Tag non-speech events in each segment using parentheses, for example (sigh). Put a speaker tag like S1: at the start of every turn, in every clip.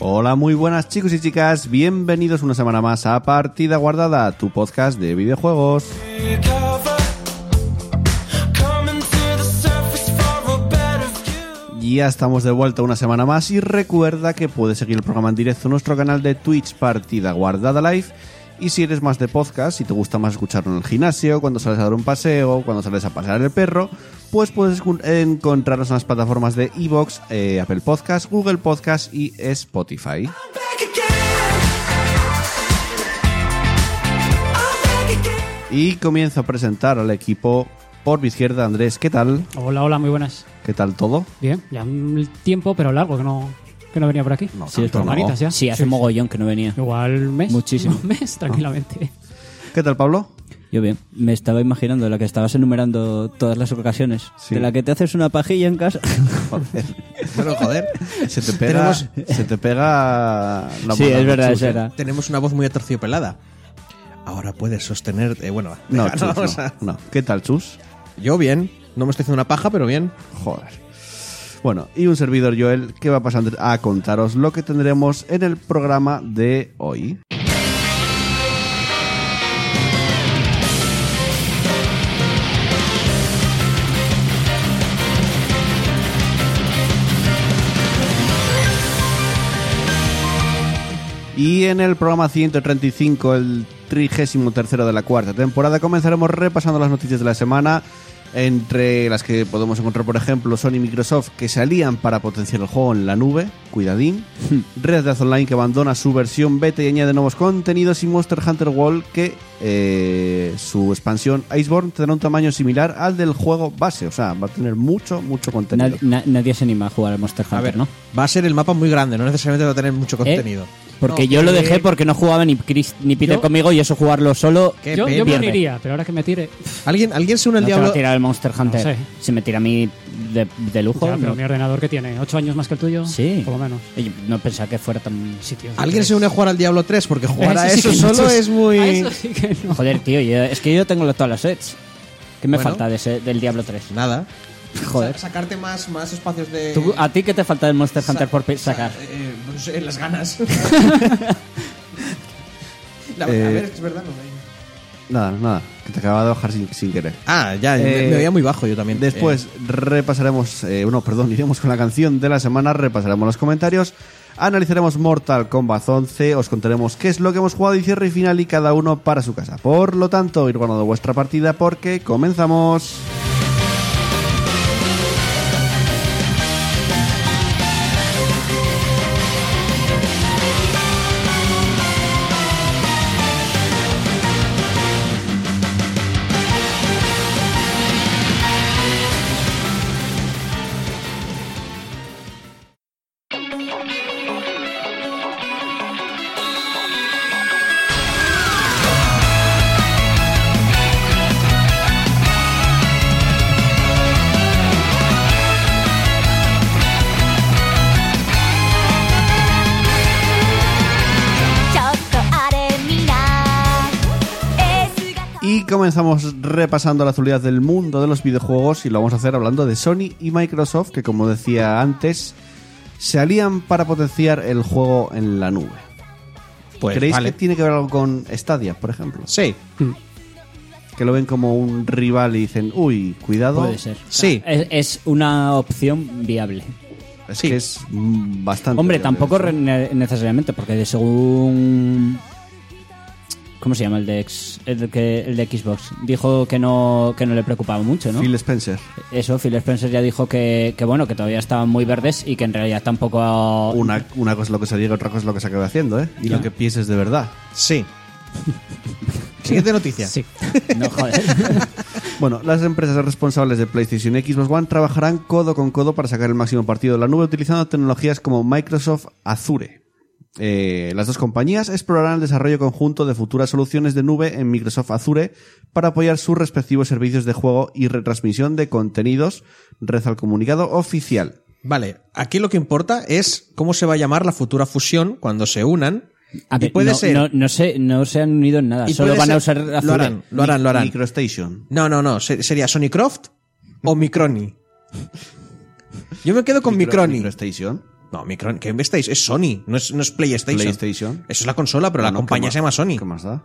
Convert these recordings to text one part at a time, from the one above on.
S1: Hola, muy buenas chicos y chicas, bienvenidos una semana más a Partida Guardada, tu podcast de videojuegos. Ya estamos de vuelta una semana más y recuerda que puedes seguir el programa en directo en nuestro canal de Twitch Partida Guardada Live. Y si eres más de podcast, si te gusta más escucharlo en el gimnasio, cuando sales a dar un paseo, cuando sales a pasear el perro, pues puedes escu- encontrarnos en las plataformas de Evox, eh, Apple Podcast, Google Podcast y Spotify. Y comienzo a presentar al equipo por mi izquierda, Andrés. ¿Qué tal?
S2: Hola, hola, muy buenas.
S1: ¿Qué tal todo?
S2: Bien, ya un tiempo, pero largo, que no, que no venía por aquí.
S1: No,
S3: Sí,
S1: tanto
S3: esto
S1: no.
S2: Manitas ya.
S3: Sí, hace mogollón que no venía.
S2: Igual un mes.
S3: Muchísimo. Ah.
S2: Un (laughs) mes, tranquilamente.
S1: ¿Qué tal, Pablo?
S3: Yo bien, me estaba imaginando la que estabas enumerando todas las ocasiones.
S1: Sí.
S3: De la que te haces una pajilla en casa.
S1: Joder. Pero joder, se te pega, se te pega la
S3: (laughs)
S1: mano
S3: sí,
S1: ¿eh?
S3: es
S1: en
S3: verdad,
S1: el
S3: es
S1: chuche.
S3: verdad.
S4: Tenemos una voz muy aterciopelada. Ahora puedes sostener. eh, bueno,
S1: No,
S4: deja,
S1: Chus,
S4: (laughs) vamos
S1: no,
S4: a-
S1: no. ¿Qué tal, Chus?
S4: Yo bien. No me estoy haciendo una paja, pero bien.
S1: Joder. Bueno, y un servidor Joel que va pasando a contaros lo que tendremos en el programa de hoy. Y en el programa 135, el trigésimo tercero de la cuarta temporada, comenzaremos repasando las noticias de la semana, entre las que podemos encontrar, por ejemplo, Sony y Microsoft que se alían para potenciar el juego en la nube, cuidadín, Red Dead Online que abandona su versión beta y añade nuevos contenidos, y Monster Hunter World que eh, su expansión Iceborne tendrá un tamaño similar al del juego base, o sea, va a tener mucho, mucho contenido.
S3: Nad- na- nadie se anima a jugar al Monster Hunter,
S4: A ver,
S3: ¿no?
S4: va a ser el mapa muy grande, no necesariamente va a tener mucho
S3: ¿Eh?
S4: contenido.
S3: Porque
S4: No,
S3: yo lo
S4: eh,
S3: dejé porque no jugaba ni, Chris- ni Peter
S2: Yo-
S3: conmigo y eso jugarlo solo.
S4: Qué
S2: yo, yo me
S3: pierde.
S2: uniría, pero ahora que me tire.
S4: ¿Alguien, alguien se une al
S3: No te va
S4: diablo?
S3: a tirar el Monster Hunter.
S2: sé.
S3: Si me tira a mí de, de lujo.
S2: Ya, pero
S3: no.
S2: mi ordenador que tiene, ¿8 años más que el tuyo?
S3: Sí.
S2: Por lo menos.
S3: Yo no pensaba que fuera tan.
S2: Sí, tío,
S4: ¿Alguien se une a jugar al Diablo
S3: (laughs)
S4: 3? Porque jugar
S2: Ahora
S4: a eso solo es muy.
S2: eso sí que no.
S3: Joder, tío, yo- es que yo tengo la- todas las sets. ¿Qué me
S4: Bueno.
S3: falta de ese- del Diablo 3?
S4: Nada.
S3: Joder.
S4: Sa- Sacarte más, más espacios de.
S3: ¿Tú- ¿A ti qué te falta del Monster
S4: sa-
S3: Hunter por pe-
S4: sa-
S3: sacar?
S4: eh, no sé, las
S3: (laughs)
S4: ganas. (laughs) La- a
S1: Eh,
S4: ver, es verdad, no hay-
S1: Nada, nada, que te acaba de bajar sin- sin querer.
S4: Ah, ya, me-
S1: Eh,
S4: me veía muy bajo yo también. eh.
S1: Después repasaremos, eh, no, perdón, (laughs) iremos con la canción de la semana, repasaremos los comentarios, analizaremos Mortal Kombat 11, os contaremos qué es lo que hemos jugado y cierre y final y cada uno para su casa. Por lo tanto, ir guardando vuestra partida porque comenzamos. Y comenzamos repasando la actualidad del mundo de los videojuegos y lo vamos a hacer hablando de Sony y Microsoft que como decía antes, se alían para potenciar el juego en la nube.
S4: Eh, pues,
S1: ¿Creéis
S4: vale.
S1: que tiene que ver algo con Stadia, por ejemplo?
S4: Sí,
S1: que lo ven como un rival y dicen, uy, cuidado.
S3: Puede ser.
S4: sí.
S3: Es, es una opción viable.
S1: Es
S4: Sí.
S1: que es mm, bastante.
S3: Hombre,
S1: viable,
S3: tampoco
S1: ¿no?
S3: re- ne- necesariamente, porque de según. ¿Cómo se llama el de, ex- el, que, el de Xbox? Dijo que no, que no le preocupaba mucho, ¿no?
S1: Phil Spencer.
S3: Eso, Phil Spencer ya dijo que, que bueno, que todavía estaban muy verdes y que en realidad tampoco.
S1: Una, una cosa es lo que se diga, otra cosa es lo que se acabe haciendo, ¿eh? Y lo que pienses de verdad.
S4: (laughs) Sí. Siguiente noticia. (laughs)
S2: Sí.
S3: No, joder.
S1: Bueno, las empresas responsables de PlayStation y Xbox One trabajarán codo con codo para sacar el máximo partido de la nube utilizando tecnologías como Microsoft Azure. Eh, las dos compañías explorarán el desarrollo conjunto de futuras soluciones de nube en Microsoft Azure para apoyar sus respectivos servicios de juego y retransmisión de contenidos, reza el comunicado oficial.
S4: Vale, aquí lo que importa es cómo se va a llamar la futura fusión cuando se unan.
S3: A
S4: Y
S3: ver,
S4: puede
S3: no,
S4: ser.
S3: No, no se, no se han unido en nada.
S4: y
S3: Solo
S4: puede
S3: van a usar
S4: ser-
S3: Azure.
S4: Lo harán, lo harán, lo harán.
S1: Microstation.
S4: No, no, no. se- Sería Sony Croft o Microni. Yo me quedo con
S1: Micro-
S4: Microni.
S1: Microstation.
S4: No, Microni. ¿Qué estáis? Es Sony, no es, no es PlayStation.
S1: PlayStation.
S4: Eso es la consola, pero la
S1: Bueno,
S4: compañía
S1: ¿qué
S4: se llama
S1: más-
S4: Sony.
S1: ¿Qué más da?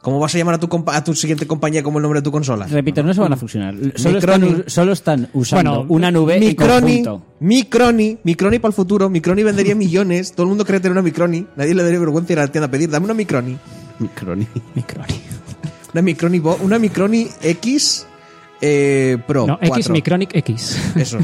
S4: ¿Cómo vas a llamar a tu, compa- a tu siguiente compañía como el nombre de tu consola?
S3: Repito, no se van a fusionar. Solo, están,
S4: Microni.
S3: u- solo están usando
S2: Bueno,
S3: una nube
S4: Microni,
S3: en Eh, conjunto.
S4: Microni, Microni para el futuro. Microni vendería millones. Todo el mundo quiere tener una Microni. Nadie le daría vergüenza ir a la tienda a pedir. Dame una Microni. (laughs)
S1: Microni.
S2: Microni.
S4: Una Microni, Bo- una Microni X eh, Pro.
S2: No, X
S4: 4.
S2: Micronic
S3: (laughs)
S2: X.
S4: Eso.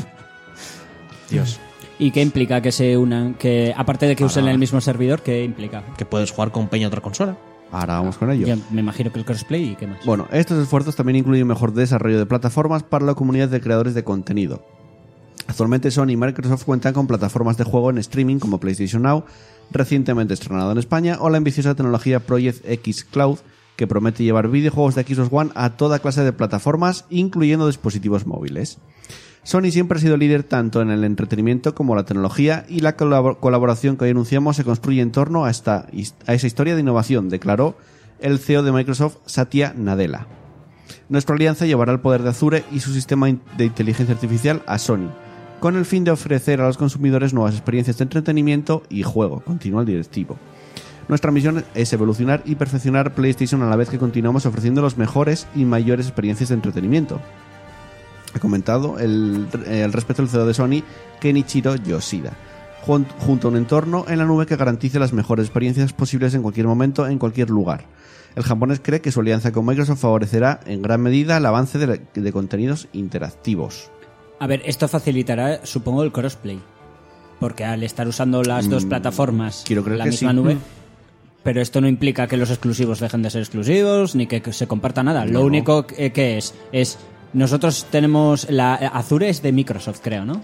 S4: Dios.
S3: ¿Y qué implica que se unan? Que aparte de que usen el mismo servidor, ¿qué implica?
S4: Que puedes jugar con Peña a otra consola.
S1: Ahora vamos con ello.
S3: Ya me imagino que el crossplay y qué más.
S1: Bueno, estos esfuerzos también incluyen mejor desarrollo de plataformas para la comunidad de creadores de contenido. Actualmente Sony y Microsoft cuentan con plataformas de juego en streaming como PlayStation Now, recientemente estrenado en España, o la ambiciosa tecnología Project X Cloud, que promete llevar videojuegos de Xbox One a toda clase de plataformas, incluyendo dispositivos móviles. Sony siempre ha sido líder tanto en el entretenimiento como la tecnología y la colabor- colaboración que hoy anunciamos se construye en torno a, esta, his- a esa historia de innovación, declaró el CEO de Microsoft, Satya Nadella. Nuestra alianza llevará el poder de Azure y su sistema in- de inteligencia artificial a Sony, con el fin de ofrecer a los consumidores nuevas experiencias de entretenimiento y juego, continúa el directivo. Nuestra misión es evolucionar y perfeccionar PlayStation a la vez que continuamos ofreciendo las mejores y mayores experiencias de entretenimiento. Ha comentado el, el respecto del CEO de Sony, Kenichiro Yoshida, jun- junto a un entorno en la nube que garantice las mejores experiencias posibles en cualquier momento, en cualquier lugar. El japonés cree que su alianza con Microsoft favorecerá en gran medida el avance de, la- de contenidos interactivos.
S3: A ver, esto facilitará, supongo, el crossplay. Porque al estar usando las dos
S1: Mm,
S3: plataformas,
S1: quiero creer
S3: la
S1: que
S3: misma
S1: sí.
S3: nube.
S1: Mm.
S3: Pero esto no implica que los exclusivos dejen de ser exclusivos, ni que que se comparta nada.
S1: No.
S3: Lo único que, que es, es. Nosotros tenemos. La, Azure es de Microsoft, creo, ¿no?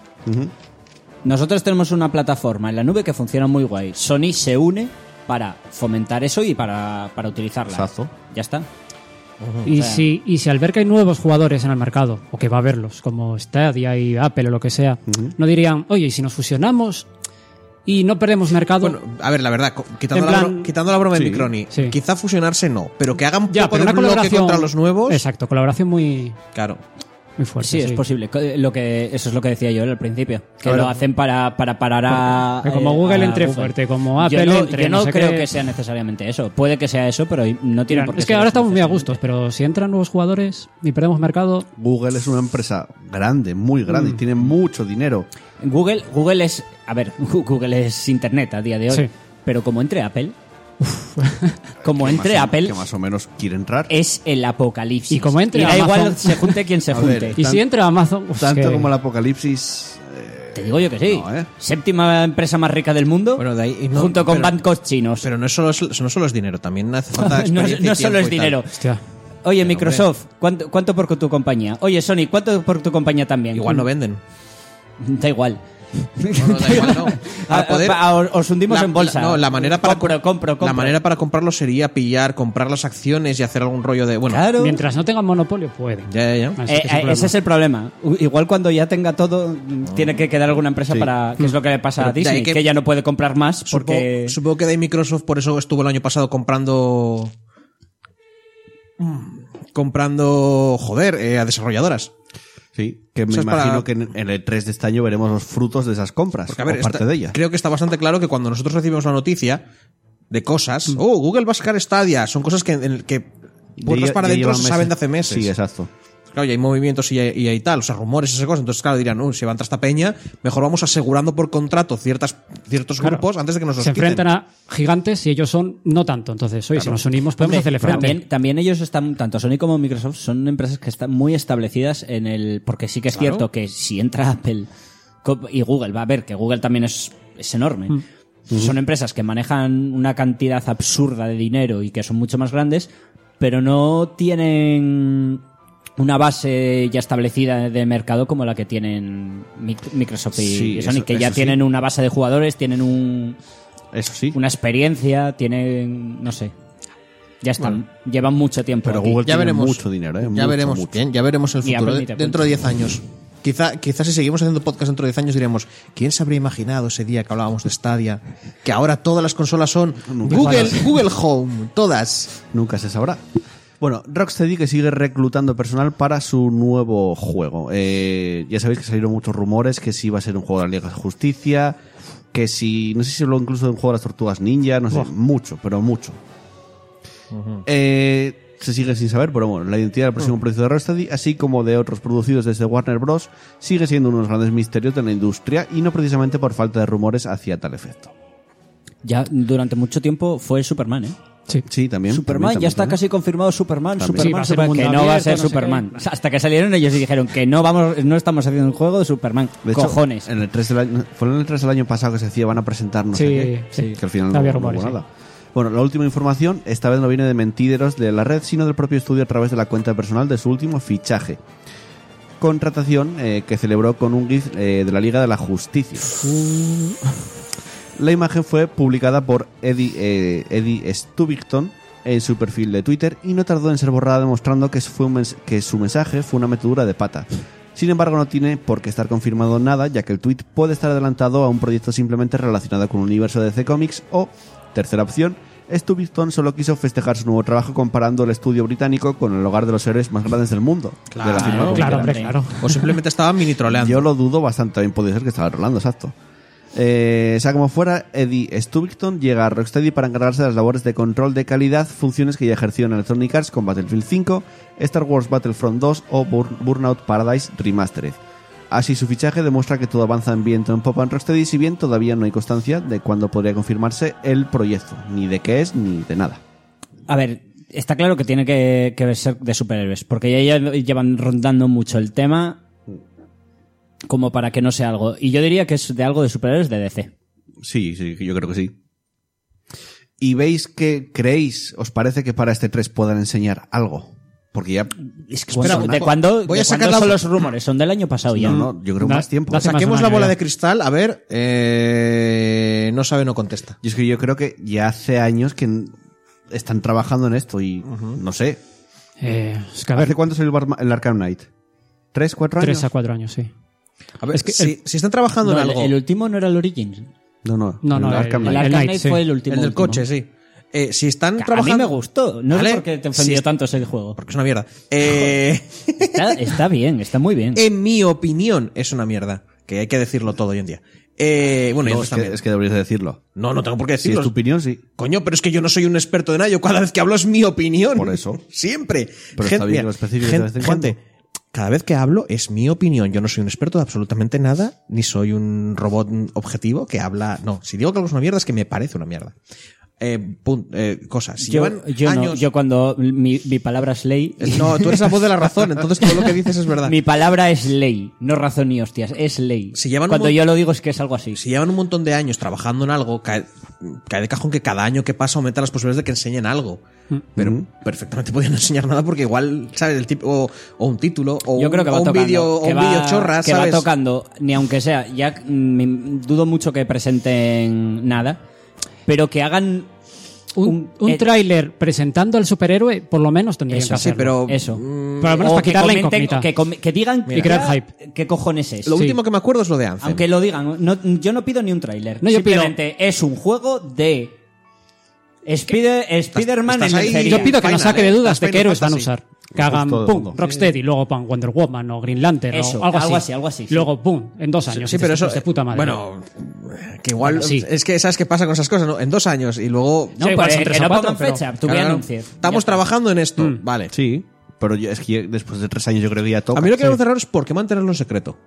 S3: Nosotros tenemos una plataforma en la nube que funciona muy guay. Sony se une para fomentar eso y para, para utilizarla.
S1: Sazo.
S3: Ya está.
S2: Y
S3: O sea-
S2: si, y si al ver que hay nuevos jugadores en el mercado, o que va a haberlos, como Stadia y Apple o lo que sea, no dirían, oye, ¿y si nos fusionamos y no perdemos mercado?
S4: Bueno, a ver, la verdad, co- quitando,
S2: En
S4: la,
S2: plan-
S4: bro- quitando la broma
S1: Sí.
S4: de Microni,
S2: Sí.
S4: quizá fusionarse no, pero que hagan un
S2: ya,
S4: poco
S2: pero
S4: de
S2: una
S4: bloque
S2: colaboración
S4: contra los nuevos.
S2: Exacto, colaboración muy,
S4: Claro.
S2: muy fuerte.
S3: Sí, es posible. Co- eh, Lo que, eso es lo que decía yo al principio. Que
S1: A ver.
S3: lo hacen para, para parar a.
S2: Que como
S3: eh,
S2: Google
S3: a
S2: entre fuerte, como Apple
S3: yo no,
S2: entre,
S3: Yo no,
S2: no sé
S3: creo
S2: qué.
S3: que sea necesariamente eso. Puede que sea eso, pero no tiene
S2: Mira,
S3: por qué
S2: es que
S3: ser
S2: ahora
S3: eso
S2: estamos muy a
S3: necesariamente.
S2: gustos, pero si entran nuevos jugadores y perdemos mercado,
S1: Google es una empresa grande, muy
S4: Mm.
S1: grande, y tiene mucho dinero.
S3: Google, Google es. A ver, (laughs) Google es internet a día de hoy.
S2: Sí.
S3: Pero como entre Apple. (laughs) como
S1: que
S3: entre
S1: más o-
S3: Apple. Eh,
S1: Que más o menos quiere entrar.
S3: Es el apocalipsis.
S2: Y como entre
S3: Y da
S2: Amazon-
S3: igual se junte quien
S4: (laughs)
S3: se
S1: A
S3: junte.
S1: ver,
S2: y si
S1: Tan-
S2: entra Amazon, pues
S1: Tanto
S2: que-
S1: como el apocalipsis. eh,
S3: Te digo yo que sí.
S1: No, ¿eh?
S3: Séptima empresa más rica del mundo.
S4: Bueno, de ahí- y no-
S3: junto con
S4: pero-
S3: bancos chinos.
S4: Pero no es solo, es- no solo es dinero, también hace falta.
S3: no,
S4: experiencia y
S3: no solo
S4: tiempo
S3: es
S4: y tal.
S3: dinero.
S2: Hostia.
S3: Oye, Microsoft, ¿cuánto, ¿cuánto por tu compañía? Oye, Sony, ¿cuánto por tu compañía también?
S4: Igual no venden.
S3: (laughs) Da igual.
S4: No, no, da igual, no. Para
S3: Ah,
S4: poder-
S3: ah, os- os hundimos
S4: La-
S3: en bolsa.
S4: la- no, la manera para
S3: Compro,
S4: co-
S3: compro, compro.
S4: La manera para comprarlo sería pillar, comprar las acciones y hacer algún rollo de. Bueno,
S3: Claro.
S2: Mientras no tengan monopolio, pueden.
S4: ya, ya, ya.
S2: Así
S3: Eh,
S2: que es un
S3: eh, ese
S2: problema.
S3: es el problema. U- Igual cuando ya tenga todo, mm, tiene que quedar alguna empresa para. que es lo que le pasa a
S4: Pero de ahí
S3: Disney? Que,
S4: que-
S3: ya no puede comprar más
S4: Supongo-
S3: porque.
S4: Supongo, que de ahí Microsoft por eso estuvo el año pasado comprando. Mm, Comprando. Joder, eh, a desarrolladoras.
S1: Sí, que me
S4: Eso es
S1: imagino
S4: para-
S1: que en en el 3 de este año veremos los frutos de esas compras,
S4: Porque, a ver,
S1: o parte
S4: está-
S1: de ellas.
S4: creo que está bastante claro que cuando nosotros recibimos la noticia de cosas,
S3: Mm.
S4: oh, Google va a sacar Stadia, son cosas que, en el que puertas
S1: Ya-
S4: para
S1: ya
S4: adentro
S1: llevan
S4: se saben de hace meses.
S1: Sí, exacto.
S4: Claro, y hay movimientos y hay, y hay tal, o sea, rumores y esas cosas. Entonces, claro, dirán, "Uh, si va a entrar esta peña, mejor vamos asegurando por contrato ciertas, ciertos
S2: Claro.
S4: grupos antes de que nos los
S2: Se
S4: quiten.
S2: enfrentan a gigantes y ellos son no tanto. Entonces, oye, si nos unimos, podemos
S3: Hombre,
S2: hacerle frente.
S3: también, también ellos están, tanto Sony como Microsoft, son empresas que están muy establecidas en el. Porque sí que es cierto que si entra Apple co- y Google, va a ver que Google también es, es enorme.
S1: Mm.
S3: Son empresas que manejan una cantidad absurda de dinero y que son mucho más grandes, pero no tienen una base ya establecida de mercado como la que tienen Mic- Microsoft y
S1: Sí,
S3: y Sony,
S1: eso-
S3: que ya
S1: eso sí.
S3: tienen una base de jugadores, tienen un
S1: Eso sí.
S3: una experiencia, tienen, no sé. Ya están, llevan mucho tiempo.
S1: Pero
S3: aquí.
S1: Google
S4: ya
S1: tiene
S4: veremos.
S1: mucho dinero, ¿eh?
S4: Ya
S1: Mucho,
S4: veremos.
S1: mucho.
S4: Bien, ya veremos el
S3: Y
S4: futuro. ¿eh?
S3: Apple ni te
S4: dentro
S3: cuento.
S4: de 10 años. Quizá, quizá si seguimos haciendo podcast dentro de 10 años diremos, ¿quién se habría imaginado ese día que hablábamos de Stadia? Que ahora todas las consolas son Google, Google Home, todas.
S1: Nunca se sabrá. Bueno, Rocksteady que sigue reclutando personal para su nuevo juego. Eh, ya sabéis que salieron muchos rumores que si iba a ser un juego de la Liga de Justicia, que si, no sé si lo incluso de un juego de las Tortugas Ninja, no sé, mucho, pero mucho. Eh, se sigue sin saber, pero bueno, la identidad del próximo proyecto de Rocksteady, así como de otros producidos desde Warner Bros., sigue siendo uno de los grandes misterios de la industria y no precisamente por falta de rumores hacia tal efecto.
S3: Ya durante mucho tiempo fue Superman, ¿eh?
S2: Sí.
S1: Sí, también.
S3: Superman,
S1: también,
S3: ya está
S1: también,
S3: casi confirmado Superman,
S1: También.
S2: Sí, va
S3: Superman,
S2: a ser
S3: Superman,
S2: mundo
S3: que no va a
S2: abierto,
S3: ser
S2: no sé
S3: Superman.
S2: qué.
S3: O sea, Hasta que salieron ellos y dijeron que no vamos, no estamos haciendo un juego de Superman.
S1: De hecho,
S3: Cojones.
S1: en el 3 del año, fue en el 3 del año pasado que se decía van a presentar no sé
S2: Sí,
S1: qué,
S2: sí.
S1: que al final no,
S2: Había
S1: no hubo
S2: rumores, sí.
S1: nada. Bueno, la última información esta vez no viene de mentideros de la red, sino del propio estudio a través de la cuenta personal de su último fichaje. Contratación eh, que celebró con un GIF eh, de la Liga de la Justicia. La imagen fue publicada por Eddie, eh, Eddie Stubington en su perfil de Twitter y no tardó en ser borrada demostrando que, fue un mens- que su mensaje fue una metedura de pata. Sin embargo, no tiene por qué estar confirmado nada, ya que el tweet puede estar adelantado a un proyecto simplemente relacionado con un universo de DC Comics o, tercera opción, Stubington solo quiso festejar su nuevo trabajo comparando el estudio británico con el hogar de los héroes más grandes del mundo. de la
S4: Claro.
S1: firma
S2: Claro, hombre, claro.
S4: O simplemente estaban mini troleando.
S1: (laughs) yo lo dudo bastante, también podría ser que estaba rolando, exacto. Eh, sea como fuera, Eddie Stubington llega a Rocksteady para encargarse de las labores de control de calidad, funciones que ya ejerció en Electronic Arts con Battlefield 5, Star Wars Battlefront 2 o Burn- Burnout Paradise Remastered. Así su fichaje demuestra que todo avanza en viento en Pop and Rocksteady, si bien todavía no hay constancia de cuándo podría confirmarse el proyecto, ni de qué es, ni de nada.
S3: A ver, está claro que tiene que, que ser de superhéroes, porque ya lle- llevan rondando mucho el tema como para que no sea algo. Y yo diría que es de algo de superhéroes de DC.
S1: Sí, sí, yo creo que sí. ¿Y veis que creéis, os parece que para este 3 puedan enseñar algo? Porque ya
S3: Es que
S4: Espera,
S3: ¿de
S4: voy-
S3: cuándo,
S4: voy a
S3: de
S4: sacar
S3: cuándo
S4: la-
S3: son los rumores? Son del año pasado Oh, ya.
S1: No, no, yo creo
S2: Da-
S1: más tiempo.
S2: da-
S1: O sea,
S4: Saquemos
S2: más
S4: la
S2: un año
S4: bola
S2: ya.
S4: de cristal, a ver. eh, no sabe, no contesta.
S1: y es que yo creo que ya hace años que n- están trabajando en esto y no sé.
S2: Eh, es que a
S1: ¿Hace
S2: ver,
S1: cuánto salió el, Batman- el Arkham Knight? ¿Tres, cuatro años?
S2: tres a cuatro años, sí.
S4: A ver,
S2: Es que
S4: si, si están trabajando
S3: No,
S4: en
S3: el,
S4: algo.
S3: el último no era el Origins.
S1: No, no,
S2: No, no,
S1: el Arkham
S2: el-
S3: El
S1: Knight.
S3: Arkham
S2: Knight,
S3: Knight
S2: sí.
S3: fue el último.
S4: El del
S3: último.
S4: coche, sí. Eh, si están
S3: Que
S4: trabajando.
S3: A mí me gustó. No
S4: ¿Vale?
S3: sé por qué te
S4: Si
S3: ofendió
S4: es-
S3: tanto ese juego.
S4: Porque es
S3: (laughs)
S4: una mierda. Eh,
S3: Está, (laughs) está bien, está muy bien.
S4: en mi opinión, es una mierda. Que hay que decirlo todo hoy en día. Eh, bueno, y
S1: No,
S4: antes
S1: es, que,
S4: también.
S1: es que deberías decirlo.
S4: No, no tengo por qué
S1: Si es
S4: decirlo.
S1: tu opinión, sí.
S4: Coño, pero es que yo no soy un experto de nada. Yo cada vez que hablo es mi opinión.
S1: Por eso.
S4: Siempre.
S1: Pero está bien lo especifiques de
S4: gen-
S1: vez en
S4: gente,
S1: cuando.
S4: cada vez que hablo es mi opinión. Yo no soy un experto de absolutamente nada, ni soy un robot objetivo que habla. No, si digo que algo es una mierda es que me parece una mierda. Eh, pun- eh, cosas. Si llevan
S3: yo no,
S4: años.
S3: yo cuando mi, mi palabra es ley, (laughs)
S4: No, tú eres la voz de la razón, entonces todo lo que dices es verdad.
S3: mi palabra es ley, no razón ni hostias, es ley.
S4: Si llevan un
S3: cuando
S4: mon-
S3: yo lo digo es que es algo así.
S4: si llevan un montón de años trabajando en algo, cae, cae de cajón que cada año que pasa aumenta las posibilidades de que enseñen algo.
S3: Mm.
S4: Pero perfectamente (laughs) podían no enseñar nada porque igual, ¿sabes? El tipo, o, o un título, o
S3: yo
S4: un,
S3: creo que
S4: o
S3: va
S4: un
S3: tocando,
S4: vídeo o
S3: que
S4: un
S3: va-
S4: vídeo chorra,
S3: que
S4: ¿sabes?
S3: va tocando, ni aunque sea, ya mm, me- dudo mucho que presenten nada, pero que hagan
S2: Un, un
S3: eh,
S2: tráiler presentando al superhéroe, por lo menos tendrían
S3: Eso,
S2: que
S4: sí,
S2: hacerlo.
S4: pero- mm,
S3: eso.
S2: Por lo menos
S3: O
S2: para
S3: que
S2: quitar la
S3: comenten-
S2: incógnita.
S3: que, com- que digan
S2: Y crear
S3: ya
S2: hype.
S3: qué cojones es.
S4: Lo
S2: Sí.
S4: último que me acuerdo es lo de Anthem.
S3: Aunque lo digan, no- yo no pido ni un tráiler.
S2: No, yo pido-
S3: Simplemente es un juego de Spider- Spider-Man
S4: estás
S3: en
S4: ahí-
S3: lencería.
S2: Yo pido que
S4: Final,
S2: nos saque
S4: eh,
S2: de dudas
S4: Final
S2: de qué héroes van a
S4: Fantasy. Pues
S2: usar. Que hagan
S1: todo,
S2: pum,
S1: todo.
S2: Rocksteady, luego pan Wonder Woman o Green Lantern
S3: Eso,
S2: o algo, así.
S3: algo así, algo así, sí.
S2: Luego pum, en dos años.
S4: sí,
S2: dices,
S4: pero eso.
S2: "Hijos de puta madre".
S4: Bueno, que igual.
S2: Bueno, sí.
S4: Es que, ¿sabes qué pasa con esas cosas? ¿no? En dos años y luego.
S3: No,
S2: Sí, igual
S3: pero
S2: son
S3: que
S2: tres o
S3: no
S2: cuatro,
S3: pongan
S2: pero-
S3: fecha, tú
S4: Claro,
S3: que
S4: no.
S3: anuncies. Ya
S4: Estamos
S3: está. Mm.
S4: trabajando en esto. Vale.
S1: Sí, pero yo- es que después de tres años yo creo que ya toca.
S4: A mí lo que me cerrar es por qué mantenerlo en secreto.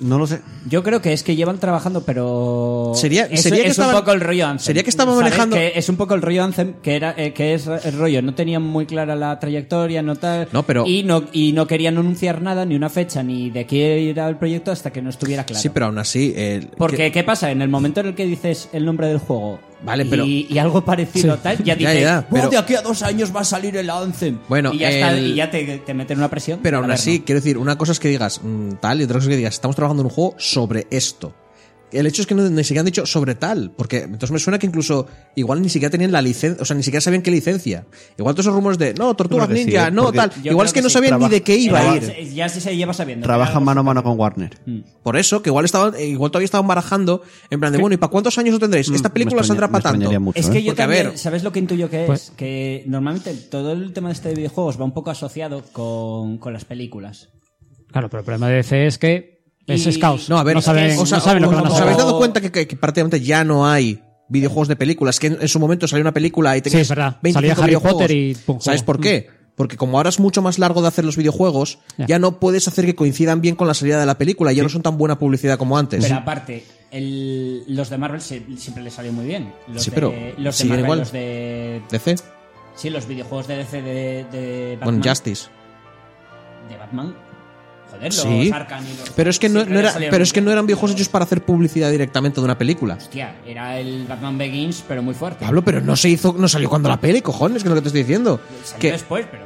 S1: No lo sé.
S3: Yo creo que es que llevan trabajando, pero.
S4: Sería-
S3: es,
S4: sería que
S3: es
S4: estaban-
S3: un poco el rollo Anthem.
S4: sería que estaban
S3: ¿Sabes?
S4: manejando-
S3: Que es un poco el rollo Anthem, que, era, eh, que es el rollo. No tenían muy clara la trayectoria, no tal.
S4: No, pero-
S3: Y no, y no querían anunciar nada, ni una fecha, ni de qué irá el proyecto hasta que no estuviera claro.
S4: Sí, pero aún así. el-
S3: Porque,
S4: que-
S3: ¿qué pasa? En el momento en el que dices el nombre del juego
S4: Vale,
S3: y,
S4: pero-
S3: y algo parecido
S2: Sí.
S3: tal, ya dices,
S4: ya,
S3: "Buah,
S4: pero-
S3: de aquí a dos años va a salir el Anthem.
S4: Bueno,
S3: y ya, está,
S4: el-
S3: y ya te, te meten una presión.
S4: Pero
S3: A
S4: aún
S3: ver,
S4: así,
S3: no.
S4: quiero decir, una cosa es que digas mm, tal y otra cosa es que digas, estamos trabajando en un juego sobre esto. el hecho es que no, ni siquiera han dicho sobre tal, porque entonces me suena que incluso igual ni siquiera tenían la licencia, o sea, ni siquiera sabían qué licencia. Igual todos esos rumores de, no, Tortugas
S1: Creo que sí,
S4: Ninja,
S1: ¿eh?
S4: no,
S1: Porque
S4: tal.
S1: yo
S4: Igual es que,
S3: creo que
S4: no
S3: sí,
S4: sabían
S1: traba-
S4: ni de qué iba a ir.
S3: Era- Ya se- se lleva sabiendo.
S1: Trabaja mano a mano con Warner.
S4: Por eso, que igual estaban, eh, igual todavía estaban barajando, en plan de, bueno, ¿y para cuántos años lo tendréis? Esta película
S1: extraña-
S4: saldrá
S1: Mm, me
S4: para tanto.
S1: extrañaría mucho.
S3: Es
S1: ¿eh?
S3: que yo
S4: Porque, a
S3: también,
S4: ver-
S3: ¿sabes lo que intuyo que es?
S2: Pues-
S3: que normalmente todo el tema de este de videojuegos va un poco asociado con, con las películas.
S2: Claro, pero el problema de DC es que es
S3: Y-
S2: es caos.
S4: No, a ver,
S2: no saben,
S4: o sea,
S2: no saben lo que
S4: os-
S2: van a
S4: ¿os
S2: hacer.
S4: habéis dado cuenta que, que- que prácticamente ya no hay videojuegos de películas? Que en, en su momento salió una película y tenías
S2: Sí, es verdad.
S4: 25
S2: Salía Harry
S4: videojuegos.
S2: Potter y pum,
S4: ¿Sabes
S2: juego.
S4: por qué? Porque como ahora es mucho más largo de hacer los videojuegos,
S2: Ya.
S4: ya no puedes hacer que coincidan bien con la salida de la película. Ya no son tan buena publicidad como antes.
S3: Pero aparte, el- los de Marvel se- siempre les salió muy bien. Los
S4: Sí,
S3: de,
S4: pero
S3: los de
S4: siguen
S3: Marvel,
S4: igual.
S3: los de.
S4: DC,
S3: Sí, los videojuegos de DC de, de Batman.
S4: bueno, Justice.
S3: De Batman. Joder, los
S4: Sí.
S3: Arkham y los-
S4: Pero es que no,
S3: siempre
S4: no
S3: les
S4: era,
S3: salieron
S4: pero es que
S3: bien.
S4: no eran videojuegos hechos para hacer publicidad directamente de una película.
S3: Hostia, era el Batman Begins, pero muy fuerte.
S4: Pablo, pero no se hizo, no salió cuando la peli, cojones, que es lo que te estoy diciendo.
S3: Salió
S4: Que,
S3: después, pero.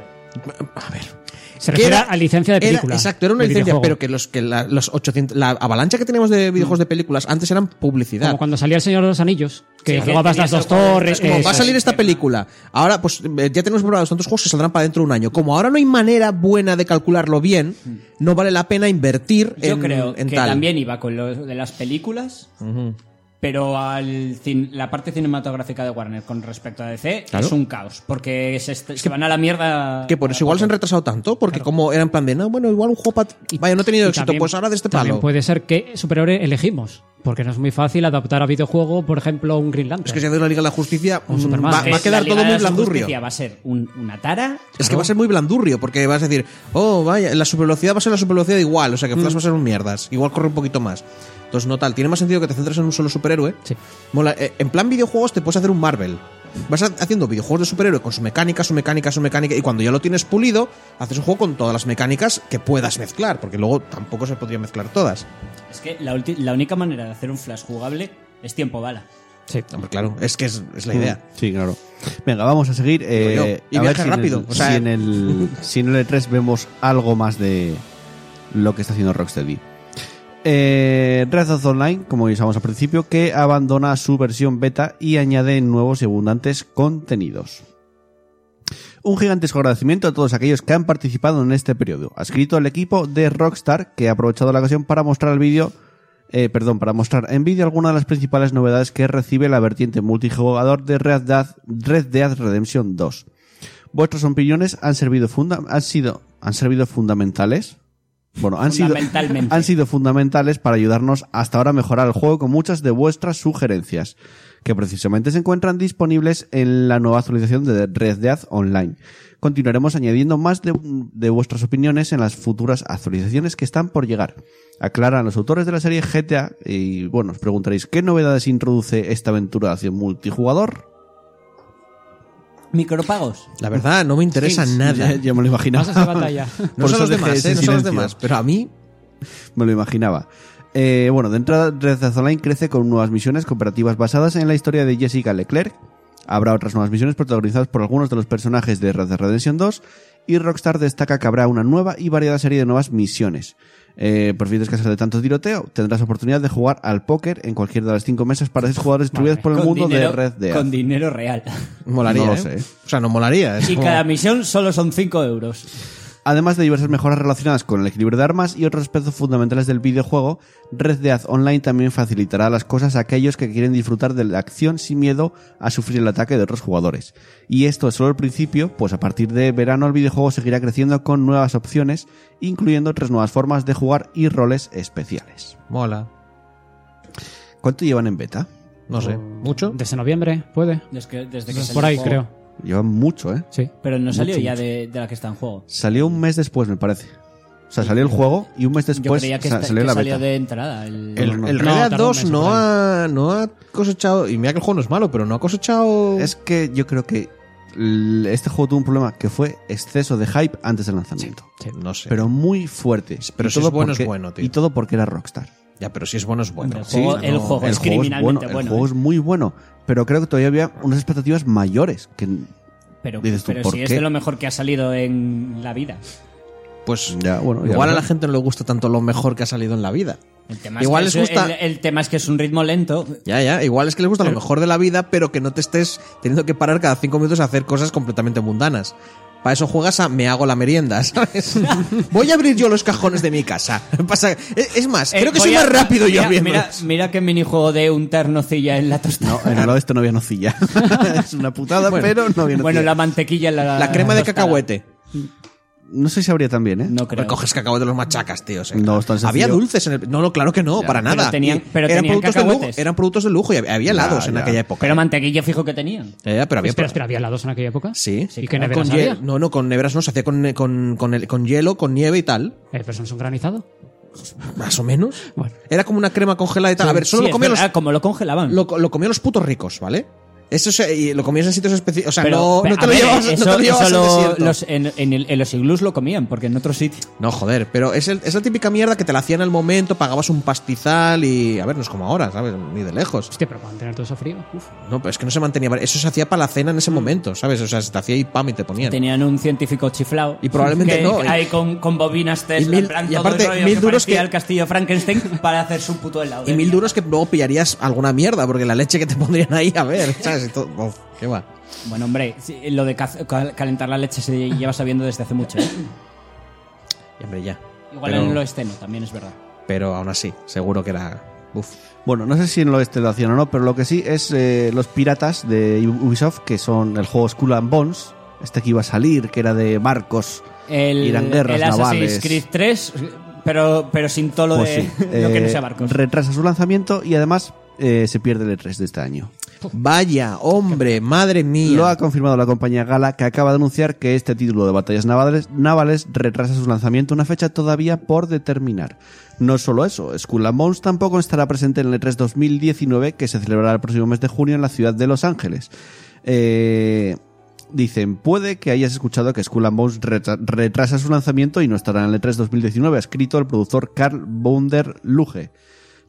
S4: a ver,
S2: Se
S4: Que
S2: refiere
S4: era-
S2: a licencia de
S4: era-
S2: película.
S4: exacto, era una
S2: de
S4: licencia,
S2: videojuego.
S4: pero que los que la, los 800, la avalancha que teníamos de videojuegos de películas antes eran publicidad.
S2: Como cuando salía El Señor de los Anillos, que
S3: Sí, que
S2: jugabas
S3: tenías
S2: las dos
S3: el juego de-
S2: torres.
S3: es como,
S2: eso
S4: Va a
S3: Eso
S4: salir
S3: es.
S4: esta película. Ahora, pues eh, ya tenemos preparados tantos juegos que saldrán para dentro de un año. Como ahora no hay manera buena de calcularlo bien, no vale la pena invertir
S3: Yo
S4: en,
S3: creo
S4: en
S3: que
S4: tal.
S3: también iba con lo de las películas, pero al cin- la parte cinematográfica de Warner con respecto a DC
S4: Claro.
S3: es un caos, porque se, est- se van a la mierda.
S4: Que por eso igual se han retrasado tanto, porque como eran plan de, no, bueno, igual un juego para. Vaya, no he tenido
S2: Y
S4: éxito,
S2: también-
S4: pues ahora de este
S2: también
S4: palo.
S2: puede ser que superiores elegimos, porque no es muy fácil adaptar a videojuego, por ejemplo, un Green Lantern.
S4: Es que si haces la Liga de la Justicia,
S2: Un
S4: mm,
S2: Superman.
S4: va,
S3: Es
S4: va a quedar
S3: la Liga
S4: todo
S3: de
S4: muy
S3: la
S4: blandurrio.
S3: Justicia Va a ser un- una tara.
S4: Es que va a ser muy blandurrio, porque vas a decir, oh, vaya, la supervelocidad va a ser la supervelocidad igual, o sea que
S1: Mm.
S4: Flash va a ser un mierdas, igual corre un poquito más. Entonces, no tal, tiene más sentido que te centres en un solo superhéroe.
S2: Sí.
S4: Mola, eh, en plan videojuegos te puedes hacer un Marvel. Vas ha- haciendo videojuegos de superhéroe con su mecánica, su mecánica, su mecánica, y cuando ya lo tienes pulido, haces un juego con todas las mecánicas que puedas mezclar, porque luego tampoco se podría mezclar todas.
S3: Es que la, ulti- la única manera de hacer un flash jugable es tiempo bala.
S2: Sí.
S4: Hombre, claro, es que es, es la idea.
S1: Mm, Sí, claro. Venga, vamos a seguir. eh,
S4: yo. Y
S1: a
S4: viaje
S1: ver si en
S4: rápido,
S1: el-
S4: o sea-
S1: si en
S4: (laughs)
S1: el, si en el E3 vemos algo más de lo que está haciendo Rocksteady. Eh, Red Dead Online, como avisamos al principio, que abandona su versión beta y añade nuevos y abundantes contenidos. Un gigantesco agradecimiento a todos aquellos que han participado en este periodo. Adscrito al equipo de Rockstar, que ha aprovechado la ocasión para mostrar el vídeo. eh, perdón, para mostrar en vídeo algunas de las principales novedades que recibe la vertiente multijugador de Red Dead, Red Dead Redemption 2. Vuestras opiniones han servido funda- han sido han servido fundamentales. Bueno, han sido
S3: Fundamentalmente.
S1: han sido fundamentales para ayudarnos hasta ahora a mejorar el juego con muchas de vuestras sugerencias, que precisamente se encuentran disponibles en la nueva actualización de Red Dead Online. Continuaremos añadiendo más de, de vuestras opiniones en las futuras actualizaciones que están por llegar. Aclaran los autores de la serie GTA y bueno, os preguntaréis qué novedades introduce esta aventura de acción multijugador.
S3: Micropagos.
S4: La verdad, no me interesa nada.
S1: (laughs) Ya, ya me lo imaginaba.
S2: Pasas de batalla.
S4: (laughs) No
S1: Por eso
S4: son los
S1: dejé
S4: demás,
S1: ese
S4: eh, no son los
S1: silencio.
S4: demás, pero a mí
S1: Me lo imaginaba. Eh, bueno, de entrada, Red Dead Online crece con nuevas misiones cooperativas basadas en la historia de Jessica Leclerc. Habrá otras nuevas misiones protagonizadas por algunos de los personajes de Red Dead Redemption 2 y Rockstar destaca que habrá una nueva y variada serie de nuevas misiones. Eh, por fin descansar de tanto tiroteo, tendrás oportunidad de jugar al póker en cualquiera de las cinco mesas para seis jugadores distribuidas por el
S3: Con
S1: mundo
S3: dinero-
S1: de Red Dead.
S3: Con
S2: (laughs)
S3: dinero real.
S4: Molaría.
S1: No lo
S4: ¿eh?
S1: sé.
S4: O sea, no molaría. es
S3: Y
S4: como-
S3: cada misión solo son 5 euros.
S1: Además de diversas mejoras relacionadas con el equilibrio de armas y otros aspectos fundamentales del videojuego, Red Dead Online también facilitará las cosas a aquellos que quieren disfrutar de la acción sin miedo a sufrir el ataque de otros jugadores. Y esto es solo el principio, pues a partir de verano el videojuego seguirá creciendo con nuevas opciones, incluyendo tres nuevas formas de jugar y roles especiales.
S4: Mola.
S1: ¿Cuánto llevan en beta?
S4: No sé. ¿Mucho?
S2: Desde noviembre, puede.
S3: Desde que, desde que salió
S2: Por
S3: el
S2: ahí,
S3: juego.
S2: creo.
S1: Llevan mucho, ¿eh?
S2: Sí.
S3: Pero no salió
S1: Mucho,
S3: ya
S1: mucho.
S3: de, de la que está en juego.
S1: Salió un mes después, me parece. O sea, salió el juego y un mes
S3: Yo
S1: después
S3: creía que,
S1: sa-
S3: esta-
S1: salió
S3: que
S1: la
S3: salió
S1: beta.
S3: de entrada. El,
S4: El,
S1: No, no.
S4: el
S2: No,
S4: Red Dead
S2: tardó un
S4: 2
S2: mes,
S4: no
S2: por
S4: ha, no ha cosechado. Y mira que el juego no es malo, pero no ha cosechado.
S1: Es que yo creo que l- este juego tuvo un problema que fue exceso de hype antes del lanzamiento.
S4: No sé.
S1: Pero muy fuerte.
S4: Pero
S1: Y
S4: si es bueno, es
S1: porque-
S4: bueno, tío.
S1: Y todo porque era Rockstar.
S4: ya, pero si es bueno, es bueno.
S3: El juego-
S4: Sí,
S3: el
S4: no-
S3: juego.
S1: el juego
S3: es
S1: es bueno,
S3: criminalmente
S1: el
S3: bueno,
S1: juego
S3: ¿eh?
S1: es muy bueno. Pero creo que todavía había unas expectativas mayores. Que,
S3: Pero,
S1: Dices tú,
S3: pero
S1: ¿por
S3: si es
S1: qué?
S3: de lo mejor que ha salido en la vida.
S4: Pues
S1: Ya, bueno, ya
S4: igual a
S1: verás.
S4: la gente no le gusta tanto lo mejor que ha salido en la vida.
S3: El tema
S4: Igual
S3: es
S4: les
S3: que es-
S4: gusta-
S3: el- el tema es que es un ritmo lento.
S4: Ya, ya. Igual es que les gusta lo mejor de la vida, pero que no te estés teniendo que parar cada cinco minutos a hacer cosas completamente mundanas. Para eso juegas a me hago la merienda, (laughs) ¿sabes? Voy a abrir yo los cajones de mi casa. (laughs) Pasa- e, es es más,
S3: Eh,
S4: creo que
S3: voy
S4: soy
S3: a-
S4: más rápido yo
S3: mira,
S4: abriéndolos.
S3: Mira, mira qué minijuego de un ternocilla en la tostada. (laughs)
S1: No, en
S4: (laughs)
S1: el oeste no había nocilla. es una putada,
S4: Bueno,
S1: pero no había nocilla.
S3: bueno, la mantequilla en la
S4: La crema de
S3: tostada.
S4: cacahuete.
S1: No sé si habría también, ¿eh?
S3: No creo.
S4: Pero coges cacahuete los machacas, tío. o sea,
S1: No, es tan sencillo.
S4: había dulces en el. No, no, claro que no, para
S3: pero
S4: nada.
S3: tenían- pero
S4: eran,
S3: tenían
S4: productos de lujo,
S3: cacahuetes.
S4: eran productos de lujo y había, había helados en
S1: ya.
S4: aquella época.
S3: Pero mantequilla fijo que tenían.
S4: Ya, ya, pero había.
S2: espera, espera, ¿había helados en aquella época?
S4: Sí,
S2: ¿Y qué neveras
S4: con
S2: había?
S4: hiel- No, no, con neveras no, se hacía con, con, con, el- con hielo, con nieve y tal.
S2: Eh, ¿Pero son son granizado?
S4: Más o menos.
S2: Bueno.
S4: Era como una crema congelada y tal. A ver, solo
S3: Sí,
S4: lo,
S3: es
S4: comían los,
S3: verdad, como lo congelaban.
S4: lo, lo comían los putos ricos, ¿vale? Eso se- y lo comías en sitios específicos. O sea,
S3: Pero,
S4: no,
S3: pero,
S4: no te
S3: a
S4: lo
S3: ver,
S4: llevabas, no
S3: eso-
S4: te lo
S3: eso
S4: llevabas al
S3: lo-
S4: desierto.
S3: los- en, en el- en los iglús lo comían, porque en otro sitio.
S4: No, joder, pero es, el- es la típica mierda que te la hacían al momento, pagabas un pastizal y. A ver, no es como ahora, ¿sabes? Ni de lejos.
S2: Hostia, pero para mantener todo eso frío. Uf.
S4: No, pero es que no se mantenía. Eso se hacía para la cena en
S3: Mm.
S4: ese momento, ¿sabes? O sea, se te hacía y pam y te ponían.
S3: Tenían un científico chiflado.
S4: Y probablemente
S3: que-
S4: no.
S3: que Ahí con, con bobinas Tesla,
S4: mil-
S3: en plan,
S4: y
S3: todo
S4: aparte,
S3: el rollo
S4: mil
S3: que
S4: duros
S3: parecía
S4: que-
S3: el castillo Frankenstein (laughs) para hacer su puto helado. ¿eh?
S4: Y mil duros que luego pillarías alguna mierda, porque la leche que te (laughs) pondrían ahí, a ver, ¿sabes? Y todo, uf, qué va.
S3: Bueno, hombre, sí, lo de caz- cal- calentar la leche se lleva sabiendo desde hace mucho. ¿eh?
S4: Y hombre, ya.
S3: Igual
S4: pero,
S3: en el oeste no, también es verdad.
S4: pero aún así, seguro que era. Uf.
S1: Bueno, no sé si en el oeste lo hacían o no, pero lo que sí es eh, los piratas de Ubisoft, que son el juego Skull and Bones, este que iba a salir, que era de barcos.
S3: El,
S1: Irán guerras
S3: el Assassin's
S1: navales.
S3: Creed 3, pero, pero sin todo lo
S1: Pues
S3: de
S1: sí,
S3: (laughs) lo que no
S1: eh,
S3: sea barcos.
S1: Retrasa su lanzamiento y además eh, se pierde el E3 de este año.
S4: Vaya, hombre, madre mía.
S1: Lo ha confirmado la compañía Gala, que acaba de anunciar que este título de batallas navales, navales retrasa su lanzamiento una fecha todavía por determinar. No solo eso, Skull and Bones tampoco estará presente en el E E3 2019, que se celebrará el próximo mes de junio en la ciudad de Los Ángeles. Eh, Dicen, puede que hayas escuchado que Skull and Bones retra- retrasa su lanzamiento y no estará en el E E3 2019, ha escrito el productor Carl Bounder Luge.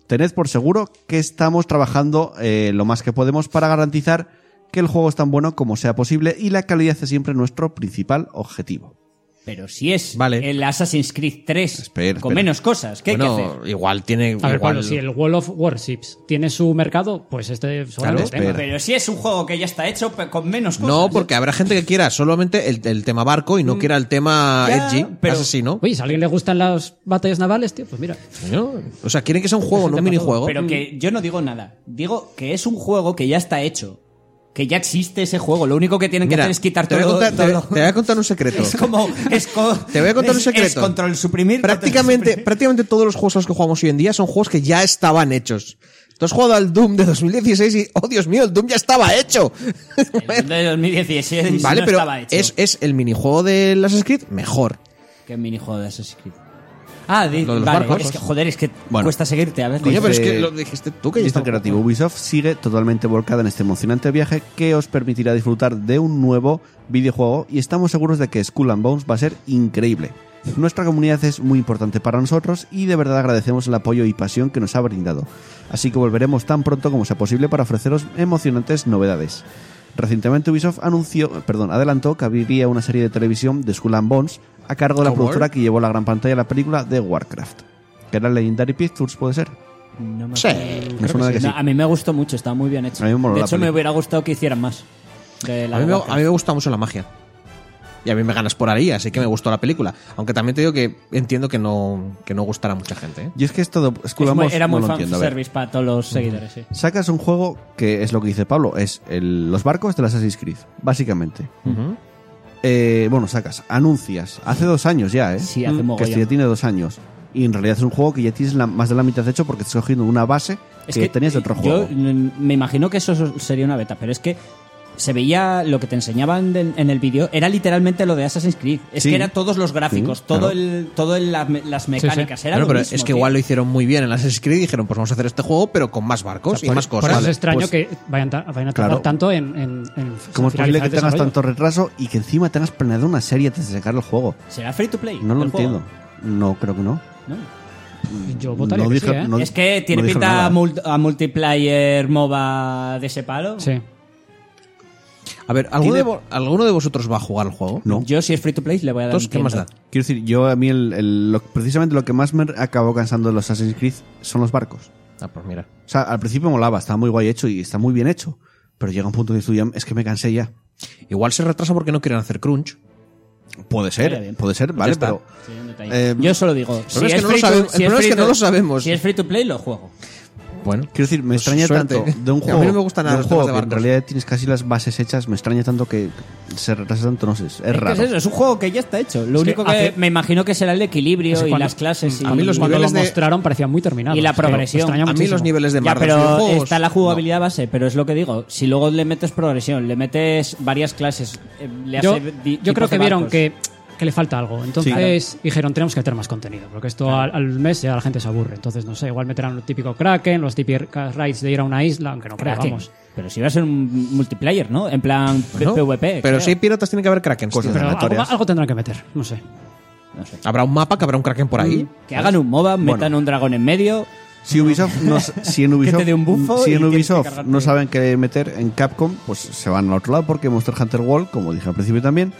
S1: Tened por seguro que estamos trabajando eh, lo más que podemos para garantizar que el juego es tan bueno como sea posible y la calidad es siempre nuestro principal objetivo.
S3: Pero si es
S4: Vale.
S3: el Assassin's Creed 3
S1: Espera,
S3: con
S1: espera.
S3: menos cosas, ¿qué hay que hacer?
S4: Bueno, igual tiene.
S2: A ver,
S4: igual-
S2: bueno, si el Wall of Warships tiene su mercado, pues este seguramente
S1: Claro,
S2: lo tenga.
S1: espera.
S3: Pero si es un juego que ya está hecho pe- con menos cosas.
S4: No, porque habrá gente que quiera solamente el, el tema barco y no quiera el tema
S3: Mm. Ya,
S4: edgy.
S3: pero-
S4: Pero, así, ¿no?
S2: Oye, si a alguien le gustan las batallas navales, tío, pues mira.
S4: ¿No? O sea, quieren que sea un juego, no un
S2: para todo,
S4: minijuego.
S3: Pero que yo no digo nada. Digo que es un juego que ya está hecho. Que ya existe ese juego. Lo único que tienen que
S4: Mira,
S3: hacer es quitar
S4: te voy a
S3: todo.
S4: contar- te,
S3: todo-
S4: te voy a contar un secreto.
S3: (laughs) Es como. es co-
S4: Te voy a contar
S3: es-
S4: un secreto.
S3: Es control suprimir. control (laughs)
S4: prácticamente, prácticamente todos los juegos a los que jugamos hoy en día son juegos que ya estaban hechos. Tú has jugado al Doom de 2016 y, oh Dios mío, el Doom ya
S3: (laughs)
S4: estaba hecho. (laughs)
S3: suprimir. El de 2016
S4: vale,
S3: no
S4: pero
S3: estaba hecho.
S4: es, es el minijuego de Assassin's Creed mejor.
S3: ¿Qué minijuego de Assassin's Creed? Ah, di-
S4: Lo de los
S3: vale.
S4: barcos.
S3: Es que, joder, es que
S1: Bueno.
S3: cuesta seguirte a veces.
S4: Coño, pero es
S1: Dice-
S4: que lo dijiste tú que ya
S1: Dice
S4: estaba-
S1: el creativo Ubisoft sigue totalmente volcada en este emocionante viaje que os permitirá disfrutar de un nuevo videojuego y estamos seguros de que Skull and Bones va a ser increíble. Nuestra comunidad es muy importante para nosotros y de verdad agradecemos el apoyo y pasión que nos ha brindado. Así que volveremos tan pronto como sea posible para ofreceros emocionantes novedades. Recientemente Ubisoft anunció, perdón, adelantó que abriría una serie de televisión de Skull and Bones a cargo de la
S4: ¿Cómo?
S1: productora que llevó a la gran pantalla la película de Warcraft, que era Legendary Pictures, puede ser.
S3: No me
S4: Sí,
S3: acuerdo.
S1: Me suena de que sí.
S3: No, a mí me gustó mucho, estaba muy bien hecho.
S1: A mí me moló
S3: de
S1: la
S3: hecho, me
S1: peli.
S3: hubiera gustado que hicieran más. de la
S4: A mí, me,
S3: Warcraft.
S4: a mí me gusta mucho la magia. Y a mí me ganas por ahí, así que me gustó la película. Aunque también te digo que entiendo que no, que no gustará a mucha gente. ¿eh?
S1: Y es que esto de Skull
S3: Es
S1: and
S3: muy-
S1: Bones
S3: era
S1: no
S3: muy
S1: lo
S3: fan
S1: entiendo, a ver.
S3: service para todos los seguidores, sí.
S1: Sacas un juego que es lo que dice Pablo, es el- los barcos de las Assassin's Creed, básicamente. Eh, bueno, sacas, anuncias, hace dos años ya, ¿eh?
S3: Sí, hace
S1: Que
S3: mogollón.
S1: esto ya tiene dos años. Y en realidad es un juego que ya tienes la- más de la mitad hecho porque estás cogiendo una base
S3: Es
S1: que, tenías de otro
S3: yo
S1: juego.
S3: mm, me imagino que eso sería una beta, pero es que se veía lo que te enseñaban del- en el vídeo, era literalmente lo de Assassin's Creed. Es
S1: Sí.
S3: que era todos los gráficos,
S1: Sí,
S3: todo
S1: claro.
S3: el, todo el- la- las mecánicas, era
S4: Bueno,
S3: lo
S4: pero
S3: mismo,
S4: es que
S3: tío.
S4: igual lo hicieron muy bien en las Assassin's Creed y dijeron, pues vamos a hacer este juego, pero con más barcos y
S2: por,
S4: más
S2: por
S4: cosas.
S2: eso es
S4: Vale,
S2: extraño
S4: pues-
S2: que vayan, ta- vayan a tardar
S1: Claro.
S2: tanto en. en, en
S1: ¿Cómo es posible
S2: finalizar
S1: que
S2: el
S1: tengas
S2: desarrollo?
S1: tanto retraso y que encima tengas planeado una serie antes de sacar el juego?
S3: será free to play.
S1: No lo
S3: el juego?
S1: entiendo. No, creo que no.
S3: ¿No?
S2: Yo votaría
S1: No
S2: que
S1: dije-
S2: sí, ¿eh?
S1: no-
S3: es que tiene
S1: no dijeron
S3: pinta
S1: nada.
S3: a, mul- a multiplayer MOBA de ese palo.
S2: Sí.
S4: A ver, ¿alguno de, vo- ¿alguno de vosotros va a jugar al juego?
S1: No.
S3: Yo, si es free to play, le voy a dar.
S4: Entonces,
S3: un
S4: ¿qué más da?
S3: 100.
S1: Quiero decir, yo a mí el- el- lo- precisamente lo que más me acabó cansando de los Assassin's Creed son los barcos.
S4: Ah, pues mira.
S1: O sea, al principio molaba, estaba muy guay hecho y está muy bien hecho. Pero llega un punto de estudiar, es que me cansé ya.
S4: Igual se retrasa porque no quieren hacer crunch.
S1: Puede
S3: Estaría bien.
S1: ser, puede ser, vale,
S4: está.
S1: pero.
S3: Sí, un detalle.
S1: Eh,
S3: Yo solo digo. si
S4: problema es que no lo
S3: free to-
S4: sabemos-
S3: si
S4: el problema es
S3: free
S4: que no
S3: to-
S4: lo sabemos.
S3: Si es free to play, lo juego.
S4: Bueno.
S1: Quiero decir, me
S4: Pues
S1: extraña
S4: suerte.
S1: tanto de un
S4: (laughs) A
S1: juego.
S4: mí no me gustan nada
S1: de un
S4: los
S1: juego
S4: temas de
S1: que en
S4: barcos.
S1: realidad tienes casi las bases hechas. Me extraña tanto que se retrasa tanto, no sé. Es
S3: Es que
S1: raro.
S3: es eso, es un juego que ya está hecho. Lo
S2: Es que
S3: único que,
S2: hace-
S3: me imagino que será el equilibrio
S2: No sé
S3: y
S2: cuándo-
S3: las clases. Y,
S2: A mí los cuando
S4: niveles
S2: lo
S4: de-
S2: mostraron parecían muy terminados.
S3: y la
S2: Es que me
S3: progresión.
S2: extraña
S3: A
S4: mí
S2: muchísimo.
S4: los niveles de
S3: ya,
S4: mar de los
S3: pero
S4: videojuegos,
S3: está la jugabilidad base, pero es lo que digo. Si luego le metes progresión, le metes varias clases, eh, le hace
S2: yo,
S3: di-
S2: yo
S3: tipos
S2: creo que
S3: de
S2: vieron
S3: barcos.
S2: que, que le falta algo. Entonces dijeron, tenemos que tener más contenido, porque esto al, al mes ya la gente se aburre. Entonces, no sé, igual meterán lo típico Kraken, los típicas raids de ir a una isla, aunque no creo,
S3: Kraken.
S2: vamos. Pues
S3: Pero si va a ser un multiplayer, ¿no? En plan P-
S4: ¿no?
S3: PvP.
S4: Pero
S3: creo.
S4: si hay piratas, tiene que haber krakens.
S1: Cosas
S4: tío.
S2: Pero algo,
S1: aleatorias.
S2: algo tendrán que meter, no sé.
S3: No sé.
S4: Habrá un mapa que habrá un kraken por ahí.
S3: Que hagan un MOBA, metan un dragón en medio.
S1: Si Ubisoft nos- si
S3: (laughs)
S1: en Ubisoft,
S3: te dé un bufo
S1: si
S3: y
S1: en
S3: tienes que
S1: Ubisoft
S3: cargarte.
S1: no saben qué meter en Capcom, pues se van al otro lado porque Monster Hunter World, como dije al principio también,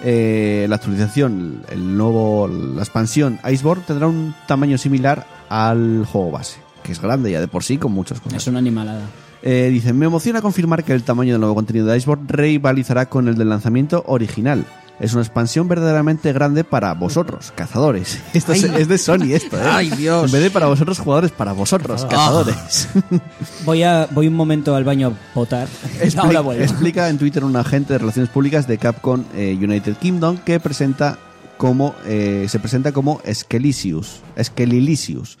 S1: eh, la actualización, el nuevo, la expansión Iceborne tendrá un tamaño similar al juego base, que es grande ya de por sí con muchas cosas.
S3: Es una animalada.
S1: Eh, dicen, me emociona confirmar que el tamaño del nuevo contenido de Iceborne rivalizará con el del lanzamiento original. Es una expansión verdaderamente grande para vosotros, cazadores. (laughs) Esto es, es de Sony esto, ¿eh?
S4: Ay, Dios. Ah.
S1: En vez de para vosotros, jugadores, para vosotros, cazadores.
S3: Voy, a, voy un momento al baño a potar.
S1: Expli-
S3: (laughs) Ahora vuelvo.
S1: explica en Twitter un agente de relaciones públicas de Capcom eh, United Kingdom que presenta como eh, se presenta como Eskelisius, Eskelilisius.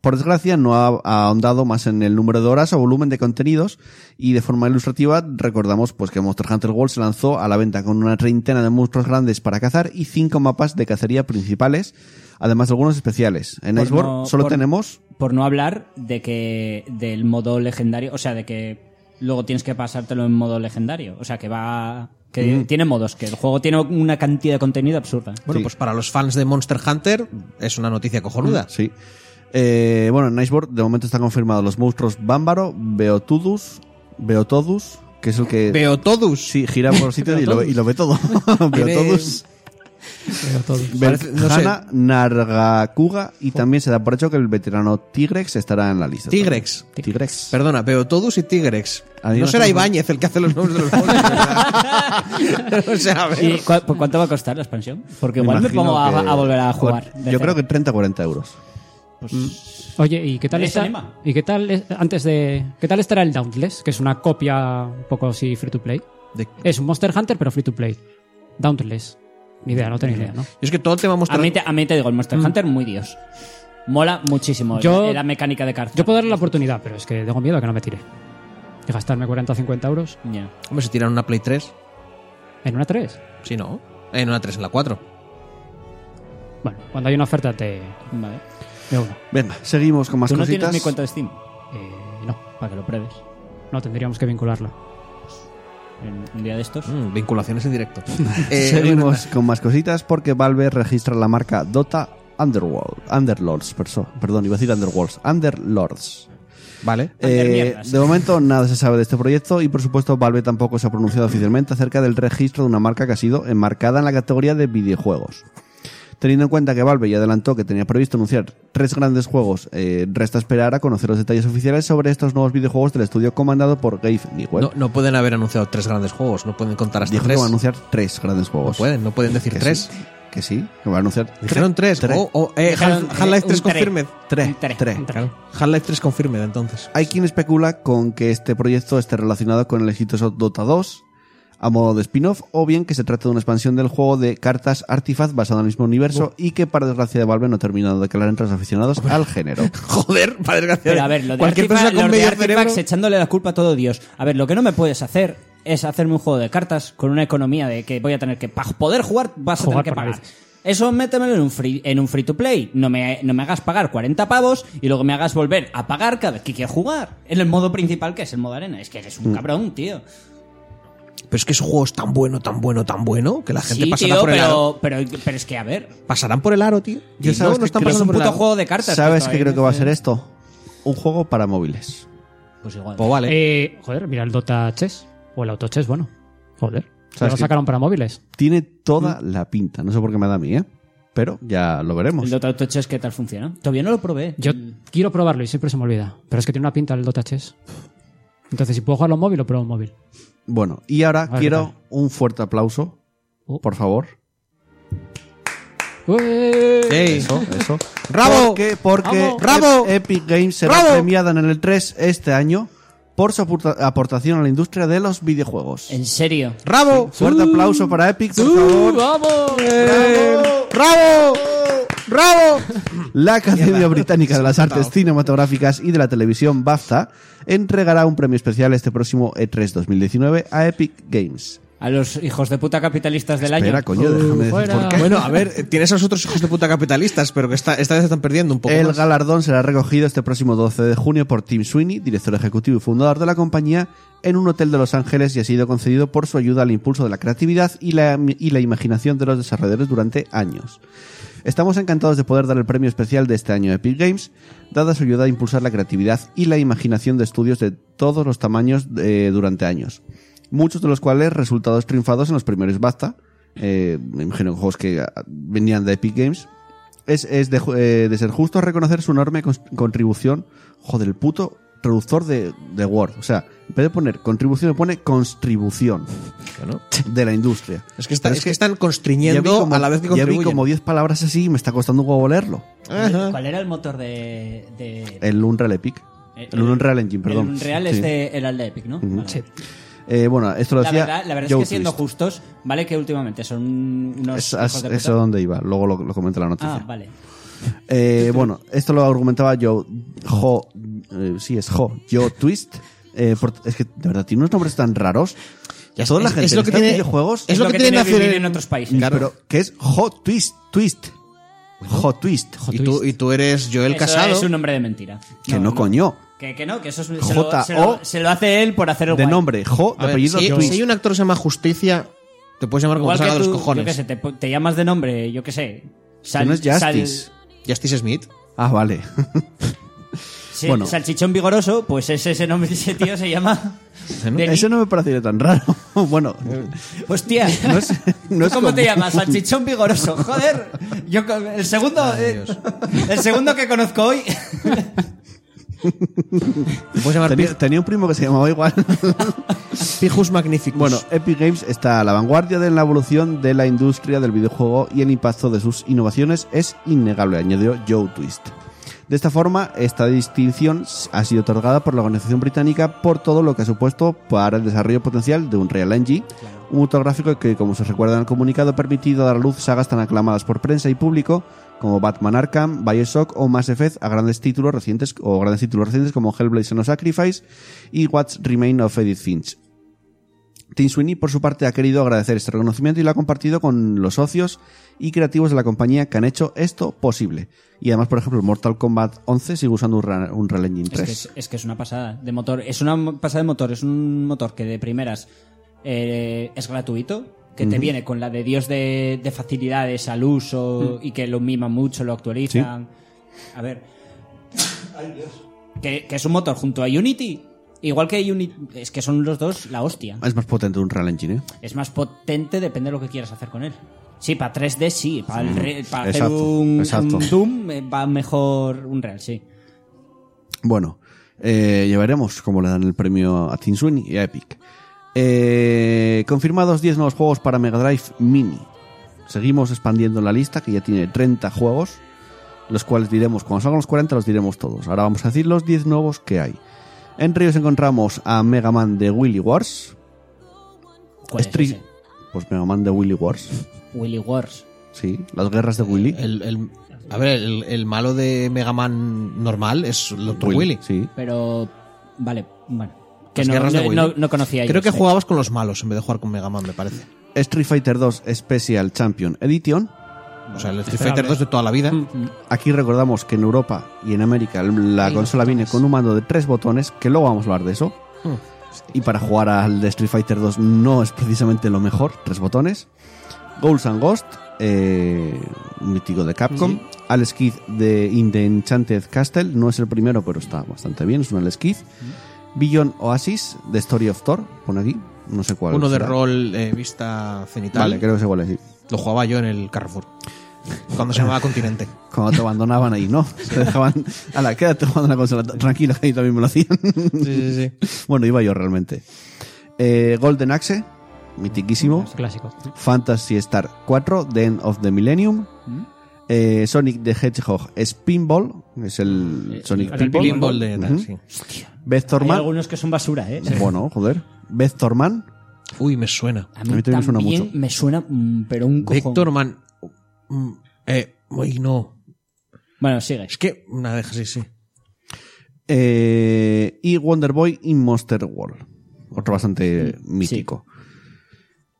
S1: Por desgracia, no ha ha ahondado más en el número de horas o volumen de contenidos y de forma ilustrativa recordamos pues que Monster Hunter World se lanzó a la venta con una treintena de monstruos grandes para cazar y cinco mapas de cacería principales, además de algunos especiales. En
S3: Por
S1: Iceborne
S3: Pues no-
S1: solo
S3: por-
S1: tenemos
S3: Por no hablar de que del modo legendario, o sea, de que luego tienes que pasártelo en modo legendario. O sea, que va. que tiene modos, que el juego tiene una cantidad de contenido absurda.
S4: Bueno,
S1: Sí.
S4: pues para los fans de Monster Hunter es una noticia cojonuda.
S3: Mm.
S1: Sí. Eh, bueno, en Iceboard de momento están confirmados los monstruos Bámbaro, Beotudus, Beotodus, que es el que
S4: Veo todos.
S1: sí, gira por sitio y, lo, y lo ve
S3: (laughs)
S1: todo. (laughs) Beotodus,
S2: Pero todo.
S4: Parece- no sé.
S1: Hanna, Nargacuga y también se da por hecho que el veterano Tigrex estará en la lista.
S4: Tigrex.
S1: Tigrex.
S4: Perdona, veo todos y Tigrex.
S1: A mí
S4: No
S1: me
S4: será
S1: hace-
S4: Ibáñez el que hace los nombres de los juegos, ¿verdad? (laughs) o sea, a ver.
S3: ¿Y cua- por cuánto va a costar la expansión? Porque igual me
S1: imagino
S3: pongo a,
S1: que-
S3: a volver a jugar. Pues,
S1: Yo creo que 30-40 euros.
S2: Oye, ¿y qué tal
S3: ¿Le
S2: está?
S3: anima?
S2: ¿Y qué tal es- antes de qué tal estará el Dauntless, que es una copia un poco así free to play?
S4: De-
S2: Es un Monster Hunter pero free to play. Dauntless. Ni idea, no tengo ni idea, ¿no?
S4: Yo es que todo el tema
S3: A
S4: Monster
S3: mí, te, a mí te digo, el Monster Hunter, muy Dios. Mola muchísimo
S2: Yo-
S3: la mecánica de carta.
S2: Yo puedo darle la oportunidad, pero es que tengo miedo a que no me tire. Y gastarme 40 o 50 euros
S3: Ya.
S4: Hombre, se tiraron una Play 3.
S2: en una 3.
S4: Sí, ¿no? En una 3, en la 4.
S2: Bueno, cuando hay una oferta te
S3: Vale.
S2: de uno.
S1: Venga, seguimos con más
S3: Tú no
S1: cositas.
S3: tienes mi cuenta de Steam
S2: Eh, no,
S3: para que lo pruebes.
S2: no tendríamos que vincularla.
S3: En un día de estos.
S4: Mm, vinculaciones en directo. (laughs) Eh,
S1: (laughs) Seguimos con más cositas porque Valve registra la marca Dota Underworld, Underlords, perso- perdón, iba a decir Underworlds, Underlords.
S4: Vale.
S1: Eh,
S3: Undermierdas.
S1: de momento nada se sabe de este proyecto y por supuesto Valve tampoco se ha pronunciado oficialmente acerca del registro de una marca que ha sido enmarcada en la categoría de videojuegos. Teniendo en cuenta que Valve ya adelantó que tenía previsto anunciar tres grandes juegos, eh, resta esperar a conocer los detalles oficiales sobre estos nuevos videojuegos del estudio comandado por Gabe Newell.
S4: No, no pueden haber anunciado tres grandes juegos, no pueden contar hasta
S1: Dijo que
S4: tres.
S1: va a anunciar tres grandes
S4: No
S1: juegos.
S4: pueden, no pueden decir
S1: Que
S4: tres.
S1: sí, que sí, que va a anunciar
S4: Dijeron tres.
S1: Tres.
S4: Oh, oh, eh,
S3: Dijeron,
S4: Half- Half-Life
S3: eh,
S4: 3
S3: un tres.
S4: confirmed.
S1: Tres,
S3: Un tres.
S1: tres.
S3: Un tres.
S4: Claro. Half-Life 3 confirmed, entonces.
S1: Hay quien especula con que este proyecto esté relacionado con el exitoso Dota 2 a modo de spin-off o bien que se trata de una expansión del juego de cartas Artifact basado en el mismo universo y que para desgracia de Valve no ha terminado de aclarar entre los aficionados al
S4: (laughs)
S1: género.
S4: (laughs) Joder, madre desgracia.
S3: Pero a ver, lo de
S4: Cualquier
S3: Artifact-
S4: persona con
S3: los de
S4: medio
S3: Artifact
S4: cerebro.
S3: echándole la culpa a todo Dios. A ver, lo que no me puedes hacer es hacerme un juego de cartas con una economía de que voy a tener que para poder jugar vas a
S2: Jugar
S3: tener que
S2: por
S3: pagar.
S2: narices.
S3: Eso métemelo en un free en un free to play, no me, no me hagas pagar 40 pavos y luego me hagas volver a pagar cada vez que quiero jugar en el modo principal que es el modo arena. Es que eres
S1: Mm.
S3: un cabrón, tío.
S4: Pero es que ese juego es tan bueno, tan bueno, tan bueno, que la gente
S3: Sí,
S4: pasará
S3: tío,
S4: por el aro.
S3: pero, pero, pero es que a ver,
S4: Pasarán por el aro, tío.
S1: Yo
S4: Y
S1: sabes
S4: no, no
S1: que
S4: están
S1: creo-
S3: es
S4: pasando
S3: un
S4: por el
S3: puto
S4: aro.
S3: juego de cartas. eh.
S1: ¿Sabes
S3: tío,
S1: qué
S3: ahí,
S1: creo que
S3: no
S1: va a
S3: sé.
S1: ser esto? Un juego para móviles.
S3: Pues igual.
S4: Pues vale.
S2: Eh, joder, mira el Dota Chess o el Auto Chess, bueno. Joder. Ya
S1: ¿Sabes
S2: lo
S1: qué?
S2: sacaron para móviles.
S1: Tiene
S4: ¿Mm?
S1: toda la pinta. No sé por qué me da a mí, ¿eh? Pero ya lo veremos.
S3: El Dota Touch es que tal funciona. Todavía no lo probé.
S2: Yo quiero probarlo y siempre se me olvida. Pero es que tiene una pinta el Dota Chess. Entonces, si puedo jugarlo en móvil, lo pruebo en móvil.
S1: Bueno, y ahora
S2: ver,
S1: quiero un fuerte aplauso,
S2: Oh.
S1: por favor.
S2: ¡Ué!
S4: Ey.
S1: Eso,
S2: (laughs)
S1: eso.
S4: ¡Bravo!
S1: Porque, porque
S2: ¡Bravo!
S1: Ep-
S4: ¡Bravo!
S1: Epic Games será
S4: ¡Bravo!
S1: premiada en el 3 este año por su aporta- aportación a la industria de los videojuegos.
S3: En serio.
S4: ¡Rabo!
S1: Fuerte aplauso para Epic, por
S2: ¡Uh,
S1: favor.
S2: ¡Vamos!
S4: ¡Rabo! ¡Rabo!
S1: La Academia
S4: Mierda.
S1: Británica de las
S4: Se me ha
S1: Artes
S4: matado.
S1: Cinematográficas y de la Televisión BAFTA entregará un premio especial este próximo E3 2019 a Epic Games.
S3: A los hijos de puta capitalistas del
S1: Espera,
S3: año.
S1: coño, déjame decir
S2: fuera.
S1: por qué.
S4: Bueno, a ver, eh, tienes a los otros hijos de puta capitalistas, pero que esta, esta vez están perdiendo un poco
S1: El
S4: más.
S1: galardón será recogido este próximo 12 de junio por Tim Sweeney, director ejecutivo y fundador de la compañía, en un hotel de Los Ángeles y ha sido concedido por su ayuda al impulso de la creatividad y la, y la imaginación de los desarrolladores durante años. Estamos encantados de poder dar el premio especial de este año a Epic Games, dada su ayuda a impulsar la creatividad y la imaginación de estudios de todos los tamaños eh, durante años, muchos de los cuales resultados triunfados en los primeros BAFTA, eh, me imagino que juegos que ah, venían de Epic Games, es, es de, ju- eh, de ser justo reconocer su enorme cons- contribución. Joder, el puto traductor de, de Word. O sea, en vez de poner contribución, pone contribución de la industria.
S4: Es que, está-
S1: Pero
S4: es que están
S1: ya vi
S4: constriñendo
S1: como-
S4: a la vez que
S1: Ya vi
S4: contribuyen.
S1: como 10 palabras así y me está costando un huevo leerlo.
S4: Ajá.
S3: ¿Cuál era el motor de. de-
S1: El Unreal Epic.
S3: eh,
S1: El Unreal Engine, perdón.
S3: El Unreal
S1: Sí.
S3: es de el Alde Epic, ¿no? Vale.
S2: Sí.
S1: Eh, bueno, esto lo
S3: La
S1: decía.
S3: verdad, la verdad
S1: Joe
S3: es que siendo
S1: Twist.
S3: justos, vale que últimamente son unos
S1: Es-
S3: hijos
S1: es-
S3: de puta.
S1: eso donde iba, luego lo, lo comento en la noticia.
S3: Ah, vale.
S1: Eh, bueno, esto lo argumentaba yo, Jo, eh, sí, es Jo, yo Twist. eh, por- es que, de verdad, tiene unos nombres tan raros. Ya toda la
S4: es-
S1: gente
S4: es lo que
S1: está en
S4: tiene-
S1: videojuegos.
S4: Es lo que tienen que hacer
S3: vivir
S4: en-
S3: en otros países.
S1: Pero, que es Jo Twist, Twist. Jo Twist.
S4: Y tú, y tú eres Joel
S3: Eso
S4: Casado.
S3: es un nombre de mentira.
S1: Que no, coño.
S3: Que, que no, que eso es, se, lo-
S1: J.O.
S3: se lo, se lo hace él por hacer el
S1: De
S3: guay.
S1: nombre, Jo,
S4: A
S1: de
S4: ver,
S1: apellido
S4: si,
S1: Twist.
S4: si hay un actor que se llama Justicia, te puedes llamar como
S3: Igual
S4: te salga
S3: que
S4: de los
S3: tú, yo qué
S4: cojones.
S3: sé, te, po- te llamas de nombre, yo qué sé.
S1: Que
S3: Sal-
S1: no es
S3: sal-
S1: Justice.
S4: Justice Smith.
S1: Ah, vale.
S3: sí,
S1: Bueno.
S3: Salchichón vigoroso, pues ese, ese nombre ese tío se llama.
S1: (laughs)
S3: Denis.
S1: Eso no me parecería tan raro. (laughs) bueno,
S4: Eh,
S3: Hostia.
S1: (laughs) no es, no es
S3: ¿Cómo te
S1: común.
S3: llamas? Salchichón vigoroso. Joder. Yo, co- el segundo. eh, (laughs) el segundo que conozco hoy.
S4: Te puedes llamar
S1: Tenía, tenía un primo que se llamaba igual.
S4: Pij- Pijus Magnificus.
S1: Bueno, Epic Games está a la vanguardia de la evolución de la industria del videojuego y el impacto de sus innovaciones es innegable, añadió Joe Twist. De esta forma, esta distinción ha sido otorgada por la organización británica por todo lo que ha supuesto para el desarrollo potencial de un Real Engine, un motor gráfico que, como se recuerda en el comunicado, ha permitido dar a luz sagas tan aclamadas por prensa y público como Batman Arkham, Bioshock o Mass Effect a grandes títulos recientes o grandes títulos recientes como Hellblade: No Sacrifice y What's Remain of Edith Finch. Tim Sweeney, por su parte, ha querido agradecer este reconocimiento y lo ha compartido con los socios y creativos de la compañía que han hecho esto posible. Y además, por ejemplo, Mortal Kombat 11 sigue usando un, Ra- un Real Engine
S3: Es
S1: 3.
S3: que es, es que es una pasada de motor. Es una mo- pasada de motor. Es un motor que de primeras eh, es gratuito, que te viene con la de Dios de, de facilidades al
S1: Mm.
S3: uso y que lo miman mucho, lo actualizan. A ver. Que, que es un motor junto a Unity. Igual que Unity. Es que son los dos la hostia.
S1: Es más potente un Real Engine, ¿eh?
S3: Es más potente, depende de lo que quieras hacer con él. Sí, para 3D sí. Para, el re- para hacer
S1: Mm, Exacto,
S3: un,
S1: exacto.
S3: un Doom eh, va mejor un Real, sí.
S1: Bueno, eh, ya veremos cómo le dan el premio a Tim Sweeney y a Epic. Eh, confirmados 10 nuevos juegos para Mega Drive Mini. Seguimos expandiendo la lista que ya tiene 30 juegos, los cuales diremos, cuando salgan los 40 los diremos todos. Ahora vamos a decir los 10 nuevos que hay. Entre ellos encontramos a Mega Man de Willy Wars.
S3: ¿Cuál es
S1: Street-
S3: ese?
S1: Pues Mega Man de Willy Wars.
S3: Willy Wars.
S1: Sí, las guerras de Willy.
S4: El- el- a ver, el, el malo de Mega Man normal es el Dr. Willy.
S1: Sí.
S3: Pero, vale, bueno. Que
S4: Las
S3: no,
S4: guerras de
S3: no-
S4: Willy.
S3: no- no conocía yo
S4: Creo que
S3: este.
S4: jugabas con los malos en vez de jugar con Mega Man, me parece.
S1: Street Fighter 2 Special Champion Edition.
S4: O sea, el Street Fighter 2 de toda la vida.
S1: Aquí recordamos que en Europa y en América la consola viene con un mando de tres botones, que luego vamos a hablar de eso.
S4: Hmm.
S1: Y para jugar al de Street Fighter 2 no es precisamente lo mejor, tres botones. Ghouls and Ghost, eh, un mítico de Capcom. Alex Kidd de In the Enchanted Castle, no es el
S4: Hmm.
S1: primero, pero está bastante bien, es un Alex Kidd. Beyond Oasis, The Story of Thor, pone aquí. no sé cuál.
S4: Uno de
S1: será.
S4: rol eh, vista cenital.
S1: Vale, creo que es igual así.
S4: Lo jugaba yo en el Carrefour. Cuando se llamaba Continente.
S1: Cuando te abandonaban ahí, ¿no? Te dejaban. A la quédate jugando a la consola. Tranquilo, que ahí también me lo hacían. (laughs)
S4: Sí, sí, sí.
S1: bueno, iba yo realmente. Eh, Golden Axe, mitiquísimo.
S2: Es clásico.
S1: Fantasy Star 4, The End of the Millennium. Eh, Sonic the Hedgehog Spinball, es el Sonic
S2: el
S1: Pinball.
S4: Pinball de tal,
S1: Ujú.
S4: sí.
S3: Hay
S1: Vectorman.
S3: algunos que son basura, ¿eh?
S1: Bueno, joder. Vectorman.
S4: Uy, me suena.
S3: A
S1: mí también me suena mucho.
S3: me suena, mm, pero un cojón.
S4: Víctor Man. Mm, Eh, uy, no.
S3: Bueno, sigue.
S4: Es que. Una deja, sí, sí.
S1: eh, y Wonder Boy y Monster World. Otro bastante mítico.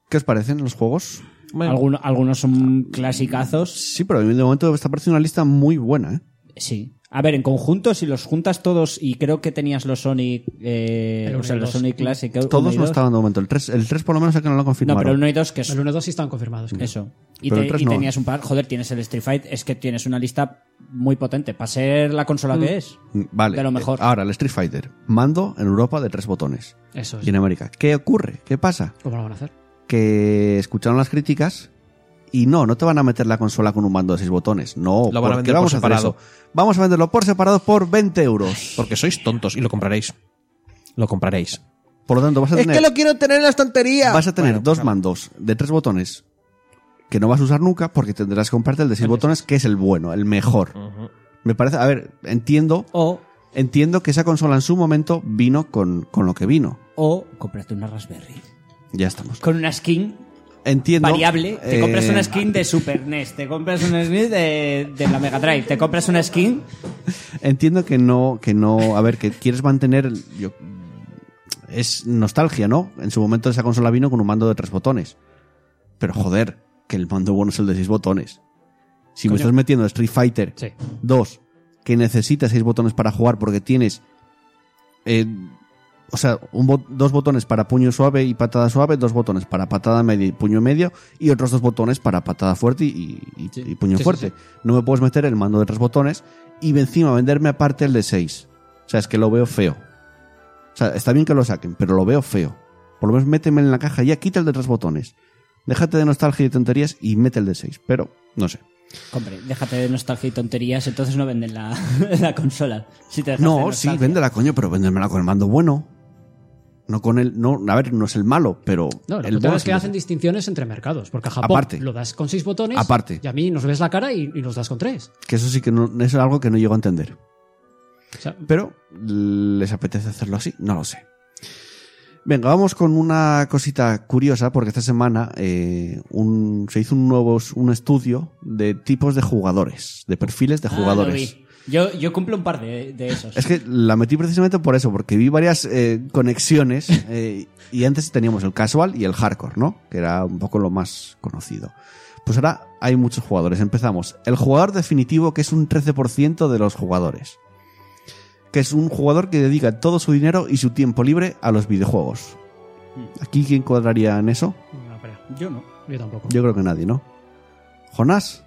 S1: ¿Qué os parecen los juegos?
S4: Bueno,
S3: Alguno- algunos son clasicazos.
S1: Sí, pero a mí de momento está pareciendo una lista muy buena, ¿eh?
S3: Sí. A ver, en conjunto, si los juntas todos, y creo que tenías los Sonic. eh,
S2: El
S3: o sea,
S2: uno y
S3: los
S2: dos.
S3: Sonic Classic. uno
S1: Todos
S3: y
S1: no
S3: dos.
S1: estaban de momento. El 3, el 3 por lo menos es el que no lo
S3: No,
S1: confirmaron.
S3: pero el 1 y 2, que es
S2: El 1 y 2 sí estaban confirmados. creo.
S3: Eso. Y,
S1: Pero
S3: te-
S1: el tres
S3: y
S1: no.
S3: tenías un par. Joder, tienes el Street Fight. Es que tienes una lista muy potente. Para ser la consola que es.
S1: Mm, Vale.
S3: De lo mejor.
S1: Eh, Ahora, el Street Fighter. Mando en Europa de tres botones.
S2: Eso es.
S1: Y en América. ¿Qué ocurre? ¿Qué pasa?
S2: ¿Cómo lo van a hacer?
S1: que escucharon las críticas y no, no te van a meter la consola con un mando de seis botones. No,
S4: Lo van a
S1: porque
S4: vender
S1: vamos
S4: por
S1: a hacer
S4: separado.
S1: eso. Vamos a venderlo por separado por 20 euros.
S4: Porque sois tontos y lo compraréis. Lo compraréis.
S1: Por lo tanto, vas a
S4: Es
S1: tener,
S4: que lo quiero tener en la estantería.
S1: vas a tener
S4: Bueno,
S1: dos
S4: claro.
S1: mandos de tres botones que no vas a usar nunca porque tendrás que comprarte el de seis botones que es el bueno, el mejor. Me parece, a ver, entiendo,
S3: O,
S1: entiendo que esa consola en su momento vino con, con lo que vino.
S3: o comprarte una Raspberry.
S1: Ya estamos.
S3: Con una skin
S1: Entiendo.
S3: variable. Te compras
S1: eh,
S3: una skin de Super NES. Te compras una skin de, de la Mega Drive. Te compras una skin.
S1: Entiendo que no, que no, a ver, que quieres mantener, el- yo- es nostalgia, ¿no? En su momento esa consola vino con un mando de tres botones, pero joder, que el mando bueno es el de seis botones. Si me
S2: Coño.
S1: estás metiendo Street Fighter
S2: Sí.
S1: 2, que necesitas seis botones para jugar porque tienes, eh, o sea, un bot- dos botones para puño suave y patada suave, dos botones para patada media y puño medio, y otros dos botones para patada fuerte y, y-
S2: Sí.
S1: y puño
S2: Sí, sí,
S1: fuerte.
S2: sí.
S1: No me puedes meter el mando de tres botones y encima venderme aparte el de seis. O sea, es que lo veo feo. O sea, está bien que lo saquen, pero lo veo feo. Por lo menos méteme en la caja ya, quita el de tres botones. Déjate de nostalgia y tonterías y mete el de seis. Pero, no sé.
S3: Hombre, déjate de nostalgia y tonterías. Entonces no venden la, (laughs) la consola. Si te dejas de
S1: No, sí,
S3: nostalgia.
S1: véndela, coño, pero véndemela con el mando bueno. No con el. No, a ver, no es el malo, pero.
S2: No, lo
S1: el
S2: que
S1: bueno
S2: es que
S1: el-
S2: hacen distinciones entre mercados. Porque a Japón
S1: Aparte.
S2: lo das con seis botones.
S1: Aparte.
S2: Y a mí nos ves la cara y, y nos das con tres.
S1: que eso sí que no, eso es algo que no llego a entender.
S2: O sea,
S1: Pero, ¿les apetece hacerlo así? No lo sé. Venga, vamos con una cosita curiosa, porque esta semana eh, un- se hizo un nuevo un estudio de tipos de jugadores, de perfiles de
S3: Ah,
S1: jugadores.
S3: lo vi. yo, yo cumplo un par de, de esos.
S1: Es que la metí precisamente por eso, porque vi varias eh, conexiones (laughs) eh, y antes teníamos el casual y el hardcore, ¿no? Que era un poco lo más conocido. Pues ahora hay muchos jugadores. Empezamos. El jugador definitivo, que es un 13% de los jugadores. Que es un jugador que dedica todo su dinero y su tiempo libre a los videojuegos. ¿Aquí quién cuadraría en eso?
S2: no, pero
S3: Yo no.
S2: yo tampoco.
S1: Yo creo que nadie, ¿no? Jonás.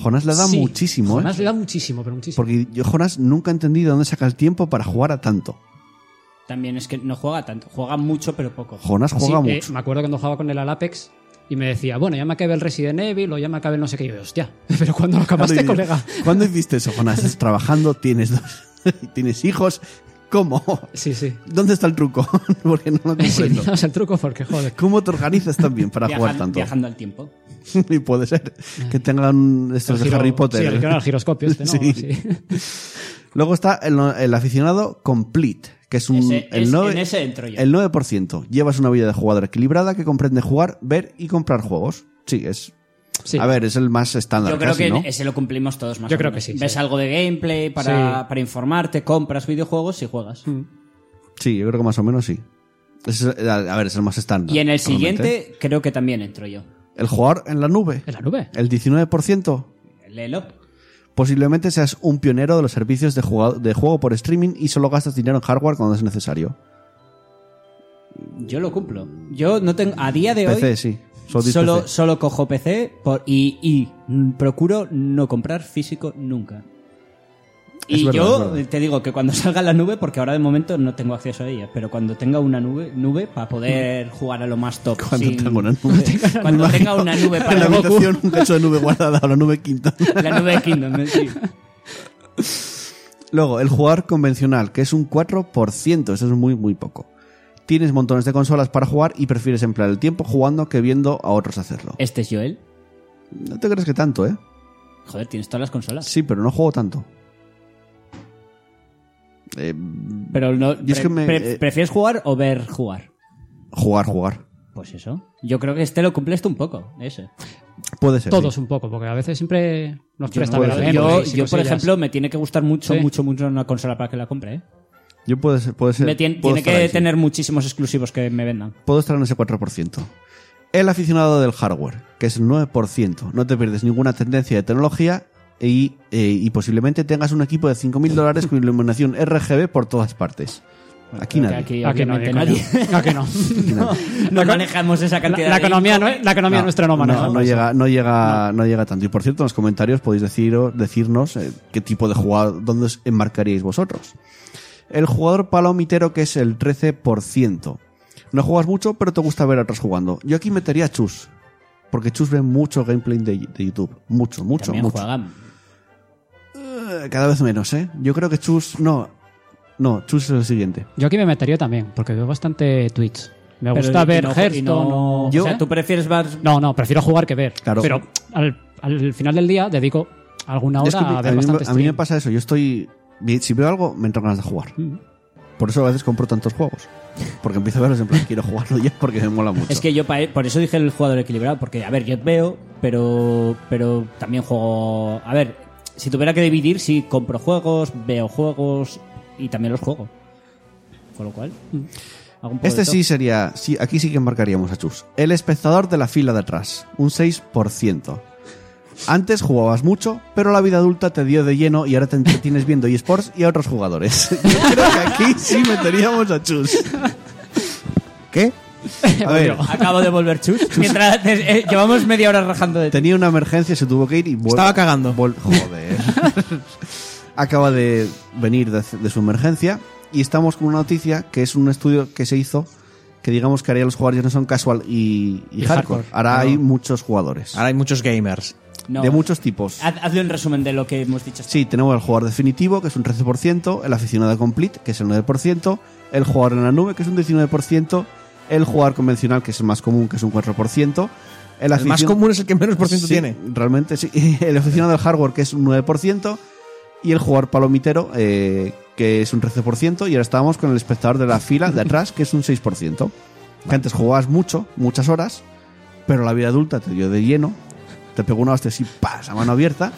S1: Jonás le da
S2: Sí,
S1: muchísimo, ¿eh?
S2: Además le da muchísimo, pero muchísimo.
S1: Porque yo, Jonás, nunca he entendido dónde saca el tiempo para jugar a tanto.
S3: También es que no juega tanto. Juega mucho, pero poco.
S1: Jonas
S2: Sí,
S1: juega (laughs)
S2: eh,
S1: mucho.
S2: me acuerdo cuando jugaba con él al Apex y me decía, bueno, ya me acabé el Resident Evil o ya me acabé el no sé qué. Y yo, hostia, (laughs) pero cuando lo acabaste,
S1: Claro, y-
S2: Este colega.
S1: ¿Cuándo hiciste eso, Jonas? Estás trabajando, tienes dos, (laughs) tienes hijos. ¿Cómo?
S2: Sí,
S1: (laughs)
S2: sí.
S1: ¿Dónde está el truco? Porque no lo
S2: Sí,
S1: comprendo.
S2: no, es el truco porque, joder.
S1: ¿Cómo te organizas tan bien para
S3: Viajan-
S1: jugar tanto?
S3: Viajando al tiempo.
S1: (laughs) Y puede ser que tengan estos
S2: El
S1: de
S2: giro-
S1: Harry Potter. ¿eh?
S2: Sí, el, que era el giroscopio este, ¿no?
S1: (laughs) Sí.
S2: Sí.
S1: Luego está el, el aficionado complete, que es un
S3: Ese-
S1: el
S3: es-
S1: 9,
S3: en ese entro yo.
S1: el 9%. Llevas una vida de jugador equilibrada que comprende jugar, ver y comprar juegos. Sí, es
S2: Sí.
S1: A ver, es el más estándar
S3: Yo creo
S1: casi,
S3: que
S1: ¿no?
S3: ese lo cumplimos todos más
S2: Yo
S3: o
S2: creo
S3: menos.
S2: que sí,
S3: Ves
S2: sí.
S3: algo de gameplay para,
S2: Sí.
S3: para informarte, compras videojuegos y juegas.
S1: Mm. Sí, yo creo que más o menos sí. Es- eh, a a ver, es el más estándar.
S3: Y en el
S1: realmente.
S3: siguiente creo que también entro yo.
S1: El jugador en la nube.
S2: ¿En la nube?
S1: El 19%.
S3: Léelo.
S1: Posiblemente seas un pionero de los servicios de, jugado- de juego por streaming y solo gastas dinero en hardware cuando es necesario.
S3: Yo lo cumplo. Yo no tengo a día de
S1: PC,
S3: hoy
S1: sí. Solo, dices
S3: solo,
S1: PC.
S3: solo cojo PC por, y, y, mm, procuro no comprar físico nunca.
S1: Es
S3: Y
S1: verdad, es
S3: yo
S1: verdad.
S3: te digo que cuando salga la nube, porque ahora de momento no tengo acceso a ella, pero cuando tenga una nube, nube para
S1: (laughs)
S3: poder jugar a lo más top.
S1: Cuando
S3: sin-
S1: tenga una nube.
S3: (laughs) cuando tenga una
S1: (laughs)
S3: nube
S1: en la
S3: para Goku.
S1: habitación un cacho de nube guardada o la nube quinta.
S3: La nube de Kingdom, ¿no?
S1: (laughs)
S3: sí.
S1: Luego, el jugador convencional, que es un 4%, eso es muy, muy poco. Tienes montones de consolas para jugar y prefieres emplear el tiempo jugando que viendo a otros hacerlo.
S3: Este es Joel.
S1: No te crees que tanto, ¿eh?
S3: Joder, tienes todas las consolas.
S1: Sí, pero no juego tanto. Eh,
S3: Pero no.
S1: Y es
S3: pre-
S1: que me-
S3: pre-
S1: eh.
S3: ¿Prefieres jugar o ver jugar?
S1: jugar, jugar.
S3: Pues eso. Yo creo que este lo cumpliste un poco, ese.
S1: Puede ser.
S2: Todos
S1: sí.
S2: un poco, porque a veces siempre nos presta
S1: no, yo-
S2: ver Netflix y
S3: yo, yo, por
S2: pues cosillas.
S3: ejemplo, me tiene que gustar mucho,
S2: Sí.
S3: mucho, mucho una consola para que la compre, ¿eh?
S1: Yo puede ser. Puede ser
S3: Me tien-
S1: puedo
S3: tiene
S1: estar
S3: que
S1: ahí, sí.
S3: tener muchísimos exclusivos que me vendan.
S1: Puedo estar en ese 4%. El aficionado del hardware, que es el 9%. No te pierdes ninguna tendencia de tecnología y, eh, y posiblemente tengas un equipo de 5.000 dólares con iluminación RGB por todas partes. Aquí
S3: Creo
S1: nadie.
S3: que Aquí,
S2: Ah, que no,
S3: obviamente,
S2: coño.
S3: nadie.
S2: (laughs) Ah, que no.
S3: No
S2: La-
S3: manejamos esa
S2: La,
S3: cantidad
S2: la
S3: de-
S2: economía, no, la economía nuestra no maneja.
S1: No, llega, no, llega, no. llega tanto. Y por cierto, en los comentarios podéis deciros, decirnos eh, qué tipo de jugador, dónde os enmarcaríais vosotros. El jugador palomitero, que es el 13%. No juegas mucho, pero te gusta ver a otros jugando. Yo aquí metería a Chus. Porque Chus ve mucho gameplay de, de YouTube. Mucho, mucho,
S3: También
S1: mucho.
S3: juegan.
S1: Eh, Cada vez menos, ¿eh? Yo creo que Chus. No. No, Chus es el siguiente.
S2: Yo aquí me metería también, porque veo bastante tweets. Me
S3: Pero
S2: gusta
S3: y
S2: ver
S3: no- y
S2: Hearthstone.
S3: no-
S2: o-
S3: O sea, tú prefieres ver...
S2: No, no, prefiero jugar que ver.
S1: Claro.
S2: Pero al, al final del día dedico alguna hora
S1: Es que
S2: a ver
S1: mí, me-
S2: bastante
S1: a mí me
S2: stream.
S1: pasa eso. Yo estoy. Si veo algo, me entran ganas de jugar. Por eso a veces compro tantos juegos. Porque empiezo a verlos en plan, quiero jugarlo ya porque me mola mucho.
S3: Es que yo, pa- eh, por eso dije el jugador equilibrado, porque, a ver, yo veo, pero, pero también juego... A ver, si tuviera que dividir, sí, compro juegos, veo juegos y también los juego. Con lo cual... hago un poco
S1: este
S3: de
S1: sí
S3: todo.
S1: sería. Sí, aquí sí que marcaríamos a Chus. El espectador de la fila de atrás, un 6%. Antes jugabas mucho, pero la vida adulta te dio de lleno y ahora te entretienes viendo eSports y a otros jugadores. (laughs) Yo creo que aquí sí meteríamos a Chus. ¿Qué? A ver,
S3: Acabo de volver chus. Mientras eh, llevamos media hora rajando de...
S1: tenía una emergencia, se tuvo que ir y vol-
S4: Estaba cagando.
S1: Vol- Joder. (laughs) Acaba de venir de, de su emergencia y estamos con una noticia que es un estudio que se hizo que digamos que haría los jugadores no son casual y, y
S2: Y
S1: hardcore.
S2: hardcore.
S1: Ahora hay muchos jugadores.
S4: Ahora hay muchos gamers.
S3: No. Ah.
S1: De muchos tipos.
S3: Haz- hazle un resumen de lo que hemos dicho. hasta
S1: Sí, tenemos el jugador definitivo, que es un 13%, el aficionado complete, que es el 9%, el jugador en la nube, que es un 19%, el jugador convencional, que es el más común, que es un 4%, el,
S4: El más
S1: aficionado-
S4: común es el que menos por ciento
S1: Sí,
S4: tiene.
S1: Realmente sí. (laughs) El aficionado al hardware, que es un 9%, y el jugador palomitero, eh, que es un 13%, y ahora estábamos con el espectador
S4: (laughs)
S1: de la fila de atrás, que es un 6%. Que antes jugabas mucho, muchas horas, pero la vida adulta te dio de lleno, te pegó una hostia así, ¡pas! a mano abierta,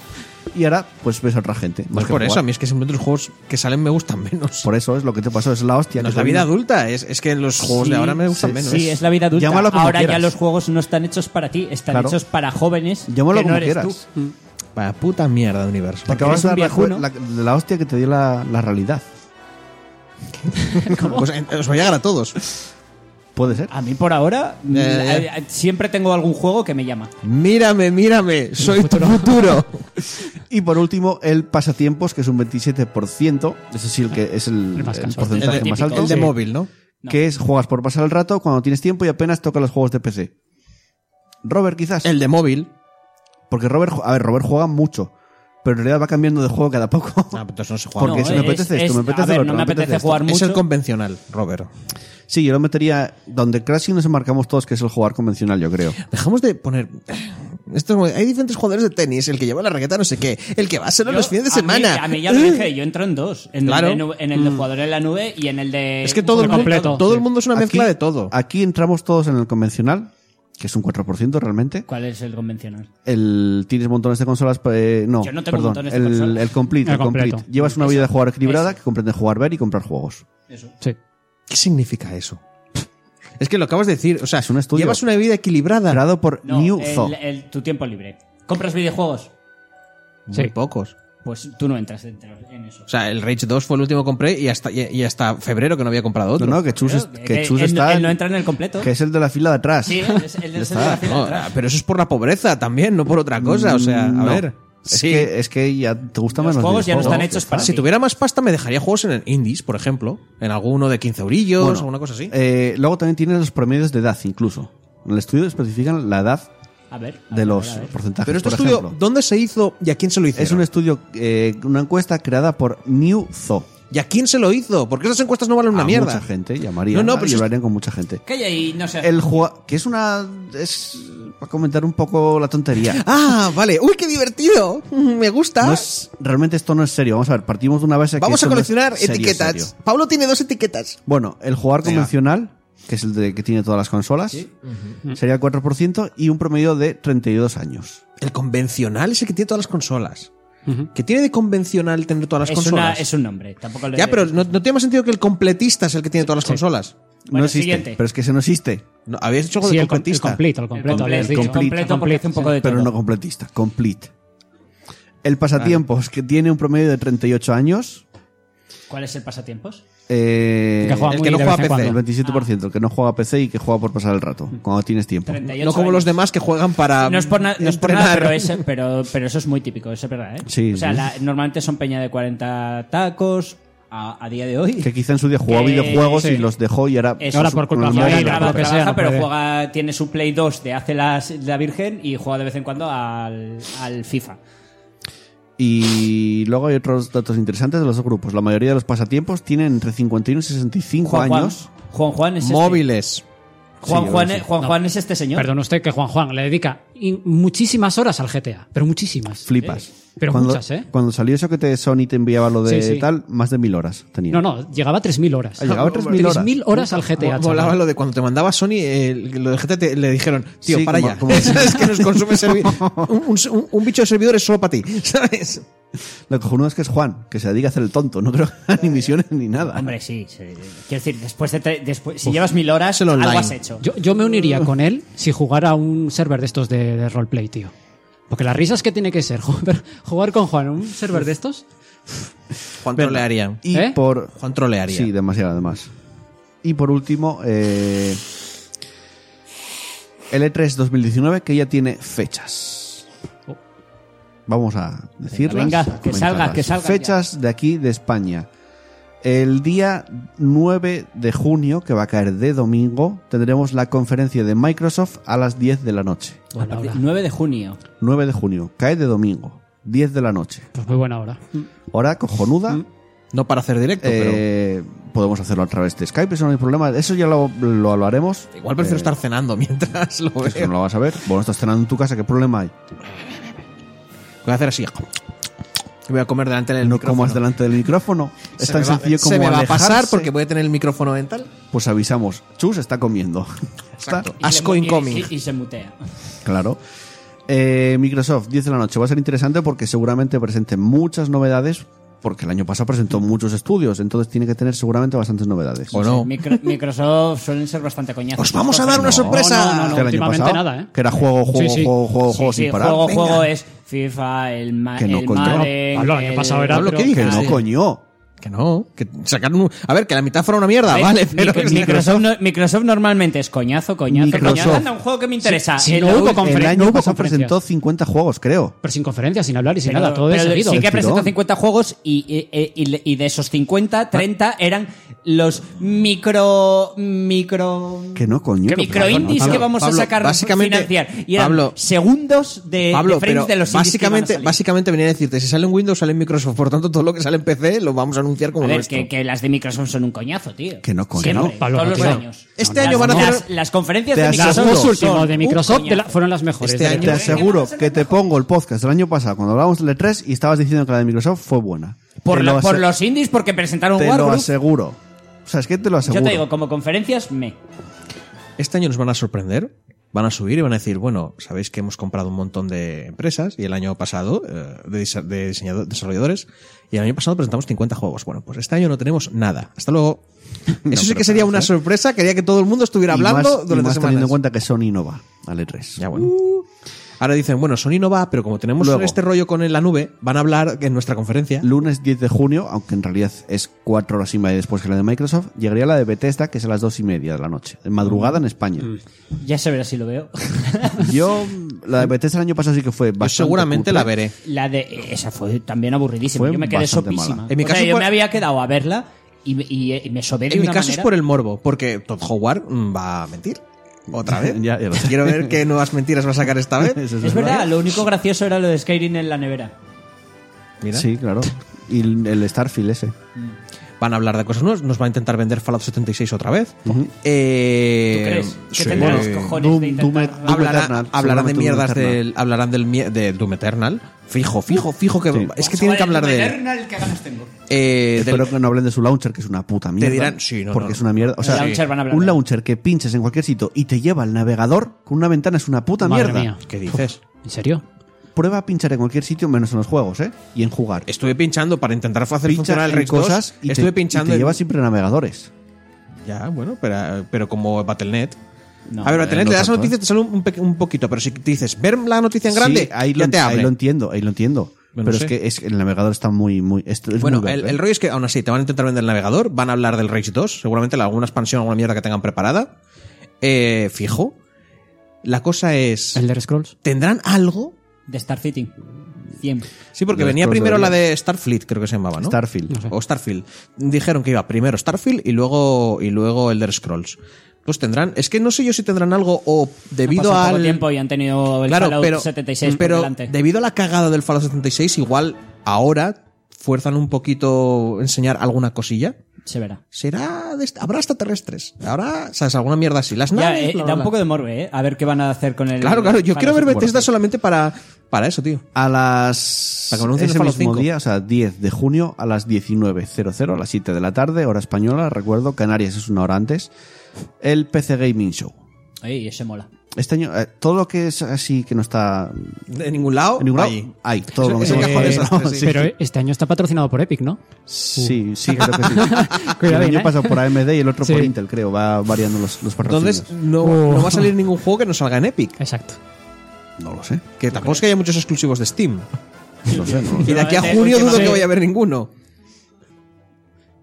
S1: y ahora pues ves a otra gente.
S4: No
S1: más
S4: es
S1: que
S4: por eso,
S1: jugar.
S4: a mí es que simplemente los juegos que salen me gustan menos.
S1: Por eso es lo que te pasó, es la hostia.
S4: no
S1: que
S4: es la
S1: te
S4: vida
S1: vino.
S4: adulta, es, es que los juegos de
S3: Sí,
S4: ahora me gustan
S1: sí,
S4: menos.
S3: Sí, es la vida adulta.
S1: Llámalo como
S3: Ahora ya
S1: quieras.
S3: los juegos no están hechos para ti, están
S1: Claro.
S3: hechos para jóvenes.
S1: Llámalo
S3: que no
S1: como
S3: eres
S1: quieras.
S3: tú.
S4: Para puta mierda de universo.
S1: Te acabas
S3: eres
S1: de
S3: un
S1: dar la,
S3: viejuno.
S1: la- la hostia que te dio la- la realidad.
S4: (laughs) Pues, eh, os va a llegar a todos.
S1: Puede ser.
S3: A mí por ahora
S4: Ya, ya,
S3: eh, siempre tengo algún juego que me llama.
S4: Mírame, mírame, soy tu futuro.
S1: Y por último, el pasatiempos, que es un 27%, es decir, el que es el,
S2: El más
S1: (laughs) el
S2: cansado.
S1: porcentaje
S4: El de-
S1: más
S3: típico,
S1: alto,
S4: El de
S3: Sí.
S4: móvil, ¿no?
S1: que es juegas por pasar el rato cuando tienes tiempo y apenas toca los juegos de PC. Robert, quizás.
S4: El de móvil.
S1: Porque Robert, ju- a ver, Robert juega mucho, pero en realidad va cambiando de juego cada poco.
S4: Ah, entonces no se juega.
S1: Porque
S3: no,
S1: si me
S3: es-
S1: apetece esto,
S3: es-
S1: me apetece
S3: a ver,
S1: lo otro,
S3: no me apetece
S1: esto.
S3: jugar
S4: es el
S3: mucho.
S4: convencional, Robert.
S1: (laughs) Sí, yo lo metería donde casi nos marcamos todos, que es el jugar convencional, yo creo.
S4: Dejamos de poner. Esto es muy- Hay diferentes jugadores de tenis, el que lleva la raqueta no sé qué, el que va a ser
S3: Yo-
S4: los fines de
S3: a mí-
S4: semana.
S3: a mí ya lo dije, yo entro en dos. En
S4: Claro.
S3: el de, nu- en el de
S1: Mm.
S3: jugador en la nube y en el de...
S4: (laughs) es que todo
S3: un
S4: el,
S3: juego
S4: mundo,
S2: completo.
S4: todo el mundo es una mezcla de todo.
S1: Aquí entramos todos en el convencional, que es un 4% realmente.
S3: ¿Cuál es el convencional?
S1: el tienes montones de consolas eh, no,
S3: Yo no tengo
S1: perdón,
S3: montones de
S1: el,
S3: consolas.
S1: el complete,
S4: Ah,
S2: El
S1: el complete.
S2: completo.
S1: Llevas una vida de jugador equilibrada
S3: eso.
S1: que comprende jugar, ver y comprar juegos.
S3: Eso.
S2: Sí.
S4: ¿Qué significa eso? Es que lo acabas de decir, o sea,
S1: Es un estudio.
S4: llevas una vida equilibrada.
S1: Creado por
S3: No,
S1: New
S3: el-
S1: Zoo.
S3: el- tu tiempo libre. ¿Compras videojuegos?
S4: Muy
S2: Sí.
S4: pocos.
S3: Pues tú no entras dentro- en eso.
S4: O sea, el Rage 2 fue el último que compré y hasta, y, y hasta febrero que no había comprado
S1: No,
S4: otro.
S1: no, que Chus, es-
S3: Claro,
S1: que Chus
S3: él,
S1: está.
S3: él no entra en el completo.
S1: Que es el de la fila de atrás. (laughs)
S3: Sí, él es, él es el de la fila
S4: No,
S3: atrás.
S4: pero eso es por la pobreza también, no por otra cosa. O sea, a
S1: No.
S4: ver.
S1: Es,
S4: Sí.
S1: que, es que ya te gustan
S3: Los
S1: más
S3: juegos ya no están
S1: videojuegos.
S3: hechos para
S4: Si
S3: ti.
S4: tuviera más pasta, me dejaría juegos en indies, por ejemplo. En alguno de 15 eurillos,
S1: Bueno,
S4: alguna cosa así.
S1: eh, luego también tienes los promedios de edad, incluso. En el estudio especifican la edad
S3: A ver. a
S1: de
S3: ver,
S1: los
S3: a ver.
S1: porcentajes.
S4: Pero este
S1: por
S4: estudio,
S1: ejemplo.
S4: ¿dónde se hizo y a quién se lo hizo?
S1: es un estudio, eh, una encuesta creada por New Zoo.
S4: ¿Y a quién se lo hizo? Porque esas encuestas no valen una
S1: A
S4: mierda.
S1: Mucha gente llamaría.
S4: No, no, pero
S1: y
S4: si-
S1: hablarían con mucha gente.
S3: Calla y no seas.
S1: El juego. que es una. es. para comentar un poco la tontería.
S4: Ah, vale. Uy, qué divertido. (laughs) Mm, Me gusta.
S1: No es- realmente esto no es serio. Vamos a ver, partimos de una base. que
S4: Vamos
S1: esto
S4: a
S1: no es
S4: coleccionar
S1: serio,
S4: etiquetas.
S1: serio.
S4: Pablo tiene dos etiquetas.
S1: Bueno, el jugador
S4: Venga.
S1: convencional, que es el de que tiene todas las consolas, sería el 4% y un promedio de 32 años.
S4: El convencional es el que tiene todas las consolas.
S2: Ujú.
S4: ¿Qué tiene de convencional tener todas las
S3: es, una-
S4: consolas?
S3: es un nombre. Tampoco le-
S4: Ya, pero no, no tiene más sentido que el completista es el que tiene todas las consolas.
S3: Bueno,
S1: no existe,
S3: siguiente.
S1: pero es que ese no existe.
S4: No, Habías hecho algo
S2: Sí,
S4: de
S2: el, com- el
S4: completista.
S2: completo, el
S3: El
S2: completo. habías
S3: completo,
S2: dicho.
S3: el completo, porque hace un poco de
S1: Pero
S3: todo.
S1: no completista, complete. El pasatiempos, que tiene un promedio de 38 años.
S3: ¿Cuál es el pasatiempos?
S1: eh,
S2: Que juega
S4: el
S2: muy
S4: que no
S2: de
S4: juega
S2: vez en
S4: a PC.
S1: el
S2: cuando. Mm.
S1: 27%, el que no juega a PC y que juega por pasar el rato, cuando tienes tiempo.
S3: 38
S4: No como
S3: años.
S4: los demás que juegan para.
S3: No es por, na- no es por
S4: entrenar.
S3: nada, pero, ese- pero, pero eso es muy típico, eso es verdad, ¿eh?
S1: Sí,
S3: o sea,
S1: sí.
S3: la- normalmente son peña de 40 tacos a, a día de hoy.
S1: Que quizá en su día jugaba
S3: Eh,
S1: videojuegos
S3: sí.
S1: y los dejó y ahora...
S3: Eso
S2: Ahora
S3: es
S2: por
S3: un-
S2: culpa
S3: un
S2: de la
S3: tío que
S2: familia,
S3: trabaja,
S2: lo que
S3: trabaja,
S2: sea, no
S3: pero
S2: puede.
S3: juega, tiene su Play 2 de hace las, la Virgen y juega de vez en cuando al, al FIFA.
S1: Y luego hay otros datos interesantes de los dos grupos. La mayoría de los pasatiempos tienen entre 51 y 65 años.
S3: Juan Juan es este.
S4: Móviles.
S3: Juan
S1: Sí,
S3: Juan,
S1: sí.
S3: es- Juan,
S2: No.
S3: Juan es este señor.
S2: Perdón usted que Juan Juan le dedica in- muchísimas horas al GTA, pero muchísimas.
S1: Flipas.
S2: Pero
S1: cuando,
S2: muchas, ¿eh?
S1: Cuando salió eso que te Sony te enviaba lo de
S2: Sí, sí.
S1: tal, más de mil horas tenía.
S2: No, no, llegaba a 3.000 horas.
S1: Ha llegado Ah, a 3.000 horas.
S2: 3.000 horas al GTA.
S4: Mo- Molaba
S2: chaval.
S4: lo de cuando te mandaba Sony, eh, lo de GTA te- le dijeron, tío,
S1: Sí,
S4: para
S1: como-
S4: allá. (laughs)
S1: como-
S4: es que nos consume servi- (laughs) un, un- un bicho de servidor es solo para ti, (laughs) ¿sabes?
S1: Lo cojonudo es que es Juan, que se dedica a hacer el tonto. No creo (laughs) que haga ni misiones ni nada.
S3: Hombre, sí, sí. Quiero decir, después de tre- después, si llevas mil horas,
S4: el online.
S3: algo has hecho.
S2: Yo, yo me uniría con él si jugara a un server de estos de, de roleplay, tío. Porque las risas que tiene que ser (laughs) jugar, jugar con Juan, un server de estos.
S4: Juan trolearía.
S1: Y
S2: ¿Eh?
S1: por...
S4: Juan trolearía.
S1: Sí, demasiado además. Y por último, eh, el E E3 2019 que ya tiene fechas. Vamos a decirlas.
S3: Oh. venga,
S1: a
S3: que
S1: comentarlas.
S3: salga, que salga
S1: Fechas de aquí, de España. El día 9 de junio, que va a caer de domingo, tendremos la conferencia de Microsoft a las 10 de la noche.
S2: Buena hora.
S3: 9 de junio.
S1: 9 de junio, cae de domingo, 10 de la noche.
S2: Pues muy buena hora.
S1: Mm. Hora cojonuda.
S3: Mm.
S4: No para hacer directo,
S1: Eh, Podemos hacerlo a través de Skype, eso no hay problema. Eso ya lo, lo hablaremos.
S4: pero igual eh. prefiero
S1: Eh,
S4: estar cenando mientras lo
S1: que Eso
S4: veo.
S1: no lo vas a ver. Bueno, estás cenando en tu casa, ¿qué problema hay?
S4: Voy a hacer así. Voy a comer delante del
S1: no
S4: micrófono.
S1: comas delante del micrófono.
S4: Se
S1: Es tan
S4: me va-
S1: sencillo como
S4: Se me va a
S1: alejarse.
S4: pasar porque voy a tener el micrófono dental.
S1: Pues avisamos. Chus está comiendo. (laughs)
S4: Exacto.
S3: Y se
S4: Asco
S3: mu- y-
S4: incoming.
S3: Y, y se mutea.
S1: Claro. Eh, Microsoft, 10 de la noche. Va a ser interesante porque seguramente presente muchas novedades. Porque el año pasado presentó muchos estudios. Entonces tiene que tener seguramente bastantes novedades.
S4: O no.
S3: Micro- Microsoft suelen ser bastante coñazos.
S4: Os vamos a dar una
S1: Que
S2: no, no,
S4: sorpresa.
S1: Este el año
S2: últimamente
S1: pasado,
S2: nada, ¿eh?
S1: Que era juego, juego,
S2: Sí, eh, sí.
S1: juego, juego,
S3: Sí,
S1: juego
S3: sí,
S1: sin parar.
S3: Juego,
S1: Venga.
S3: juego es FIFA, el, ma
S1: Que no,
S3: el
S1: coño.
S3: Madden,
S2: Pablo, el año pasado era-
S1: Pablo,
S2: pero-
S1: ¿qué dices?
S3: claro.
S1: No, coño.
S4: Que no. Que sacaron un- A ver, que la mitad fuera una mierda,
S3: ¿Ves?
S4: vale. Pero
S3: Micro- Microsoft, no- Microsoft normalmente es coñazo, coñazo,
S1: Microsoft.
S3: coñazo. Anda, un juego que me interesa.
S2: Si- si
S3: Eh,
S2: no
S3: lo-
S2: hubo con-
S1: El
S2: Conferencia-
S1: año
S2: no hubo
S1: pasado
S2: conferencia.
S1: presentó 50 juegos, creo.
S2: Pero sin conferencias, sin hablar y sin
S3: pero-
S2: nada, todo de
S3: pero
S2: seguido.
S3: Sí que
S1: Del
S3: presentó
S1: tirón.
S3: 50 juegos y, y- y- y de esos 50, 30 eran los micro... micro...
S1: Que no, coño.
S3: Micro indies
S4: Pablo,
S3: que vamos
S4: Pablo,
S3: a sacar
S4: básicamente-
S3: financiar y eran
S4: Pablo,
S3: segundos de, de
S4: (laughs) Pablo,
S3: frames
S4: pero
S3: de los indies que iban a
S4: básicamente,
S3: salir.
S4: básicamente venía a decirte, si sale en Windows, sale en Microsoft. Por tanto, todo lo que sale en PC lo vamos a anunciar como
S3: A ver,
S4: nuestro.
S3: que, que las de Microsoft son un coñazo, tío.
S1: Que no, coño.
S3: Siempre,
S1: No,
S2: Pablo,
S3: todos los
S2: que no.
S3: años.
S4: Este
S3: Las-
S4: año van a hacer-
S3: Las, las conferencias
S1: Te
S3: de
S2: Las
S3: Microsoft
S1: aseguro-
S2: dos
S3: son
S2: últimas de
S3: un
S2: Microsoft de la-
S3: coñazo.
S2: fueron las mejores.
S4: Este
S2: de
S4: año-
S1: Te
S4: Bueno,
S1: aseguro que te pongo el podcast del año pasado, cuando hablábamos del E3 y estabas diciendo que la de Microsoft fue buena.
S3: Por,
S1: Te
S3: lo-
S1: lo
S3: por
S1: ase-
S3: los indies porque presentaron
S1: Te lo
S3: Wargroup.
S1: aseguro. O sea, es que te lo aseguro.
S3: Yo te digo, como conferencias, me.
S4: Este año nos van a sorprender, van a subir y van a decir, bueno, sabéis que hemos comprado un montón de empresas y el año pasado, eh, de, dise- de diseñado- desarrolladores, y el año pasado presentamos 50 juegos. Bueno, pues este año no tenemos nada. Hasta luego.
S1: (laughs) No,
S4: Eso sí
S1: pero
S4: que sería
S1: claro,
S4: una
S1: ¿eh?
S4: sorpresa, quería que todo el mundo estuviera
S1: Y más-
S4: hablando
S1: y
S4: durante
S1: más teniendo en
S4: semanas.
S1: cuenta que Sony no va al E3.
S4: Ya, bueno. Ahora dicen, bueno, Sony no va, pero como tenemos
S1: Luego.
S4: este rollo con la nube, van a hablar en nuestra conferencia.
S1: Lunes 10 de junio, aunque en realidad es cuatro horas y media después que la de Microsoft, llegaría la de Bethesda, que es a
S4: Mm.
S1: las dos y media de la noche, en madrugada en España. (laughs)
S3: Ya se verá si lo veo.
S1: Yo la de Bethesda el año pasado sí que fue
S4: Yo
S1: bastante.
S4: seguramente
S1: cutre.
S4: la veré.
S3: La de. Esa fue también aburridísima.
S1: Fue
S3: yo me quedé
S1: bastante
S3: sopísima.
S1: mala.
S4: En mi
S3: O sea,
S4: caso
S3: yo
S4: fue-
S3: me había quedado a verla y, me- y- y me sobé de
S4: En mi
S3: una
S4: caso
S3: manera.
S4: es por el morbo, porque Todd Howard mm, va a mentir. Otra vez.
S1: (laughs) Ya, ya lo sé.
S4: Quiero ver qué nuevas mentiras va a sacar esta vez.
S1: (laughs) Eso
S3: Es verdad,
S4: (laughs)
S3: lo único gracioso era lo de Skyrim en la nevera.
S4: Mira,
S1: Sí, claro. Y el el Starfield ese.
S4: van a hablar de cosas nuevas. Nos va a intentar vender Fallout 76 otra vez.
S3: ¿Tú
S4: Eh,
S3: crees? Que
S4: sí.
S3: tendrá los
S1: Bueno,
S3: cojones
S1: Doom-
S3: de
S1: Doom-
S3: intentar.
S1: Doom-
S4: este Hablará-
S1: Eternal,
S4: hablarán de
S1: seguramente
S4: mierdas
S1: Doom
S4: del, hablarán del mie- de Doom Eternal. Fijo, fijo, fijo que
S1: Sí.
S4: es que tienen que hablar de
S3: que ganas tengo.
S4: eh, del-
S1: Espero que no hablen de su launcher, que es una puta mierda.
S4: dirán, sí, no,
S1: Porque
S4: no.
S1: es una mierda. O
S3: El
S1: sea,
S3: launcher van a hablar
S1: un
S3: de-
S1: launcher que pinches en cualquier sitio y te lleva al navegador con una ventana es una puta
S2: Madre
S1: mierda.
S2: mía.
S4: ¿Qué dices?
S2: ¿En serio?
S1: Prueba a pinchar en cualquier sitio menos en los juegos, ¿eh? Y en jugar.
S4: Estuve pinchando para intentar hacer
S1: Pinchas
S4: funcionar el
S1: en
S4: Rage 2,
S1: cosas y te,
S4: Estuve
S1: y te
S4: pinchando en-
S1: lleva siempre a navegadores.
S4: Ya, bueno, pero, pero como Battle.net.
S3: No,
S4: a ver,
S1: eh,
S4: Battle.net
S1: no
S4: le das
S1: tanto,
S4: la noticia,
S1: eh.
S4: te sale un, pe- un poquito, pero si te dices, ver la noticia en grande,
S1: Sí, ahí
S4: ya
S1: lo,
S4: te abre.
S1: ahí lo entiendo, ahí lo entiendo.
S4: Bueno,
S1: Pero
S4: sí.
S1: es que es- el navegador está muy, muy. esto es
S4: bueno,
S1: muy
S4: el,
S1: verde.
S4: el rollo es que aún así te van a intentar vender el navegador, van a hablar del Rage 2, seguramente la- alguna expansión, alguna mierda que tengan preparada. Eh, fijo. La cosa es,
S2: ¿El de Scrolls?
S4: ¿tendrán algo?
S3: De Starfitting. 100.
S4: Sí, porque
S1: Yo
S4: venía
S1: después
S4: primero
S1: de-
S4: la de Starfleet, creo que se llamaba, ¿no?
S1: Starfield.
S4: O Starfield. Dijeron que iba primero Starfield y luego, y luego Elder Scrolls. Pues tendrán, es que no sé yo si tendrán algo o debido
S3: a
S4: al...
S3: tiempo y han tenido el
S4: Claro,
S3: Fallout
S4: pero,
S3: 76 por
S4: pero
S3: delante.
S4: debido a la cagada del Fallout 76, igual ahora fuerzan un poquito enseñar alguna cosilla.
S3: Se verá.
S4: Será de, habrá extraterrestres. Ahora, sabes, alguna mierda así. Las
S3: Ya,
S4: naves,
S3: eh,
S4: bla, bla,
S3: da un
S4: bla.
S3: poco de morbe, ¿eh? A ver qué van a hacer con el.
S4: Claro, claro, yo quiero ver
S3: Fallout.
S4: Bethesda solamente para para eso, tío.
S1: A las.
S4: Para que anuncien el
S1: ese
S4: Fallout
S1: mismo
S4: 5.
S1: día, o sea, 10 de junio a las 19.00, a las 7 de la tarde, hora española, recuerdo, Canarias es una hora antes, el PC Gaming Show.
S3: Ey, ese mola.
S1: Este año, eh, todo lo que es así que no está
S4: De ningún lado.
S1: en ningún lado,
S4: ahí. Eh,
S1: hay. Todo lo que
S4: Eso-
S1: se
S4: eso-
S1: llama
S4: eso-
S1: Fallout,
S4: sí.
S1: sí.
S2: Eh, Pero este año está patrocinado por Epic,
S1: (laughs)
S2: ¿no?
S4: uh.
S1: Sí, sí, creo
S4: (laughs)
S1: que sí. el
S2: Cuidado bien,
S1: año
S2: ¿eh?
S1: pasado por AMD y el otro
S2: Sí.
S1: por Intel, creo. Va variando los, los patrocinios.
S4: Entonces, no,
S2: Oh.
S4: no va a salir ningún juego que no salga en Epic.
S2: Exacto.
S1: no lo sé.
S4: Que tampoco es que haya muchos exclusivos de
S3: (laughs)
S4: Steam.
S1: No lo sé, no lo
S4: Y
S1: sé.
S4: de aquí a
S3: Últimamente-
S4: junio dudo que
S3: últimamente-
S4: vaya a haber ninguno.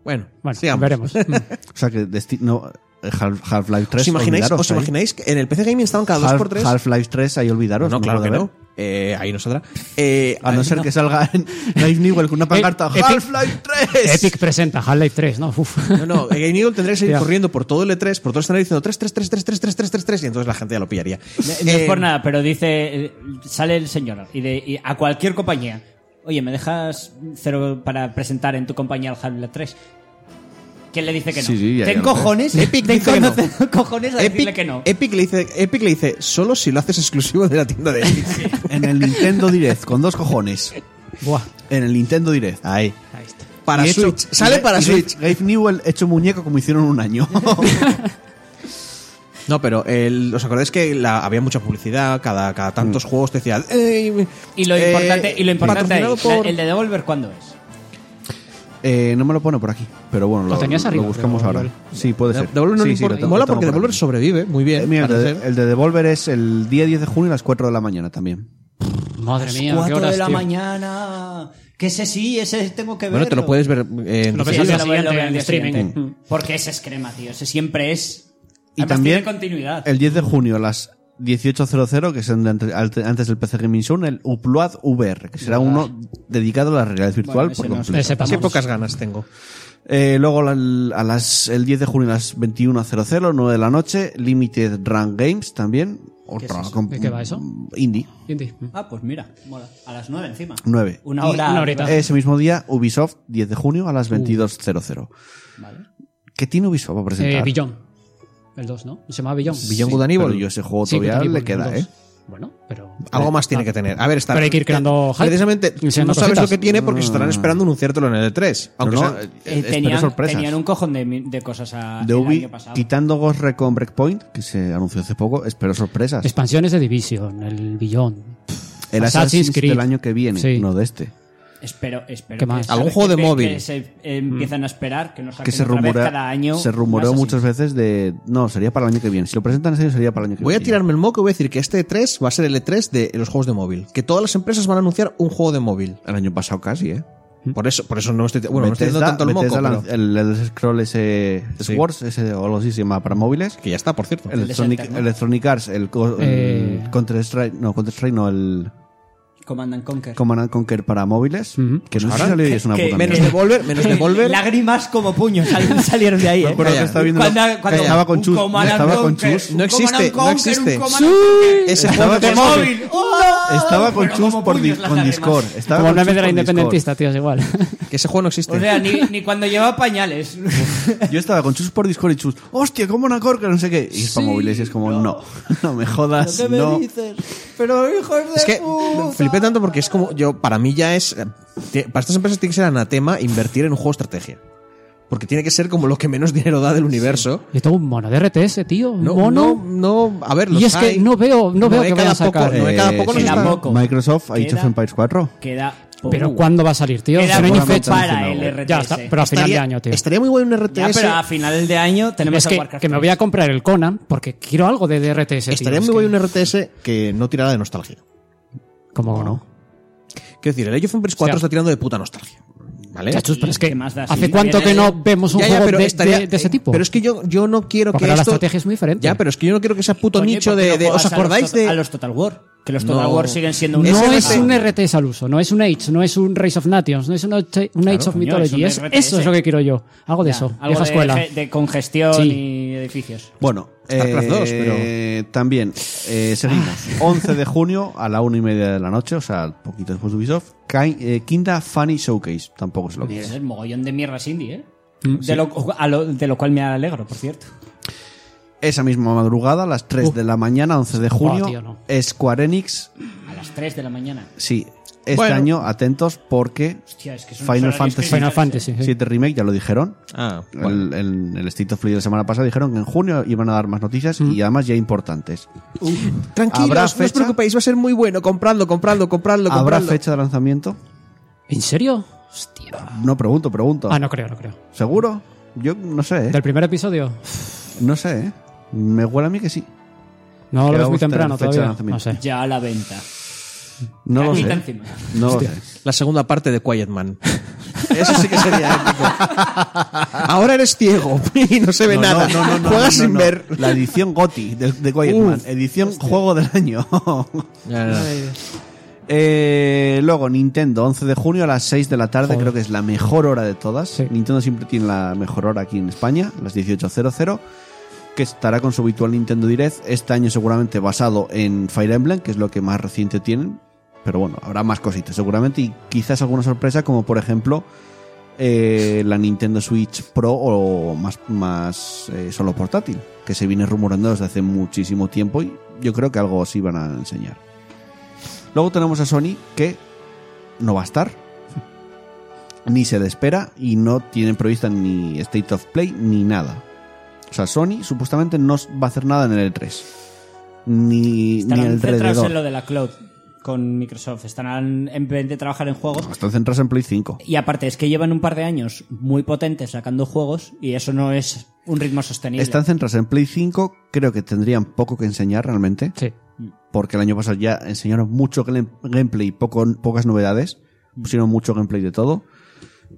S4: Bueno,
S2: Bueno,
S1: (laughs)
S4: sigamos.
S2: veremos. Mm.
S1: O sea, que de Steam- no, eh, Half- Half-Life 3.
S4: ¿Os imagináis,
S1: olvidaros
S4: ¿Os
S1: ahí.
S4: imagináis que en el PC Gaming estaban cada dos
S1: Half-
S4: por tres?
S1: Half-Life 3, ahí olvidaros.
S4: no, claro
S1: lo
S4: que
S1: de ver.
S4: no. Eh, ahí no saldrá. Eh,
S1: A no ser que salga en Dave Newell con una pancarta
S2: Epic-
S1: Half-Life 3.
S2: Epic presenta Half-Life 3, ¿no? Uf. (laughs)
S4: No, no, Game Eagle tendría
S3: (laughs)
S4: que seguir
S2: Ya.
S4: corriendo por todo el E3, por todo el escenario diciendo 3, 3, 3, 3, 3, 3, 3, 3, 3, y entonces la gente ya lo pillaría.
S3: No, no
S4: Eh,
S3: es por nada, pero dice. eh, Sale el señor y, de, y a cualquier compañía. Oye, ¿me dejas cero para presentar en tu compañía al Half-Life 3? ¿Quién le dice que no?
S1: Sí, sí, ya, ya
S3: Ten
S1: lo sé.
S3: cojones,
S4: Epic
S3: ten
S4: dice que no.
S3: cono- (laughs) cojones a decirle
S4: Epic,
S3: que no.
S4: Epic le dice, Epic le dice, solo si lo haces exclusivo de la tienda
S3: (laughs)
S4: de Epic.
S1: En el Nintendo Direct, con dos cojones.
S2: Buah.
S1: En el Nintendo Direct. Ahí.
S2: Ahí está.
S4: Para
S1: Y hecho-
S4: Switch. Sale
S1: y-
S4: para
S1: y
S4: Switch.
S1: Gabe Gabe Newell hecho muñeco como hicieron un año. (laughs)
S4: No, pero el- os acordáis que la- había mucha publicidad, cada, cada
S1: Mm.
S4: tantos juegos te decía... "Ey,
S3: Y lo
S4: eh,
S3: importante, y lo importante ahí,
S4: patrocinado por-
S3: la- el de Devolver, ¿cuándo es?
S1: Eh, no me lo pone por aquí, pero bueno, lo,
S2: Lo tenías
S1: lo
S2: arriba,
S1: buscamos
S2: pero-
S1: ahora. Sí, puede ser.
S4: Devolver no
S1: Sí,
S4: le
S1: sí,
S4: importa.
S1: lo tengo-
S4: Mola
S1: lo tengo
S4: porque
S1: por
S4: Devolver
S1: aquí.
S4: sobrevive muy bien.
S1: Eh, mira, el,
S4: parece.
S1: de, el de Devolver es el día 10 de junio a las 4 de la mañana también.
S2: Madre mía, qué
S3: 4
S2: horas,
S3: de la
S2: tío.
S3: mañana. Que ese sí, ese tengo que ver.
S4: bueno, te lo puedes ver eh, en
S2: Lo
S4: tu
S2: ves
S4: Switch.
S2: al día
S3: lo voy-
S2: siguiente
S3: lo voy
S2: en
S3: al día
S2: streaming.
S3: siguiente.
S2: Mm.
S3: Porque ese es crema, tío. Ese siempre es.
S1: Y
S3: Además,
S1: también
S3: tiene continuidad.
S1: el 10 de junio a las 18.00, que es en- ante- al- antes del PC Gaming Show, el Upload VR, que será uno dedicado a la realidad virtual
S3: ese
S1: por
S3: no,
S1: completo.
S2: Ese
S4: Qué
S2: vamos.
S4: pocas ganas tengo.
S1: Eh, luego la- a las, el 10 de junio a las 21.00, 9 de la noche, Limited Run Games también. Otra com-
S2: ¿De qué va eso?
S1: Indie.
S2: Indie. Mm.
S3: Ah, pues mira, mola. A las 9 encima.
S1: 9.
S3: Una hora.
S2: una Uh. horita.
S1: Ese mismo día, Ubisoft, 10 de junio a las 22.00.
S3: Vale.
S1: ¿Qué tiene Ubisoft para
S2: Eh,
S1: presentar?
S2: Billón. El 2, ¿no? Se llama Billón.
S4: Beyond Good and Evil.
S1: Pero yo ese juego
S2: Sí,
S1: todavía
S2: Beyond
S1: le
S2: Evil
S1: queda,
S2: 2.
S1: ¿eh?
S2: Bueno, pero. eh, ah,
S4: Algo más
S1: Ah.
S4: tiene que tener. A ver, está.
S2: Pero hay que ir creando hype.
S4: Precisamente, no
S2: Enseñando
S4: sabes
S2: cositas.
S4: lo que tiene porque estarán esperando anunciártelo en el E3. Aunque
S1: Ah. No, no,
S4: sea-
S1: eh,
S3: Eh,
S1: espero
S3: tenían,
S1: sorpresas.
S3: tenían un cojón de, mi- de cosas a,
S1: de
S3: el
S1: Ubi,
S3: año pasado.
S1: quitando Ghost Recon Breakpoint, que se anunció hace poco, espero sorpresas.
S2: Expansiones de Division, el Billón.
S1: el
S2: Assassin's
S1: Assassin's
S2: Creed.
S1: del año que viene,
S2: Sí.
S1: no de este.
S3: Espero, espero.
S2: ¿Qué
S3: que-
S2: más? Mm.
S4: Algún
S3: que-
S4: juego de
S3: que-
S4: móvil.
S3: Que se eh, empiezan a esperar, que nos saquen
S1: Que se,
S3: otra vez
S1: rumorea-
S3: cada año.
S1: se rumoreó
S3: más así.
S1: muchas veces de... No, sería para el año que viene. Si lo presentan en serio, sería para el año que
S4: Voy a
S1: viene.
S4: tirarme el moco y voy a decir que este E3 va a ser el E3 de los juegos de móvil. Que todas las empresas van a anunciar un juego de móvil.
S1: El año pasado casi, ¿eh?
S4: Por eso, por eso no estoy. Bueno, no estoy
S1: Bethesda-
S4: haciendo tanto el moco.
S1: Bethesda
S4: pero-
S1: lanz- el, el scroll ese
S4: Sí.
S1: Swords, ese o algo así se llama para móviles.
S4: Que ya está, por cierto.
S1: El
S3: de
S1: Electronic,
S3: Shelter, ¿no?
S1: Electronic Arts, el,
S2: Eh.
S1: Counter Strike, no, Counter Strike no, el
S3: Command and Conquer.
S1: Command and Conquer para móviles,
S2: Ujú.
S1: que no sé
S4: Pues ahora,
S1: si salió y es una
S3: que-
S1: puta
S3: que-
S4: Menos
S1: mierda.
S2: (laughs)
S4: Devolver, menos Devolver.
S3: (laughs) Lágrimas como
S1: (laughs)
S3: puños sal- salieron de ahí.
S1: Me
S3: ¿eh?
S1: acuerdo que
S4: Calla.
S1: estaba viendo-
S3: Cuando- cuando-
S1: estaba con
S3: un
S1: Chus,
S3: Command and
S1: estaba con
S3: Conquer,
S1: Chus.
S3: un
S4: No existe,
S3: Command and
S4: no
S3: Conquer,
S4: existe.
S3: un Command and Conquer.
S2: (laughs)
S4: Ese
S1: Estaba
S4: juego
S1: con
S4: de
S1: Chus.
S4: móvil.
S1: Estaba con
S3: Oh, Pero
S1: Chus
S3: como
S1: por, di-
S3: puños las
S1: con
S3: lágrimas.
S1: Discord. Estaba
S2: Como
S1: con
S2: el meme
S1: Chus
S2: de la
S1: con
S2: independentista, tío, es
S4: (laughs)
S2: igual.
S4: Que ese juego no existe.
S3: O sea, ni, ni cuando lleva
S1: (laughs)
S3: pañales.
S1: Discord. Yo estaba con Chus por Discord y Chus, hostia, como una corca, no sé qué. Y es para móviles y es como, no, (laughs) no, me jodas,
S3: ¿Qué me
S1: no.
S3: dices? Pero hijos de
S4: es que
S3: puta.
S4: flipé tanto porque es como. Yo, para mí ya es. eh, tie- Para estas empresas tiene que ser anatema invertir en un juego de estrategia. Porque tiene que ser como lo que menos dinero da del universo.
S2: Yo tengo un mono de RTS, tío. Un
S4: No,
S2: mono.
S4: no, no, a ver, los
S2: y es que
S4: hay.
S2: no veo, no veo
S4: de
S2: que vayan
S4: cada
S2: a sacar. eh,
S4: poco- no de cada poco
S3: sí,
S4: nos
S3: la
S4: están-
S3: moco.
S1: Eh, Microsoft ha dicho
S3: Queda-
S1: Empires 4.
S3: Queda
S2: Pero ¿cuándo va a salir, tío?
S3: Queda
S2: Si no hay ni
S3: poco
S2: fecha.
S3: para el RTS.
S2: Ya está, pero a final de año, tío.
S4: Estaría muy bueno un RTS.
S3: Ya, pero a final de año tenemos
S2: Es
S3: a
S2: que,
S3: Warcraft
S2: que me voy a comprar el Conan porque quiero algo de, de RTS. tío.
S4: estaría
S2: Es
S4: muy
S2: que-
S4: bueno un RTS que no tirara de nostalgia.
S2: ¿Cómo no?
S4: Quiero decir, el Age of Empires 4 está tirando de puta nostalgia. ¿Vale?
S2: Chachus, pero es que
S3: ¿Qué más da?
S2: ¿hace
S3: Sí,
S2: cuánto que
S3: viene-
S2: no vemos un
S4: ¿Eh? Ya, ya,
S2: juego
S4: pero
S2: de,
S4: estaría- eh,
S2: de- de ese tipo?
S4: Pero es que yo, yo no quiero
S2: Porque
S4: que
S2: ahora la
S4: esto-
S2: estrategia es muy diferente.
S4: Ya, pero es que yo no quiero que ese puto
S3: Coño,
S4: nicho
S3: ¿por qué
S4: de.
S3: no
S4: de- ¿Os
S3: juegas a los
S4: acordáis
S3: Total-
S4: de.?
S3: A los Total War. Que los Total
S4: No.
S3: War siguen siendo un.
S2: No
S4: Ese
S2: es
S4: no.
S2: un RTS al uso, no es un Age, no es un Race of Nations, no es un, Age- un Age
S3: Claro,
S2: of
S3: coño,
S2: Mythology.
S3: es
S2: Es
S3: un RTS.
S2: eso es lo que quiero yo. Algo de
S3: Ya,
S2: eso,
S3: Algo
S2: vieja
S3: de,
S2: escuela.
S3: ge- de congestión
S2: Sí.
S3: y edificios.
S1: Bueno,
S4: StarCraft
S1: eh,
S4: 2,
S1: también
S2: Ah,
S1: eh, seguimos. 11 de junio a la una y media de la noche, o sea, poquito después de Ubisoft, Kai- eh, Quinta Funny Showcase. Tampoco es lo que
S3: Es
S1: es.
S3: el mogollón de mierdas indie, ¿eh?
S2: Mm,
S3: de, lo, a lo- de lo cual me alegro, por cierto.
S1: Esa misma madrugada, a las 3 de la mañana, 11 de junio,
S2: tío, no.
S1: Square Enix.
S3: A las 3 de la mañana.
S1: Sí, este
S4: Bueno.
S1: año, atentos, porque
S3: Hostia, es que son
S1: Final
S3: horarios
S1: Fantasy,
S3: que-
S2: Final Fantasy, ¿eh? sí.
S1: 7 Remake, ya lo dijeron.
S4: Ah,
S1: El- En el, State of Play de la semana pasada dijeron que en junio iban a dar más noticias y además ya importantes. ¿Habrá
S4: Tranquilos, no os
S1: fecha?
S4: preocupéis, va a ser muy bueno. Comprando, comprando, comprando, comprando.
S1: ¿Habrá fecha de lanzamiento?
S2: ¿En serio? Hostia.
S1: No pregunto, pregunto.
S2: Ah, no creo, no creo.
S1: ¿Seguro? Yo no sé, ¿eh?
S2: ¿Del primer episodio?
S1: No sé, ¿eh? Me huele a mí que sí.
S2: No,
S1: Que
S2: lo ves
S1: vamos
S2: muy
S1: a tener
S2: temprano
S1: fecha de
S2: todavía.
S1: lanzamiento.
S2: No sé.
S3: Ya a la venta.
S1: No lo
S3: Ahorita
S1: sé. ¿eh?
S3: encima.
S1: No lo sé.
S4: La segunda parte de Quiet Man. (laughs) Eso sí que sería épico. (laughs) Ahora eres ciego (laughs) y no se ve
S1: No,
S4: nada.
S1: no, no, no, no,
S4: Juegas
S1: no,
S4: sin
S1: no.
S4: ver.
S1: La edición GOTI de, de Quiet
S4: Uf,
S1: Man. Edición Juego del Año. (laughs)
S2: Ay,
S1: Eh, luego, Nintendo, 11 de junio a las 6 de la tarde. Creo que es la mejor hora de todas.
S2: Sí.
S1: Nintendo siempre tiene la mejor hora aquí en España, las 18.00. Que estará con su habitual Nintendo Direct. Este año, seguramente basado en Fire Emblem, que es lo que más reciente tienen. Pero bueno, habrá más cositas seguramente. Y quizás alguna sorpresa, como por ejemplo. eh, la Nintendo Switch Pro o más, más eh, solo portátil, que se viene rumorando desde hace muchísimo tiempo y yo creo que algo os iban a enseñar. Luego tenemos a Sony que no va a estar, ni se le espera y no tienen prevista ni State of Play ni nada. O sea, Sony supuestamente no va a hacer nada en el E3. Ni, ni
S3: Estarán centrados en lo
S1: alrededor.
S3: de la cloud con Microsoft. Estarán en vez de trabajar en juegos.
S1: Están centrados en Play 5.
S3: Y aparte, es que llevan un par de años muy potentes sacando juegos y eso no es un ritmo sostenible.
S1: Están centrados en Play 5, creo que tendrían poco que enseñar realmente.
S2: Sí.
S1: porque el año pasado ya enseñaron mucho glen- gameplay y poco, pocas novedades. Pusieron mucho gameplay de todo.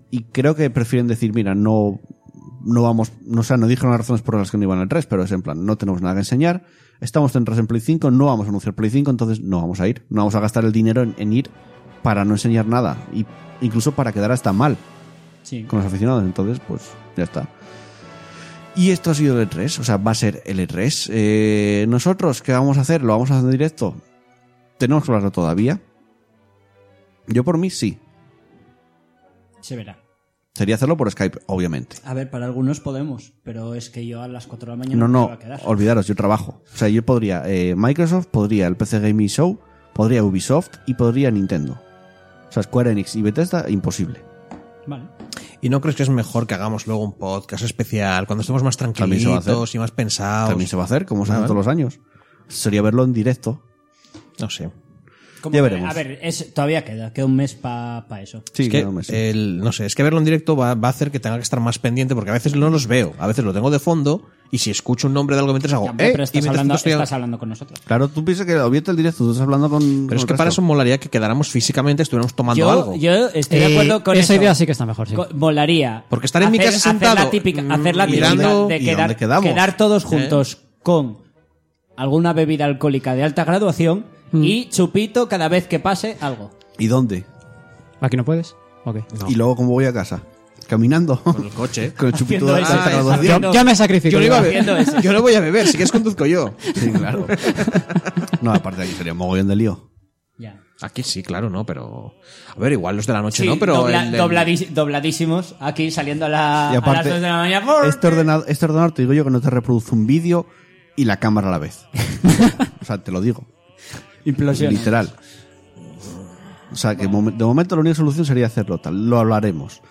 S1: Y creo que prefieren decir, mira, no, no vamos, no, o sea, no dijeron las razones por las que no iban al 3, pero es en plan, no tenemos nada que enseñar, estamos centrados en Play 5, no vamos a anunciar Play 5, entonces no vamos a ir, no vamos a gastar el dinero en, en ir para no enseñar nada, y incluso para quedar hasta mal
S3: Sí.
S1: con los aficionados. Entonces, pues ya está. Y esto ha sido el E3, o sea, va a ser el E3. Eh, Nosotros, ¿qué vamos a hacer? ¿Lo vamos a hacer en directo? ¿Tenemos que hablarlo todavía? Yo por mí sí.
S3: Se verá.
S1: Sería hacerlo por Skype, obviamente.
S3: A ver, para algunos podemos, pero es que yo a las 4 de la mañana
S1: No,
S3: me
S1: no,
S3: voy a quedar.
S1: olvidaros, yo trabajo. O sea, yo podría eh, Microsoft, podría el PC Gaming Show, podría Ubisoft y podría Nintendo. O sea, Square Enix y Bethesda, imposible.
S3: Vale.
S4: ¿Y no crees que es mejor que hagamos luego un podcast especial cuando estemos más
S1: También se va a hacer.
S4: tranquilitos y más pensados?
S1: También se va a hacer, como se hace
S4: Ah,
S1: todos los años. Sería verlo en directo.
S4: No sé.
S3: ¿Cómo
S1: Ya
S3: que-
S1: veremos.
S3: A ver, es, todavía queda, queda un mes para eso.
S1: Sí,
S4: es que,
S1: no me
S3: eh,
S1: sé.
S4: el- no sé, es que verlo en directo va, va a hacer que tenga que estar más pendiente porque a veces no los veo, a veces lo tengo de fondo Y si escucho un nombre de algo mientras hago,
S3: Ya, hombre,
S4: eh,
S3: pero
S4: y
S3: estás,
S4: mientras
S3: hablando,
S4: tanto estoy-
S3: estás hablando con nosotros.
S1: Claro, tú piensas que obviamente el directo, tú estás hablando con. con
S4: Pero es
S1: el
S4: que para
S1: resto.
S4: eso molaría que quedáramos físicamente, estuviéramos tomando algo.
S3: Yo, yo estoy
S2: Eh,
S3: de acuerdo con
S2: esa
S3: eso.
S2: idea sí que está mejor, sí.
S3: Co- Molaría.
S4: Porque estar en mi casa
S3: Hacer
S4: sentado,
S3: la típica,
S4: mm,
S3: hacer la típica
S4: mirando,
S3: de
S1: ¿y
S3: quedar,
S1: dónde quedamos?
S3: quedar todos juntos con alguna bebida alcohólica de alta graduación
S4: Mm.
S3: y chupito cada vez que pase algo.
S1: ¿Y dónde?
S2: ¿Aquí no puedes? Ok.
S1: Y luego, ¿cómo voy a casa? Caminando. (laughs) Con
S4: el coche.
S1: Con el chupito
S3: Haciendo
S1: de
S3: eso,
S1: alta
S3: ¿sabes?
S1: graduación.
S3: No.
S2: Ya me sacrifico.
S4: Yo no, iba a
S2: ya.
S4: beber.
S3: Haciendo eso.
S4: yo no voy a beber, si quieres conduzco yo.
S1: Sí, claro. (laughs) No, aparte de aquí sería un mogollón de lío.
S3: Ya.
S4: Aquí sí, claro, no, pero. A ver, igual los de la noche
S3: Sí,
S4: no, pero.
S3: dobla-
S4: el- el-
S3: dobladi- dobladísimos aquí saliendo a, la-
S1: Y
S3: a las
S1: aparte,
S3: 2 de la mañana. ¡Por!
S1: este, ordenador, este ordenador te digo yo que no te reproduce un vídeo y la cámara a la vez. o sea, te lo digo.
S3: Implosiona.
S1: Literal. O sea, que momen- de momento la única solución sería hacerlo tal. Lo hablaremos.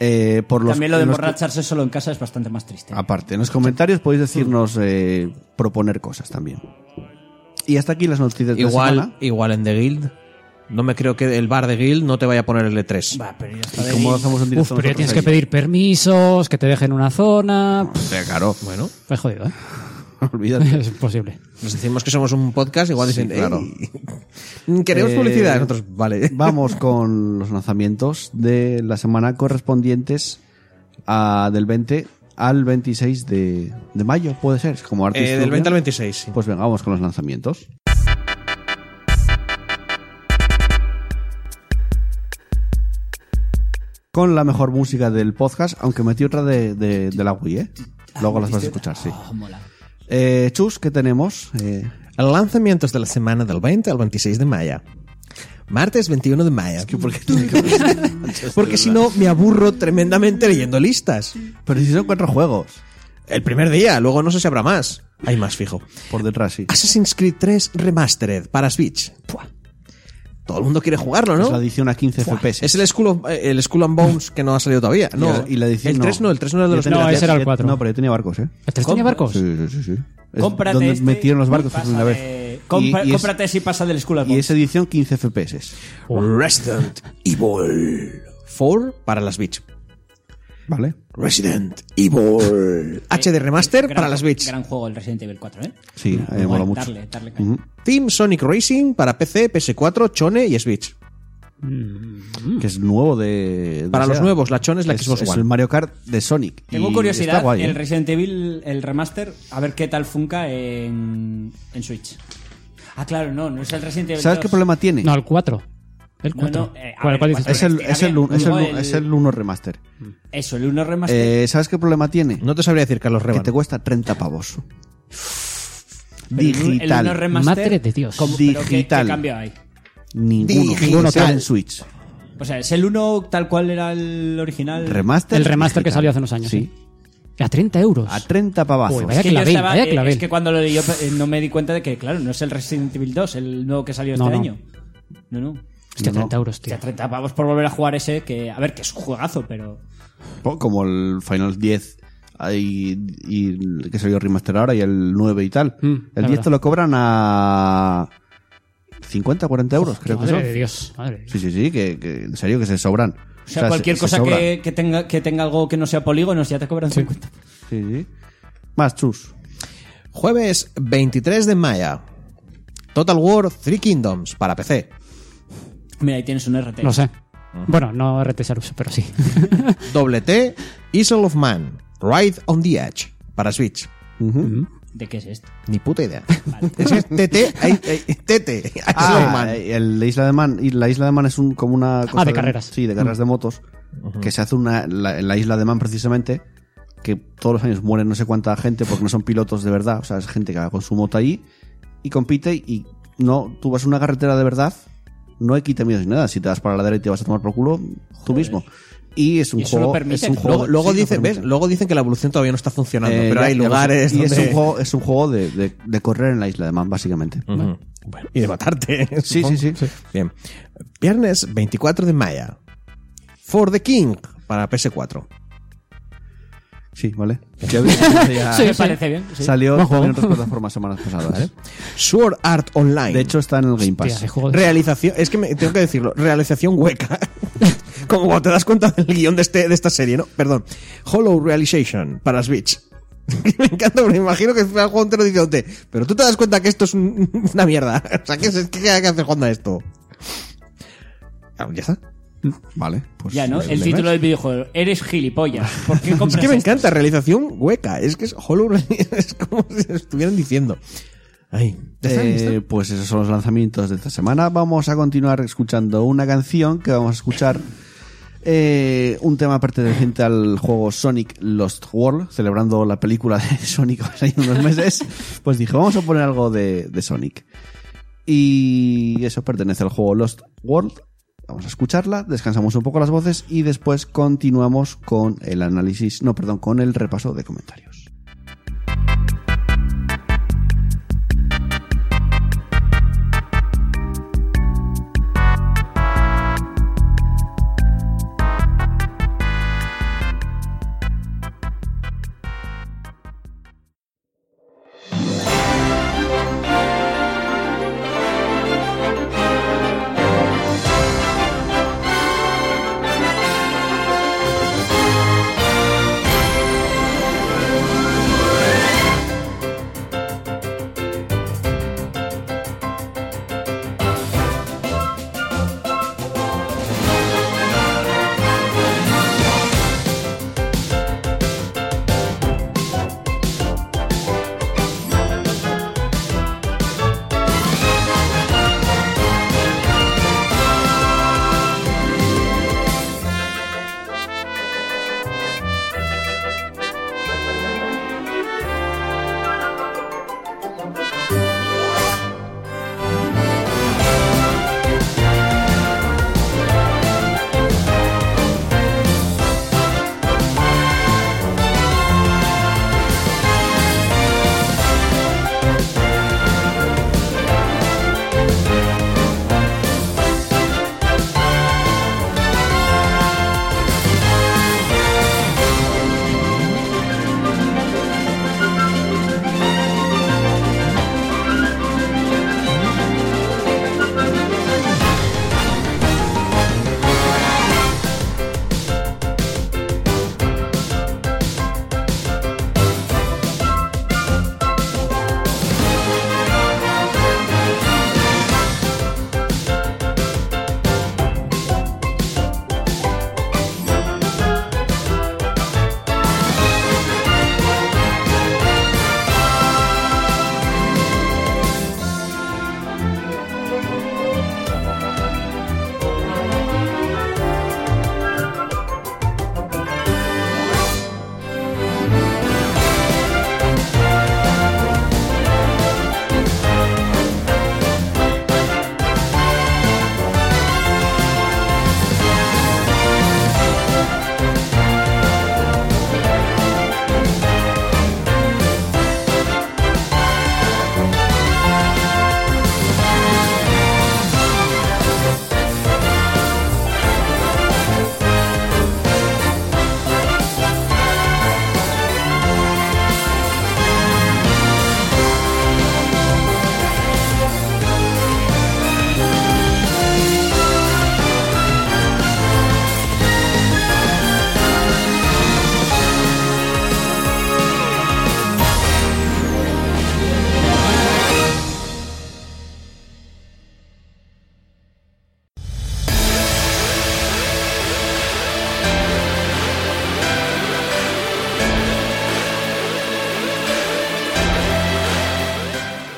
S1: Eh, por los,
S3: También lo de
S1: en los- Ah,
S3: emborracharse solo en casa es bastante más triste.
S1: Aparte, en los comentarios podéis decirnos, eh, proponer cosas también. Y hasta aquí las noticias de la
S4: Igual,
S1: semana.
S4: igual en The Guild. No me creo que el bar de Guild no te vaya a poner el E3.
S3: Va, pero ya está
S1: ¿Y
S3: de-
S1: cómo hacemos en directo
S2: Uf, pero ya
S1: nosotros
S2: tienes que
S1: ahí?
S2: pedir permisos, que te dejen una zona. Pff,
S1: O sea, claro,
S4: Bueno,
S2: Es jodido, ¿eh?
S1: (laughs)
S2: (laughs)
S1: olvídate.
S2: Es imposible.
S4: nos decimos que somos un podcast, igual
S1: Sí,
S4: dicen,
S1: claro.
S4: "Ey, (laughs) queremos
S1: Eh,
S4: publicidad. Nosotros, vale.
S1: Vamos con los lanzamientos de la semana correspondientes a, del 20 al 26 de, de mayo, puede ser, como
S4: Eh,
S1: artista.
S4: del 20 al 26. sí.
S1: Pues venga, vamos con los lanzamientos. Con la mejor música del podcast, aunque metí otra de, de- de la Wii, ¿eh?
S4: Ah,
S1: Luego las vas a escuchar, sí.
S3: Oh, mola.
S1: Eh, Chus, ¿qué tenemos? Eh,
S4: Lanzamientos de la semana del 20 al 26 de mayo. Martes 21 de mayo. (laughs) Porque si no, me aburro tremendamente leyendo listas.
S1: pero si son cuatro juegos,
S4: El primer día, luego no sé si habrá más. Hay más, fijo.
S1: por detrás sí.
S4: Assassin's Creed 3 Remastered para Switch. Puah. Todo el mundo quiere jugarlo,
S1: Es la
S4: ¿no?
S1: edición a 15
S4: Puah.
S1: FPS.
S4: Es el Skull, of- eh, el Skull and Bones que no ha salido todavía. Ah, No,
S1: y la edición
S4: el 3 no, el 3 no era de
S1: Yo
S4: los Pues
S1: tenía-
S2: No, ese era el
S1: yo-
S2: cuatro.
S1: No, pero yo tenía barcos, ¿eh?
S2: ¿El tres tenía barcos?
S1: Sí, sí, sí. sí. Es
S3: Cómprate
S1: donde
S3: este
S1: metieron los
S3: y
S1: barcos por
S3: pasa
S1: primera
S3: de-
S1: vez.
S3: compra-
S1: Y- y es-
S3: cómprate ese y pasa del School of
S1: Y
S3: Bones.
S1: es edición 15 FPS.
S4: Resident Evil 4 para las Switch.
S1: ¿Vale?
S4: Resident (laughs) Evil HD Remaster
S3: Gran-
S4: para las Switch.
S3: Gran juego el Resident Evil 4, ¿eh?
S1: Sí, eh,
S3: Igual,
S1: mola mucho.
S3: Darle, darle caña.
S1: Ujú.
S4: Team Sonic Racing para PC, PS4, Chone y Switch.
S1: Que es nuevo de. de
S4: Mm. Para los
S1: Sega.
S4: nuevos, la Chone es la
S1: Es-
S4: Xbox
S1: es
S4: One.
S1: el Mario Kart de Sonic.
S3: Tengo
S1: Y
S3: curiosidad,
S1: está guay,
S3: el
S1: ¿eh?
S3: Resident Evil, el remaster, a ver qué tal funca en, en Switch. Ah, claro, no, no es el Resident Evil
S1: ¿Sabes qué
S3: 2.
S1: problema tiene?
S2: No, el 4. El
S3: No,
S2: 4.
S3: no, eh, a
S2: ¿Cuál,
S3: ver,
S2: cuál dices?
S3: cuatro.
S1: Es el,
S3: Pero
S1: es, el,
S3: estira
S1: es, el,
S3: bien.
S1: es el 1 remaster.
S3: Eso, el 1 remaster.
S1: Eh, ¿Sabes qué problema tiene?
S4: No te sabría decir, Carlos
S1: que
S4: Reban.
S1: te cuesta 30 pavos.
S3: Pero el uno- El uno
S1: Digital.
S3: remaster,
S2: Madre de Dios.
S3: ¿cómo- pero ¿qué,
S1: Digital.
S3: qué cambio hay?
S1: Ninguno.
S4: Digital.
S1: Ninguno está en Switch.
S3: O sea, ¿es el 1 tal cual era el original?
S1: Remaster.
S2: El remaster que
S1: digital.
S2: salió hace unos años, sí.
S1: Sí.
S2: A 30 euros.
S1: A 30 pavazos.
S2: Uy, vaya
S3: Es que, yo
S2: clavel,
S3: estaba-
S2: vaya
S3: eh,
S2: clavel.
S3: es que cuando lo leí yo eh, no me di cuenta de que, claro, no es el Resident Evil 2, el nuevo que salió
S2: No,
S3: este
S2: no.
S3: año. No, no.
S2: Hostia,
S1: No.
S2: 30 euros, tío.
S3: Hostia, 30 pavos por volver a jugar ese, que, a ver, que es un juegazo, pero...
S1: Po- Como el Final 10 ahí, y el que salió remaster ahora y el 9 y tal.
S2: Mm, la
S1: el 10
S2: verdad.
S1: te lo cobran a 50, 40 euros, creo que
S2: madre
S1: son.
S2: de Dios. Madre de Dios.
S1: Sí, sí, sí, que, que en serio que se sobran.
S3: O sea, cualquier cosa que, que tenga, que tenga algo que no sea polígonos ya te cobran 50.
S1: Sí, sí. Más chus.
S4: Jueves 23 de mayo. Total War Three Kingdoms para PC.
S3: Mira, ahí tienes un RT.
S2: Lo sé. Bueno, no RT Saruso, pero (laughs) sí.
S4: Doble T, Isle of Man, Ride on the Edge para Switch.
S3: ¿De qué es esto?
S4: Ni puta idea. (laughs) Es que es TT, hay- hay- TT, Isle of Man.
S1: eh, el de Isla de Man. y La Isla de Man es un, como una. cosa
S2: de carreras.
S1: sí, de carreras de motos. Que se hace una. La, en la Isla de Man, precisamente. Que todos los años mueren no sé cuánta gente porque no son pilotos de verdad. O sea, es gente que va con su moto ahí y compite. Y no. Tú vas a una carretera de verdad. No hay quitamientos ni nada. Si te vas para la derecha y te vas a tomar por culo, tú mismo. Y es un
S3: ¿Y eso lo
S1: juego.
S3: permiten?
S1: es un juego
S4: Luego, luego
S1: sí, lo
S4: dicen, ¿ves?
S1: permiten.
S4: Luego dicen que la evolución todavía no está funcionando,
S1: Eh,
S4: pero
S1: ya-
S4: hay
S1: ya
S4: lugares
S1: vas- y
S4: donde-
S1: es un juego, es un juego de, de- de correr en la isla de Man, básicamente.
S4: Ujú. Bueno, y de matarte.
S1: Sí,
S4: supongo.
S1: sí, sí,
S4: Bien. Viernes 24 de mayo. For the King para PS4.
S1: Sí, vale. Ya vi- (laughs) ya-
S3: me parece bien. sí.
S1: Salió también
S2: Buen juego.
S1: en otras plataformas semanas pasadas. ¿eh?
S4: Sword Art Online.
S1: De hecho, está en el Game
S2: Tía,
S1: Pass.
S2: ese juego de-
S4: Realización, es que me- tengo que decirlo, realización hueca. (laughs) Como cuando te das cuenta del guión de, este, de esta serie, ¿no? Perdón. Hollow Realization para Switch. (laughs) me encanta, me imagino que el juego entero diciéndote, pero tú te das cuenta que esto es un- (laughs) una mierda. O sea, ¿qué, es- qué, qué hace jugando a esto? Ah, Ya está.
S1: Vale, pues.
S3: Ya, ¿no?
S1: le-
S3: El
S1: le
S3: título
S1: ves.
S3: del videojuego. Eres gilipollas. ¿Por qué
S4: Es
S3: compras
S4: que me
S3: esto?
S4: encanta, realización hueca. Es que es Hollow Knight, (laughs) es como si estuvieran diciendo. Ay, ya está, ya está.
S1: Eh, pues esos son los lanzamientos de esta semana. Vamos a continuar escuchando una canción que vamos a escuchar. eh, un tema perteneciente al juego Sonic Lost World, celebrando la película de (laughs) Sonic hace unos
S4: (laughs)
S1: meses. Pues dije, vamos a poner algo de, de Sonic. Y eso pertenece al juego Lost World. Vamos a escucharla, descansamos un poco las voces y después continuamos con el análisis, no, perdón, con el repaso de comentarios.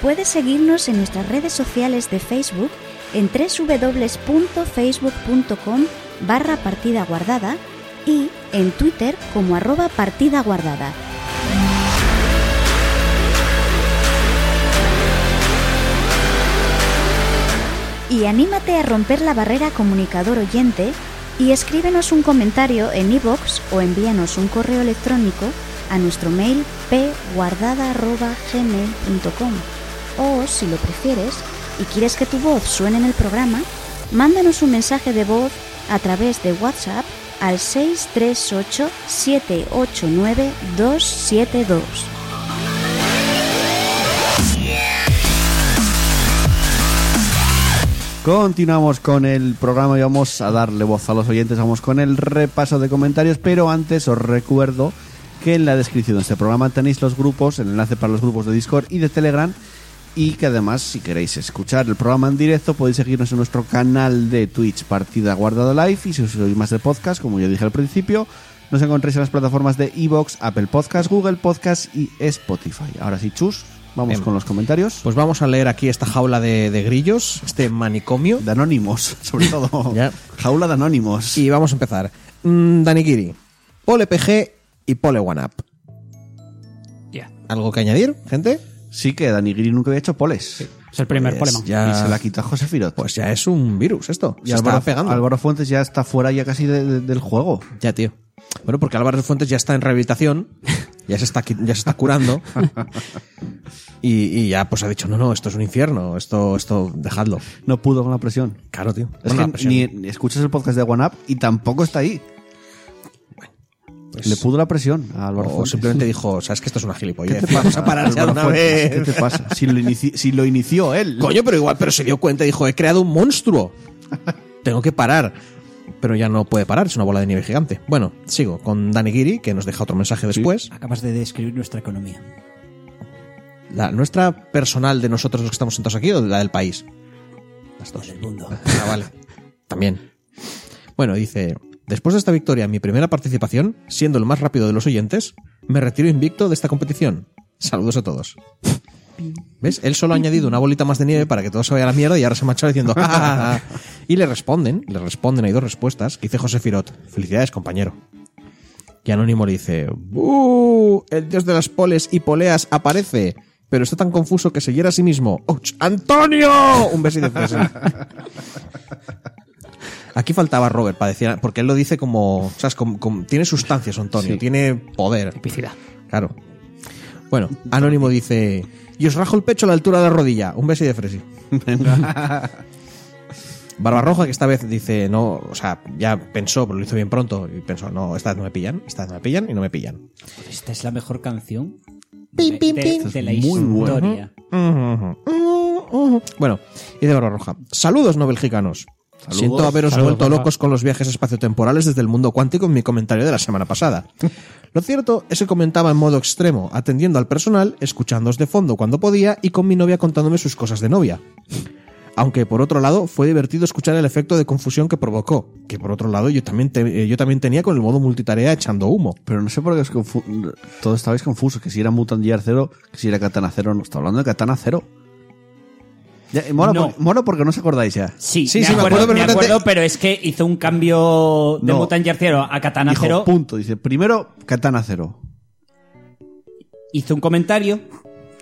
S5: Puedes seguirnos en nuestras redes sociales de Facebook en www.facebook.com barra partida guardada y en Twitter como arroba partida guardada. Y anímate a romper la barrera comunicador oyente y escríbenos un comentario en iVoox o envíanos un correo electrónico a nuestro mail pguardada.gmail.com o, si lo prefieres y quieres que tu voz suene en el programa, mándanos un mensaje de voz a través de WhatsApp al 638 789 272.
S1: Continuamos con el programa y vamos a darle voz a los oyentes. Vamos con el repaso de comentarios, pero antes os recuerdo que en la descripción de este programa tenéis los grupos, el enlace para los grupos de Discord y de Telegram. Y que además, si queréis escuchar el programa en directo, podéis seguirnos en nuestro canal de Twitch, Partida Guardada Live. Y si os oís más de podcast, como ya dije al principio, nos encontréis en las plataformas de Evox, Apple Podcast, Google Podcast y Spotify. Ahora sí, chus, vamos
S4: Em.
S1: con los comentarios.
S4: Pues vamos a leer aquí esta jaula de, de grillos, este manicomio.
S1: de anónimos, (laughs) sobre todo.
S4: Ya.
S1: Jaula de anónimos.
S4: Y vamos a empezar. Mm, Danikiri, Pole PG y Pole One Up.
S2: Ya.
S4: ¿Algo que añadir, gente?
S1: Sí que Dani Green nunca había hecho poles.
S2: Es el primer
S4: Pues
S2: poleman.
S4: ya-
S1: Y se la quitó a José Firot.
S4: Pues ya es un virus esto.
S1: y
S4: Se
S1: Álvaro,
S4: está pegando.
S1: Álvaro Fuentes ya está fuera ya casi de- de- del juego.
S4: Ya, tío. Bueno, porque Álvaro Fuentes ya está en rehabilitación, ya se está, qui- ya se
S1: (laughs)
S4: está curando. y, y ya pues ha dicho, no, no, esto es un infierno, esto, esto, dejadlo.
S1: No pudo con la presión.
S4: Claro, tío.
S1: Es
S4: Bueno, la
S1: que
S4: presión.
S1: ni, ni escuchas el podcast de One Up y tampoco está ahí.
S4: Pues-
S1: Le pudo la presión a Álvaro
S4: o
S1: Fuentes.
S4: simplemente dijo, sabes que esto es una
S1: ¿Qué
S4: gilipollez.
S1: te
S4: Vamos
S1: pasa,
S4: a parar (laughs) ya
S1: (laughs)
S4: de
S1: Álvaro
S4: una
S1: Fuentes?
S4: vez.
S1: ¿Qué te pasa? Si lo, inici- si lo inició él.
S4: Coño, pero igual, pero se dio cuenta y dijo, he creado un monstruo. Tengo que parar. Pero ya no puede parar, es una bola de nieve gigante. Bueno, sigo con Dani Giri, que nos deja otro mensaje después.
S3: Acabas de describir nuestra economía.
S4: La nuestra personal de nosotros los que estamos sentados aquí o la del país.
S3: Las dos. Del mundo.
S4: Ah, vale. También. Bueno, dice, después de esta victoria, en mi primera participación, siendo el más rápido de los oyentes, me retiro invicto de esta competición. Saludos a todos. ¿Ves? Él solo ha añadido una bolita más de nieve para que todo se vaya a la mierda y ahora se marcha diciendo "Ja, ja, ja, ja". Y le responden, le responden, hay dos respuestas, que dice José Firot. Felicidades, compañero. Y Anónimo le dice, "Bú, El dios de las poles y poleas aparece, pero está tan confuso que se hiera a sí mismo. ¡Ouch! ¡Antonio! Un besito. Aquí faltaba Robert para decir, porque él lo dice como, ¿sabes? Como, como- tiene sustancias, Antonio, tiene poder.
S2: Epicidad.
S4: Claro. Bueno, Anónimo dice, y os rajo el pecho a la altura de la rodilla. Un beso y de fresi. (laughs) Barbarroja, que esta vez dice, no, o sea, ya pensó, pero lo hizo bien pronto, y pensó, no, esta vez no me pillan, esta vez no me pillan y no me pillan.
S3: Pues Esta es la mejor canción
S4: Pim,
S3: de,
S4: pim,
S3: de-
S4: pim.
S3: de la
S1: Esto es muy bueno.
S3: historia.
S4: Bueno, y de Barbarroja, saludos no belgicanos.
S1: Saludos.
S4: Siento haberos
S2: Saludos,
S4: vuelto
S2: Barba.
S4: locos con los viajes espaciotemporales desde el mundo cuántico en mi comentario de la
S2: (laughs)
S4: semana pasada. Lo cierto es que comentaba en modo extremo, atendiendo al personal, escuchándoos de fondo cuando podía y con mi novia contándome sus cosas de novia. Aunque por otro lado fue divertido escuchar el efecto de confusión que provocó, que por otro lado yo también, te- eh, yo también tenía con el modo multitarea echando humo.
S1: Pero no sé por qué os confu- todos estabais confusos. Que si era Mutant Year Zero, que si era Katana Zero. No está hablando de Katana Zero. Ya, y mola,
S3: No.
S1: por- mola porque no os acordáis ya.
S3: Sí,
S4: Sí,
S3: me,
S4: sí, me
S3: acuerdo,
S4: acuerdo, pero
S3: me
S4: no te-
S3: acuerdo, pero es que hizo un cambio de
S1: No.
S3: Mutant Year Zero a Katana
S1: Dijo,
S3: Zero.
S1: punto. Dice, primero Katana Zero.
S3: Hizo un comentario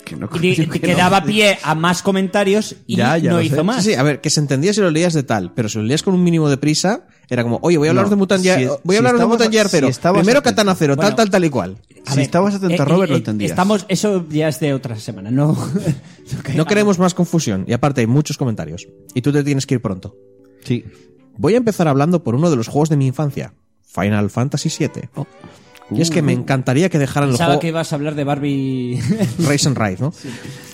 S1: Que no
S3: y di-
S1: coño,
S3: que,
S1: no.
S3: daba pie a más comentarios y
S1: Ya, ya
S3: no
S1: lo
S3: hizo
S1: sé.
S3: más.
S4: Sí, sí, a ver, que se entendía si lo leías de tal, pero si lo leías con un mínimo de prisa, era como, oye, voy a hablar
S1: No,
S4: de Mutant Year,
S1: si-
S4: voy a
S1: si
S4: hablar de
S1: estabas-
S4: Mutant Year
S1: si
S4: 0,
S1: estabas
S4: primero
S1: atento.
S4: Katana 0,
S3: Bueno.
S4: tal, tal, tal
S3: (laughs)
S4: y cual.
S3: A
S1: Si estabas atento a Robert, lo entendías.
S3: eh, Estamos, eso ya es de otra semana, no. no que-
S4: No queremos más confusión, y aparte hay muchos comentarios, y tú te tienes que ir pronto.
S1: Sí.
S4: Voy a empezar hablando por uno de los juegos de mi infancia, Final Fantasy VII. Y es que me encantaría que dejaran
S3: Oh.
S4: el
S3: Uh. Pensaba
S4: juego
S3: que ibas a hablar de Barbie.
S4: Race and Ride, ¿no?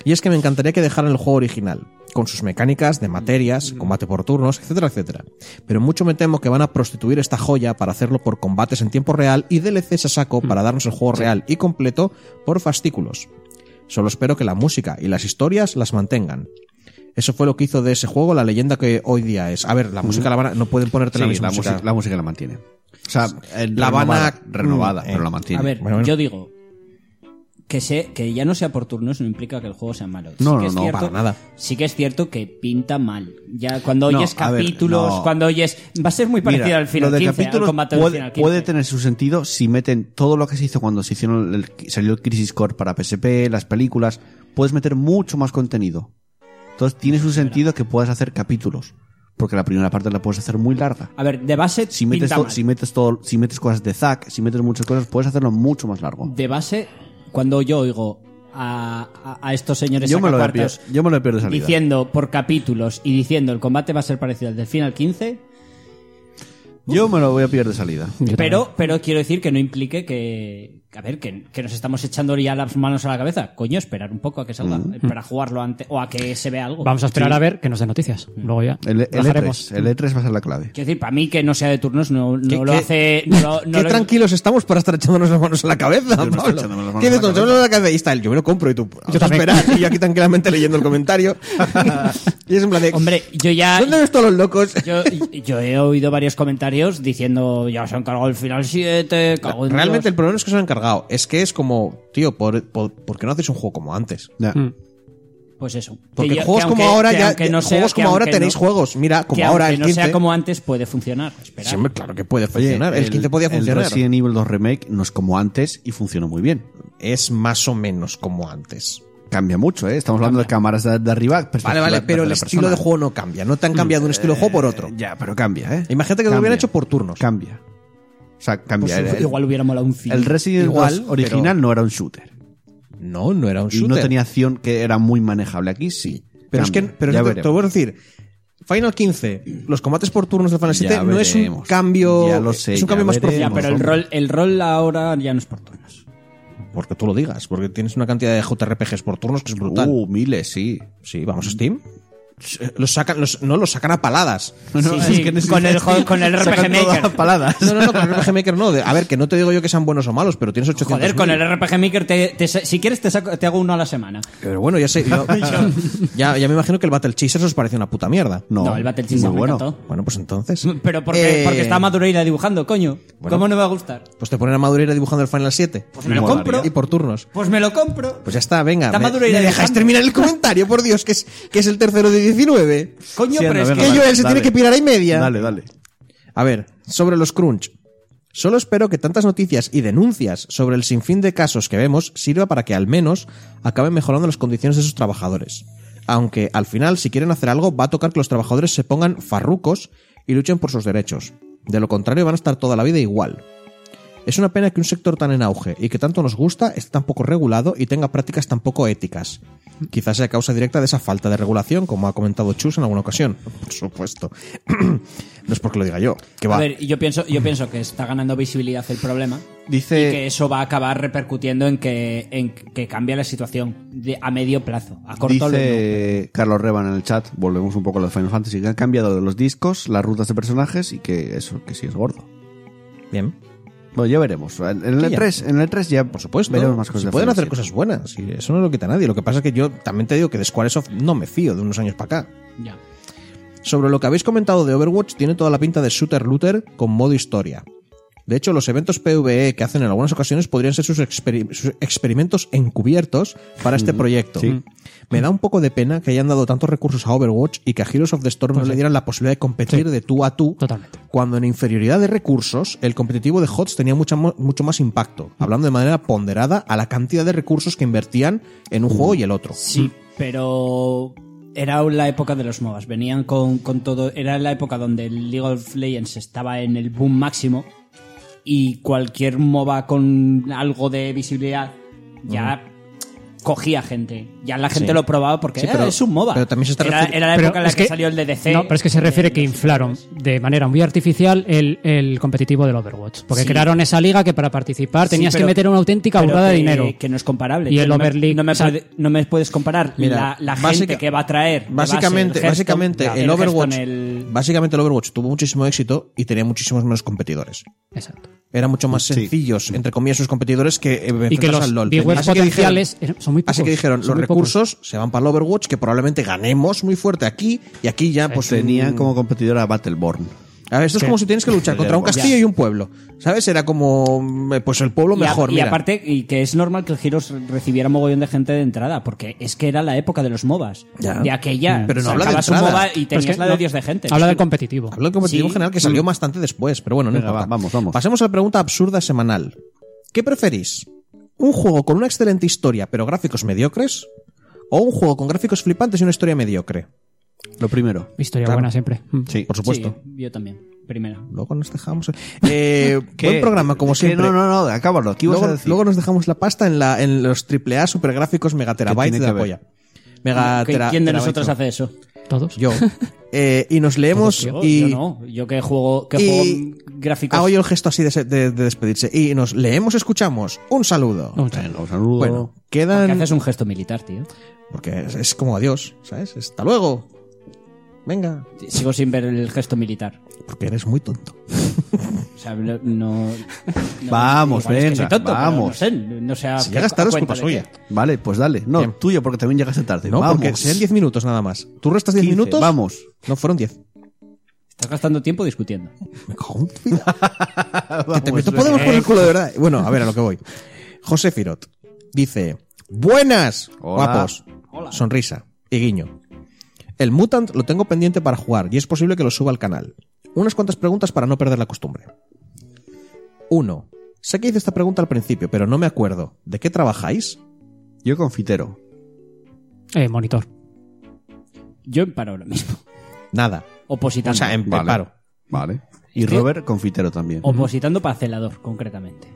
S4: Y es que me encantaría que dejaran el juego original, con sus mecánicas de materias,
S1: Mm.
S4: combate por turnos, etcétera, etcétera. Pero mucho me temo que van a prostituir esta joya para hacerlo por combates en tiempo real y DLCs a saco
S1: Mm.
S4: para darnos el juego real y completo por fascículos. Solo espero que la música y las historias las mantengan. Eso fue lo que hizo de ese juego la leyenda que hoy día es. A ver, la música la van a- no pueden ponerte
S1: Sí,
S4: la misma
S1: la, música, la música la mantiene. O sea, eh,
S4: La van a-
S1: renovada, renovada,
S4: Mm, eh,
S1: pero la mantiene.
S3: A ver,
S4: Bueno, bueno.
S3: yo digo que sé que ya no sea por turnos no implica que el juego sea malo.
S1: No,
S3: que
S1: no,
S3: es
S1: no,
S4: para nada.
S3: Sí que es cierto que pinta mal. Ya cuando
S1: No,
S3: oyes
S1: a ver,
S3: capítulos,
S1: no.
S3: cuando oyes va a ser muy
S1: Mira,
S3: parecido al final
S1: lo del
S3: 15, al
S1: capítulo
S3: combate del
S1: puede,
S3: final 15.
S1: puede tener su sentido si meten todo lo que se hizo cuando se hicieron el- salió el Crisis Core para PSP, las películas, puedes meter mucho más contenido. Entonces tiene su sentido que puedas hacer capítulos, porque la primera parte la puedes hacer muy larga.
S3: A ver, de base
S1: Si metes,
S3: pinta
S1: to-
S3: mal.
S1: si metes todo, si metes cosas de Zack, si metes muchas cosas, puedes hacerlo mucho más largo.
S3: De base, cuando yo oigo a, a- a estos señores
S1: Yo me, lo pierdo,
S3: sacacuartos
S1: yo me lo pierdo de salida.
S3: diciendo por capítulos y diciendo el combate va a ser parecido al del final 15,
S1: Yo me lo voy a pillar de salida.
S3: Pero, pero quiero decir que no implique que. A ver, que, que nos estamos echando ya las manos a la cabeza. Coño, esperar un poco a que salga. Para jugarlo antes o a que se vea algo.
S2: Vamos a esperar a ver que nos den noticias. Luego ya.
S1: El, E el
S2: bajaremos.
S1: E3, el E3 va a ser la clave.
S3: Quiero decir, para mí que no sea de turnos no, no
S4: ¿Qué-
S3: lo
S4: qué-
S3: hace. No, lo- no
S4: Qué
S3: lo-
S4: tranquilos estamos para estar echándonos las manos a la cabeza,
S1: Yo no estoy
S4: Pablo.
S1: echándome las manos
S4: Tienes
S1: a la
S4: echándonos
S1: cabeza.
S4: la cabeza y está él, yo me lo compro y tú. vamos
S2: Yo
S4: a
S2: también.
S4: esperar. Y yo aquí tranquilamente leyendo el
S3: (laughs)
S4: comentario. y es en plan de.
S3: Hombre, yo ya.
S4: ¿Dónde ves todos los locos?
S3: Yo, yo he oído varios comentarios diciendo ya se han cargado el final 7, cago en
S4: Realmente
S3: Dios".
S4: el problema no es que se han encargado. Es que es como, tío, ¿por, por, por qué no haces un juego como antes?
S1: Ya.
S3: Mm. Pues eso. Que
S4: Porque
S3: yo-
S4: juegos
S3: que
S4: como
S3: aunque-
S4: ahora
S3: que
S4: ya.
S3: aunque no sea-
S4: juegos
S3: que
S4: como ahora
S3: aunque no-
S4: tenéis juegos. Mira, como
S3: que
S4: ahora
S3: aunque
S4: el
S3: no
S4: 15.
S3: sea como antes puede funcionar. Esperad.
S4: Sí, hombre, claro que puede funcionar. el, 15 podía
S1: El
S4: funcionar.
S1: Resident Evil 2 Remake no es como antes y funcionó muy bien.
S4: Es más o menos como antes.
S1: Cambia mucho, ¿eh? Estamos hablando de cámaras de, de arriba. perspectiva
S4: Vale, vale,
S1: de
S4: pero el
S1: tercera
S4: estilo
S1: persona. Eh,
S4: de juego no cambia. No te han cambiado un estilo de juego por otro.
S1: Ya, pero cambia, ¿eh?
S4: Imagínate que lo
S1: Cambia.
S4: hubieran hecho por turnos.
S1: Cambia. O sea,
S3: Pues
S1: cambia. el,
S3: igual hubiera molado un
S1: el
S3: film.
S1: Resident Evil
S4: Igual,
S1: 2 original
S4: pero-
S1: no era un shooter.
S4: No, no era un
S1: Y
S4: shooter.
S1: no tenía acción que era muy manejable. Aquí sí.
S4: Pero es que,
S1: Cambia.
S4: pero
S1: Ya
S4: es que te,
S1: veremos.
S4: te voy a decir, Final 15, los combates por turnos del Final
S1: Ya
S4: 7 no es un
S1: veremos.
S4: cambio,
S1: Ya lo sé,
S4: es un
S1: ya
S4: cambio más
S1: veremos.
S4: profundo.
S3: Ya, pero el
S1: hombre.
S3: rol, el rol ahora ya no es por turnos.
S4: Porque tú lo digas, porque tienes una cantidad de JRPGs por turnos que es brutal.
S1: Uh, miles, sí.
S4: Sí, (laughs) vamos a Steam. Los sacan, los- no, los sacan a paladas.
S1: (laughs)
S4: (laughs)
S3: Sí, sí, con el jo- con el
S1: Sacan
S3: RPG
S1: todo
S3: Maker.
S1: a paladas.
S4: No, no, no, con el RPG Maker no. De- a ver, que no te digo yo que sean buenos o malos, pero tienes 800.
S3: Joder, con el RPG Maker, te- te sa- si quieres te, saco- te hago uno a la semana.
S4: Pero bueno, ya
S3: (laughs)
S4: sé. yo- ya, ya me imagino que el Battle Chasers os parece una puta mierda.
S1: No,
S3: No, el Battle Chasers
S1: muy
S3: me
S1: bueno.
S3: encantó.
S4: Bueno, pues entonces.
S3: Pero porque,
S4: Eh,
S3: porque está Madureira dibujando, coño.
S4: Bueno.
S3: ¿Cómo no me va a gustar?
S4: Pues te ponen a Madureira dibujando el Final 7.
S3: Pues me lo
S1: Molaría.
S3: compro.
S4: Y por turnos.
S3: Pues me lo compro.
S4: Pues ya está, venga.
S3: Está
S4: me,
S3: maduro y
S4: me
S3: dejando.
S4: dejáis terminar el comentario, por Dios, que es, que es el tercero de 19.
S3: Coño,
S1: Sí,
S3: pero
S1: anda,
S3: es
S1: venga,
S3: que
S4: Que
S1: vale,
S4: Joel se
S1: dale.
S4: tiene que pirar ahí media.
S1: Dale, dale.
S4: A ver, sobre los crunch. Solo espero que tantas noticias y denuncias sobre el sinfín de casos que vemos sirva para que al menos acaben mejorando las condiciones de sus trabajadores. Aunque al final, si quieren hacer algo, va a tocar que los trabajadores se pongan farrucos y luchen por sus derechos. De lo contrario, van a estar toda la vida igual. Es una pena que un sector tan en auge y que tanto nos gusta esté tan poco regulado y tenga prácticas tan poco éticas. Quizás sea causa directa de esa falta de regulación, como ha comentado Chus en alguna ocasión. Por supuesto. (clears throat) no es porque lo diga yo. Que va.
S3: A ver, yo pienso, yo pienso que está ganando visibilidad el problema.
S1: Dice-
S3: Y que eso va a acabar repercutiendo en que, en que cambia la situación de- a medio plazo. A corto no.
S1: Dice Carlos Reban en el chat, volvemos un poco a los Final Fantasy, que han cambiado de los discos, las rutas de personajes y que eso, que sí es gordo.
S4: Bien.
S1: Bueno, ya veremos. En en
S4: Sí,
S1: el
S4: ya.
S1: E3, en el E3 ya
S4: Por supuesto.
S1: veremos más cosas.
S4: Se
S1: de
S4: pueden
S1: Final
S4: hacer
S1: VII.
S4: cosas buenas. Y eso no lo quita nadie. Lo que pasa es que yo también te digo que de Squaresoft no me fío de unos años para acá.
S3: Ya.
S4: Sobre lo que habéis comentado de Overwatch, tiene toda la pinta de shooter looter con modo historia. De hecho, los eventos PvE que hacen en algunas ocasiones podrían ser sus, experi- sus experimentos encubiertos para este proyecto. Me da un poco de pena que hayan dado tantos recursos a Overwatch y que a Heroes of the Storm no le dieran la posibilidad de competir de tú a tú,
S2: Totalmente.
S4: cuando en inferioridad de recursos el competitivo de HOTS tenía mucha mo- mucho más impacto, hablando de manera ponderada a la cantidad de recursos que invertían en un juego y el otro.
S3: Sí, pero era la época de los MOBAs. Venían con, con todo. Era la época donde el League of Legends estaba en el boom máximo. Y cualquier MOBA con algo de visibilidad ya cogía gente. Ya la gente
S4: Sí.
S3: lo probaba porque
S4: Sí,
S3: "Ah,
S4: pero-
S3: es un MOBA.
S4: pero también se está
S3: era,
S4: refiri-
S3: era la
S2: Pero
S3: época en la
S2: es
S3: que, salió el de DC.
S2: No, pero es que se refiere que
S3: eh,
S2: inflaron de manera muy artificial el, el competitivo del Overwatch. Porque
S3: Sí.
S2: crearon esa liga que para participar
S3: Sí,
S2: tenías
S3: pero-
S2: que meter una auténtica
S3: pero
S2: burrada de
S3: que-
S2: dinero.
S3: Que no es comparable.
S2: Y
S3: Yo
S2: el
S3: no me-
S2: Overleague,
S3: No me,
S2: o sea-
S3: puede- no me puedes comparar
S4: Mira,
S3: la, la
S4: básica-
S3: gente que va a traer. que va a ser
S4: Básicamente,
S3: Hearthstone-
S4: básicamente
S3: ya,
S4: el Overwatch,
S3: Hearthstone, el-
S4: básicamente el Overwatch tuvo muchísimo éxito y tenía muchísimos menos competidores.
S2: Exacto.
S4: Eran mucho más
S1: Sí.
S4: sencillos, entre comillas, sus competidores que eh,
S2: Y que
S4: enfrentarse
S2: los
S4: al LoL.
S2: viewers
S4: Así que dijeron-
S3: eh,
S2: potenciales eran- son muy pocos.
S4: Así que dijeron,
S2: son
S4: los
S2: muy pocos.
S4: recursos se van para el Overwatch, que probablemente ganemos muy fuerte aquí, y aquí ya pues...
S1: Tenían
S4: mm,
S1: como competidora a Battleborn.
S4: A ver, esto es como si tienes que
S1: (laughs)
S4: luchar contra un castillo y un pueblo. ¿Sabes? Era como, mm, pues el pueblo
S3: Y a-
S4: mejor,
S3: y,
S4: mira.
S3: aparte, y que es normal que el Heroes recibiera mogollón de gente de entrada, porque es que era la época de los MOBAs.
S4: Ya. Mm.
S3: De aquella.
S4: Pero no habla de
S3: sacabas un
S4: entrada.
S3: MOBA y
S2: Pero es
S3: tenías
S2: Pues que
S3: la de
S2: no,
S3: Dios de gente.
S2: Habla
S3: Es
S2: del
S3: que-
S2: competitivo.
S4: Habló del competitivo
S3: Sí.
S4: en general que salió bastante después, pero bueno, no
S1: Mm. Venga,
S4: importa.
S1: va, vamos, vamos.
S4: Pasemos a la pregunta absurda semanal. ¿Qué preferís? ¿Un juego con una excelente historia pero gráficos mediocres? ¿O un juego con gráficos flipantes y una historia mediocre?
S1: Lo primero.
S2: Historia
S4: Claro.
S2: buena siempre. Mm.
S1: Sí.
S4: Por supuesto.
S3: Sí, yo también. Primero.
S4: Luego nos dejamos... Eh,
S1: (laughs) ¿Qué?
S4: buen programa, como
S1: Que
S4: siempre.
S1: No, no, no, acábalo. Aquí vas a
S4: Luego,
S1: decir.
S4: luego nos dejamos la pasta en, la, en los AAA supergráficos
S1: ¿Qué
S4: megaterabytes
S1: tiene
S4: de
S1: que
S4: la
S1: ver?
S4: polla. Megatera-
S3: ¿Quién de
S4: terabytes,
S3: nosotros
S4: no.
S3: hace eso?
S2: Todos.
S4: yo, eh, y nos leemos
S3: Yo,
S4: y...
S3: yo no. Yo que juego, que
S4: y-
S3: juego gráficos.
S4: Hago yo el gesto así de, se- de- de despedirse. Y nos leemos, escuchamos. Un saludo.
S2: No, muchas
S1: Venga, un saludo.
S4: Bueno,
S3: Porque
S4: quedan.
S3: haces un gesto militar, tío.
S4: Porque es, es como adiós, ¿sabes? Hasta luego. Venga.
S3: Sigo sin ver el gesto militar.
S4: Porque eres muy tonto.
S3: O sea, no. no- no-
S1: Vamos,
S3: igual es que
S1: venga,
S3: soy tonto, pero
S1: vamos.
S3: No sé, no
S1: Ah,
S3: sea.
S4: Si llegas tarde es culpa
S3: cuenta de que-
S4: suya.
S1: Vale, pues dale. No,
S4: Bien.
S1: tuyo, porque también llegaste tarde.
S4: No,
S1: vamos.
S4: porque sean 10 minutos nada más. ¿Tú restas 10
S1: 15,
S4: minutos?
S1: Vamos.
S4: No, fueron 10.
S3: Estás gastando tiempo discutiendo.
S4: Me cago en tu vida. Que (laughs) te
S1: Vamos,
S4: meto podemos por el culo de verdad. Bueno, a ver, a lo que voy. José Firot dice: Buenas,
S1: Hola.
S4: guapos. Sonrisa y guiño. El Mutant lo tengo pendiente para jugar y es posible que lo suba al canal. Unas cuantas preguntas para no perder la costumbre. 1. Sé que hice esta pregunta al principio, pero no me acuerdo. ¿De qué trabajáis?
S1: Yo confitero.
S2: Eh, monitor.
S3: Yo en paro ahora mismo. (laughs)
S4: Nada.
S3: Opositando.
S4: O sea, en, en
S1: Vale.
S4: paro.
S1: Vale. Y
S3: Es que-
S1: Robert, confitero también.
S3: Opositando para celador, concretamente.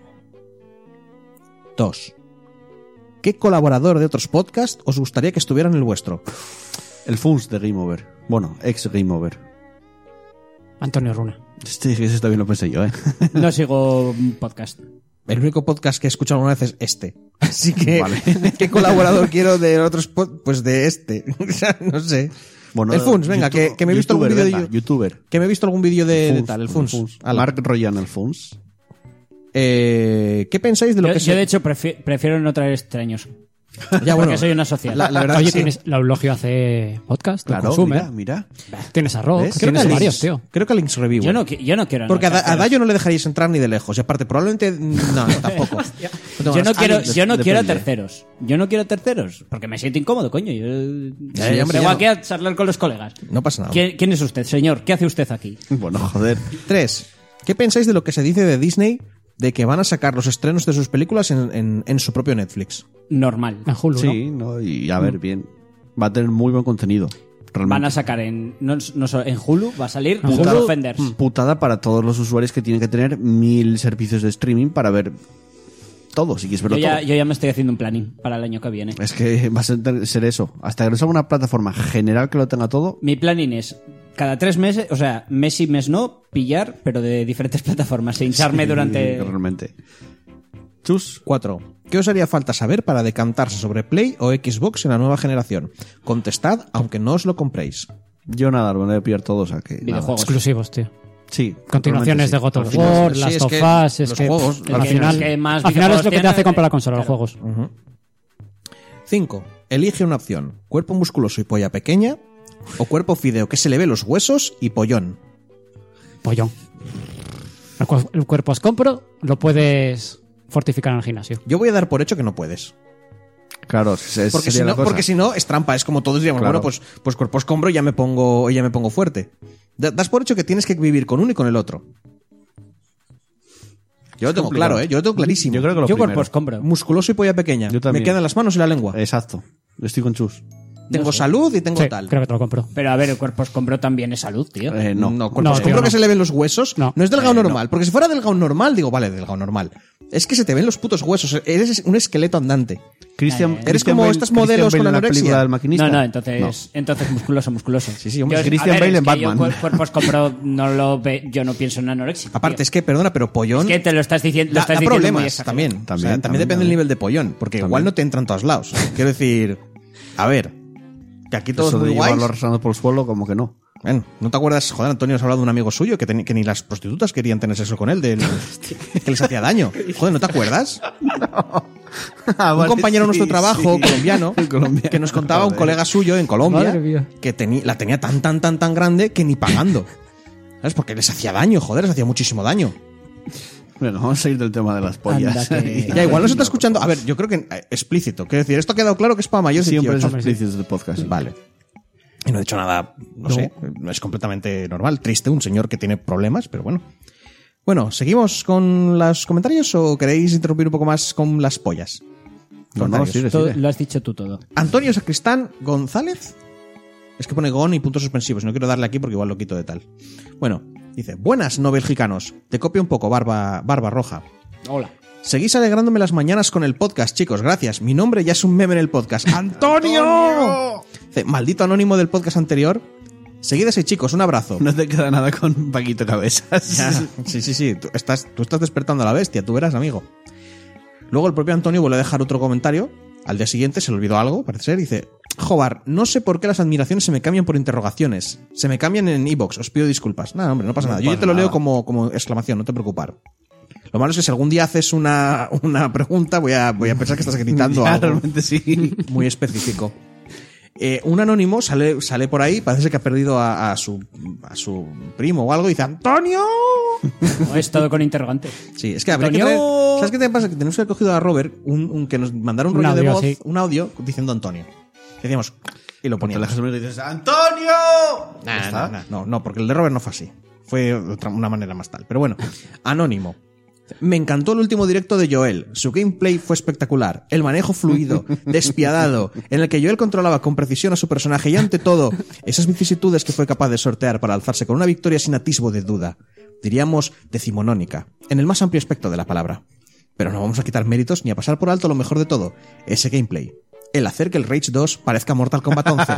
S4: 2. ¿Qué colaborador de otros podcasts os gustaría que estuviera en el vuestro?
S1: El Funs de Game Over. Bueno, ex Game Over.
S2: Antonio Runa.
S1: Este, ese también lo pensé yo, ¿eh?
S3: No sigo un
S4: (laughs)
S3: podcast.
S4: El único podcast que he escuchado una vez es (laughs) este. Así que,
S1: Vale.
S4: (laughs) ¿qué colaborador quiero de otros podcasts? Pues de este. (laughs) O sea, no sé.
S1: (laughs) Bueno,
S4: el Funs, venga,
S1: youtu-
S4: que, que me he visto algún
S1: youtuber,
S4: vídeo de
S1: venga,
S4: you-
S1: youtuber.
S4: Que me he visto algún vídeo de, de tal, el Funs. Ala.
S1: Mark Royan, el Funs.
S4: Eh, ¿Qué pensáis de lo
S3: Yo,
S4: que
S3: yo,
S4: se-
S3: de hecho, prefi- prefiero no traer extraños.
S4: (laughs) Ya, bueno,
S3: Porque soy una sociedad.
S4: La, la verdad
S2: Oye,
S4: que sí.
S2: tienes. La Eulogio hace podcast. lo
S1: Claro,
S2: consume.
S1: mira, mira. (laughs)
S2: Tienes a Rock.
S4: ¿Ves? Creo que
S2: Tienes
S4: a
S2: varios,
S4: Links,
S2: tío.
S4: creo que a Links Review. eh.
S3: Yo no, qui- yo no quiero.
S4: Porque a, Da- a
S3: analizar.
S4: Dayo no le dejaríais entrar ni de lejos. Y aparte, probablemente. No,
S3: (laughs)
S4: tampoco. No tengo
S3: Yo no
S4: ganas. Ah,
S3: quiero,
S4: Links-
S3: yo no
S1: depende.
S3: quiero terceros. Yo no quiero terceros. Porque me siento incómodo, coño. Yo
S4: Sí, hombre,
S3: vengo
S4: ya
S3: aquí
S4: no.
S3: a charlar con los colegas.
S4: No pasa nada.
S3: ¿Quién, quién es usted, señor? ¿Qué hace usted aquí?
S1: Bueno, joder.
S4: 3. ¿Qué pensáis de lo que se dice de Disney de que van a sacar los estrenos de sus películas en, en- en su propio Netflix?
S3: Normal.
S2: En Hulu, ¿no?
S1: Sí, no, y a ver,
S4: ¿Mm?
S1: bien. Va a tener muy buen contenido. Realmente.
S3: Van a sacar en. No, no so- en Hulu va a salir
S2: En
S3: Puta
S2: Hulu. Mm.
S3: Offenders.
S1: Mm, putada para todos los usuarios que tienen que tener mil servicios de streaming para ver todo, si quieres
S3: Yo
S1: verlo
S3: ya,
S1: todo.
S3: yo ya me estoy haciendo un planning para el año que viene.
S1: Es que va a ser, ser eso. Hasta que no sea una plataforma general que lo tenga todo,
S3: Mi planning es cada tres meses, o sea, mes y mes no, pillar, pero de diferentes (laughs) plataformas e hincharme
S1: sí,
S3: durante.
S1: Realmente. Chus.
S4: 4. ¿Qué os haría falta saber para decantarse sobre Play o Xbox en la nueva generación? Contestad, aunque no os lo compréis.
S1: Yo nada, lo voy a pillar todo, o sea que. nada.
S3: Videojuegos.
S2: Exclusivos, tío.
S1: Sí, realmente
S2: Continuaciones
S1: sí.
S2: de God of
S1: Al final,
S2: War,
S4: sí,
S2: Last
S4: es
S2: of
S4: que
S2: Us. Es
S4: los
S2: que
S4: juegos,
S2: pff,
S4: al
S2: al
S3: final
S2: final,
S3: es que más
S2: al final es lo que te
S3: videojuegos
S2: hace comprar la
S3: tiene,
S2: consola, los
S3: claro.
S2: juegos.
S4: 5. Elige una opción. Cuerpo musculoso y polla pequeña o cuerpo fideo que se le ve los huesos y pollón.
S2: Pollón. El, cu- el cuerpo os compro, lo puedes fortificar en el gimnasio.
S4: Yo voy a dar por hecho que no puedes.
S1: Claro, se-
S4: Porque si,
S1: sería la
S4: no,
S1: cosa.
S4: porque si no, es trampa. Es como todos diríamos,
S1: Claro.
S4: bueno, pues, pues cuerpo escombro y ya me pongo, y ya me pongo fuerte. Da- Das por hecho que tienes que vivir con uno y con el otro. Yo lo tengo
S1: complicado.
S4: claro, ¿eh? Yo lo tengo clarísimo.
S1: Yo creo que lo
S3: Yo
S1: primero.
S3: cuerpos compro.
S4: Musculoso y polla pequeña.
S1: Yo también. Eh,
S4: Me quedan las manos y la lengua.
S1: Exacto. Estoy con Chus.
S4: tengo salud y tengo
S2: Sí,
S4: tal.
S2: creo que te lo compro.
S3: Pero a ver, el cuerpos compro también es salud, tío.
S1: Eh, no. Eh,
S4: cuerpo
S2: No,
S4: escombro
S2: tío, no.
S4: que se le ven los huesos. No,
S2: No.
S4: es delgado normal. Porque si fuera delgado normal, digo, vale, delgado normal. Es que se te ven los putos huesos. Eres un esqueleto andante.
S1: Cristian,
S3: Eres
S1: Christian
S4: como
S1: Bale-
S4: estas
S1: Christian
S4: modelos
S1: Bale
S4: con
S1: en la
S4: anorexia.
S1: película del maquinista.
S3: No, no, entonces, entonces musculoso, musculoso. Sí,
S4: sí, hombre,
S1: Christian Bale en
S3: Yo
S1: Batman.
S3: cuer- cuerpos compro, no lo ve, yo no pienso en anorexia.
S4: Aparte, es que, perdona, pero pollón.
S3: es que te lo estás diciendo, lo
S4: Da,
S3: estás
S4: da
S3: diciendo muy
S4: problemas
S3: exagerado.
S4: también. O sea, También,
S1: También, también,
S4: depende del
S1: también.
S4: nivel de pollón, porque igual no te entra en todos lados. Quiero decir, a ver, que aquí todos
S1: Eso de
S4: muy guays.
S1: llevarlo arrasando por el suelo, como que
S4: (laughs)
S1: no.
S4: Bueno, ¿no te acuerdas? Joder, Antonio nos ha hablado de un amigo suyo que, teni- que ni las prostitutas querían tener sexo con él, del- (laughs) que les hacía daño. Joder, ¿no te acuerdas? un compañero de nuestro trabajo, colombiano, que nos contaba un colega suyo en Colombia
S2: Madre mía.
S4: que teni- la tenía tan, tan, tan, tan grande que ni pagando. ¿Sabes? Porque les hacía daño, joder, les hacía muchísimo daño.
S1: (laughs) Bueno, vamos a ir del tema de las pollas.
S3: Anda, que-
S1: (laughs)
S4: Ya, igual nos está escuchando. A ver, yo creo que eh, explícito. Quiero decir, esto ha quedado claro que es para mayores de
S1: Siempre es
S4: 18.
S1: explícitos de podcast.
S4: Vale. Y no he dicho nada, no, sé, es completamente normal, triste, un señor que tiene problemas, pero bueno. Bueno, ¿seguimos con los comentarios o queréis interrumpir un poco más con las pollas?
S1: No, no,
S4: Comentarios.
S1: sigue,
S3: Todo-
S1: sigue.
S3: lo has dicho tú todo.
S4: Antonio Sacristán González. Es que pone gon y puntos suspensivos, no quiero darle aquí porque igual lo quito de tal. Bueno, dice, buenas no belgicanos, te copio un poco, barba, barba roja.
S3: Hola.
S4: Seguís alegrándome las mañanas con el podcast, chicos, gracias. Mi nombre ya es un meme en el podcast. ¡Antonio! Dice, Maldito anónimo del podcast anterior. Seguid así, chicos, un abrazo.
S1: No te queda nada con Paquito Cabezas. (laughs)
S4: Sí, sí, sí. Tú estás, tú estás despertando a la bestia, tú verás, amigo. Luego el propio Antonio vuelve a dejar otro comentario. Al día siguiente se le olvidó algo, parece ser. y Dice: Jobar, no sé por qué las admiraciones se me cambian por interrogaciones. Se me cambian en Evox, os pido disculpas. Nada, hombre, no pasa
S1: No
S4: nada. Yo ya
S1: pasa
S4: te lo leo
S1: nada.
S4: como, como exclamación, no te preocupar. Lo malo es que si algún día haces una, una pregunta, voy a, voy a pensar que
S1: (laughs)
S4: estás gritando
S1: Ya,
S4: algo
S1: realmente sí.
S4: muy específico. Eh, un anónimo sale, sale por ahí, parece que ha perdido a, a su, a su primo o algo, y dice ¡Antonio!
S3: No, es todo con interrogante.
S4: Sí, es que habría que
S3: ¡Antonio!
S4: traer- ¿Sabes qué te pasa? Que tenemos que haber cogido a Robert un, un- que nos mandara un
S2: Un
S4: rollo de
S2: audio,
S4: voz,
S2: sí.
S4: un audio, diciendo Antonio. Decíamos, y lo
S1: Te
S4: poníamos.
S1: alejas un minuto y dices, ¡Antonio! Ya
S4: Nah,
S1: está.
S4: nah, nah. No, no, porque el de Robert no fue así. Fue otra- una manera más tal. Pero bueno, anónimo. Me encantó el último directo de Joel. Su gameplay fue espectacular. El manejo fluido, despiadado, en el que Joel controlaba con precisión a su personaje y ante todo, esas vicisitudes que fue capaz de sortear para alzarse con una victoria sin atisbo de duda. Diríamos decimonónica, en el más amplio aspecto de la palabra. Pero no vamos a quitar méritos ni a pasar por alto lo mejor de todo, ese gameplay. El hacer que el Rage 2 parezca Mortal Kombat 11.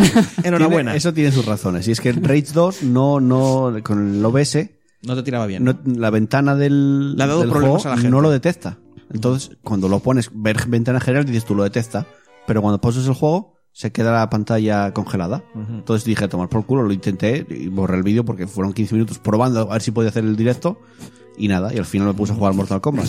S4: Enhorabuena.
S1: Tiene- eso tiene sus razones. Y es que el Rage 2 no, no, con el OBS,
S4: no te tiraba bien.
S1: no- la ventana del,
S4: Le ha dado
S1: del
S4: problemas
S1: juego
S4: a la gente.
S1: no lo detecta. Entonces, cuando lo pones, ver ventana general, dices tú lo detecta. Pero cuando poses el juego, se queda la pantalla congelada. Entonces dije, a tomar por culo, lo intenté y borré el vídeo porque fueron 15 minutos probando a ver si podía hacer el directo. Y nada, y al final me puse a jugar al Mortal Kombat.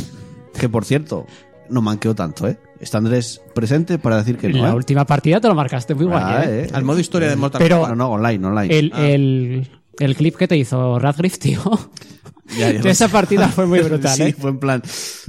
S1: que por cierto, no manqueo tanto, ¿eh? Está Andrés presente para decir que no.
S2: la
S1: ¿eh?
S2: última partida te lo marcaste muy guay,
S1: Ah,
S2: ¿eh?
S1: ¿eh? Ah.
S4: Al modo historia de Mortal
S2: Pero-
S1: No, no, online, online. (laughs)
S2: El, el, el clip que te hizo Radcliffe, tío.
S1: Ya,
S2: (laughs)
S1: ya lo
S2: Esa partida fue muy
S1: (laughs)
S2: brutal,
S1: sí,
S2: ¿eh?
S1: fue en plan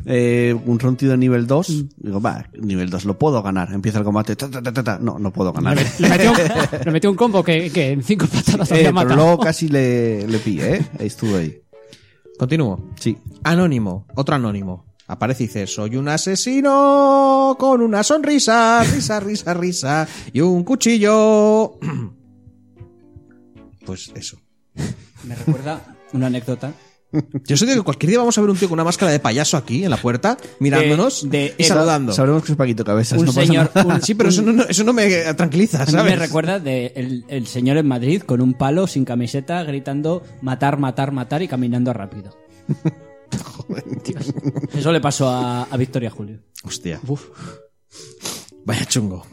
S1: eh, un rontido nivel 2. Digo, va, nivel 2, lo puedo ganar. Empieza el combate. ta, ta, ta, ta, ta. No, no puedo ganar.
S2: (laughs)
S1: Eh, (laughs)
S2: Le metió, un- le metió un combo que, que en cinco patadas había
S1: pero
S2: matado.
S1: luego casi le, le pillé, ¿eh? Ahí Estuvo ahí.
S4: Kombat. Continúo.
S1: Sí.
S4: Anónimo, otro anónimo. Aparece y dice, soy un asesino con una sonrisa, risa, risa, risa y un cuchillo. (clears throat) Pues eso.
S3: Me recuerda una anécdota.
S4: Yo soy de que cualquier día vamos a ver un tío con una máscara de payaso aquí en la puerta, mirándonos
S3: De- de-
S4: y saludando.
S1: Sabremos que es Paquito Cabezas.
S3: Un
S1: no pasa
S3: señor.
S1: nada.
S3: un-
S4: Sí, pero eso no, no- eso no me tranquiliza,
S3: A mí
S4: ¿sabes?
S3: me recuerda de el, el señor en Madrid con un palo sin camiseta gritando matar, matar, matar y caminando rápido. Dios. Eso le pasó a, a Victoria Julio.
S4: Hostia. Vaya chungo.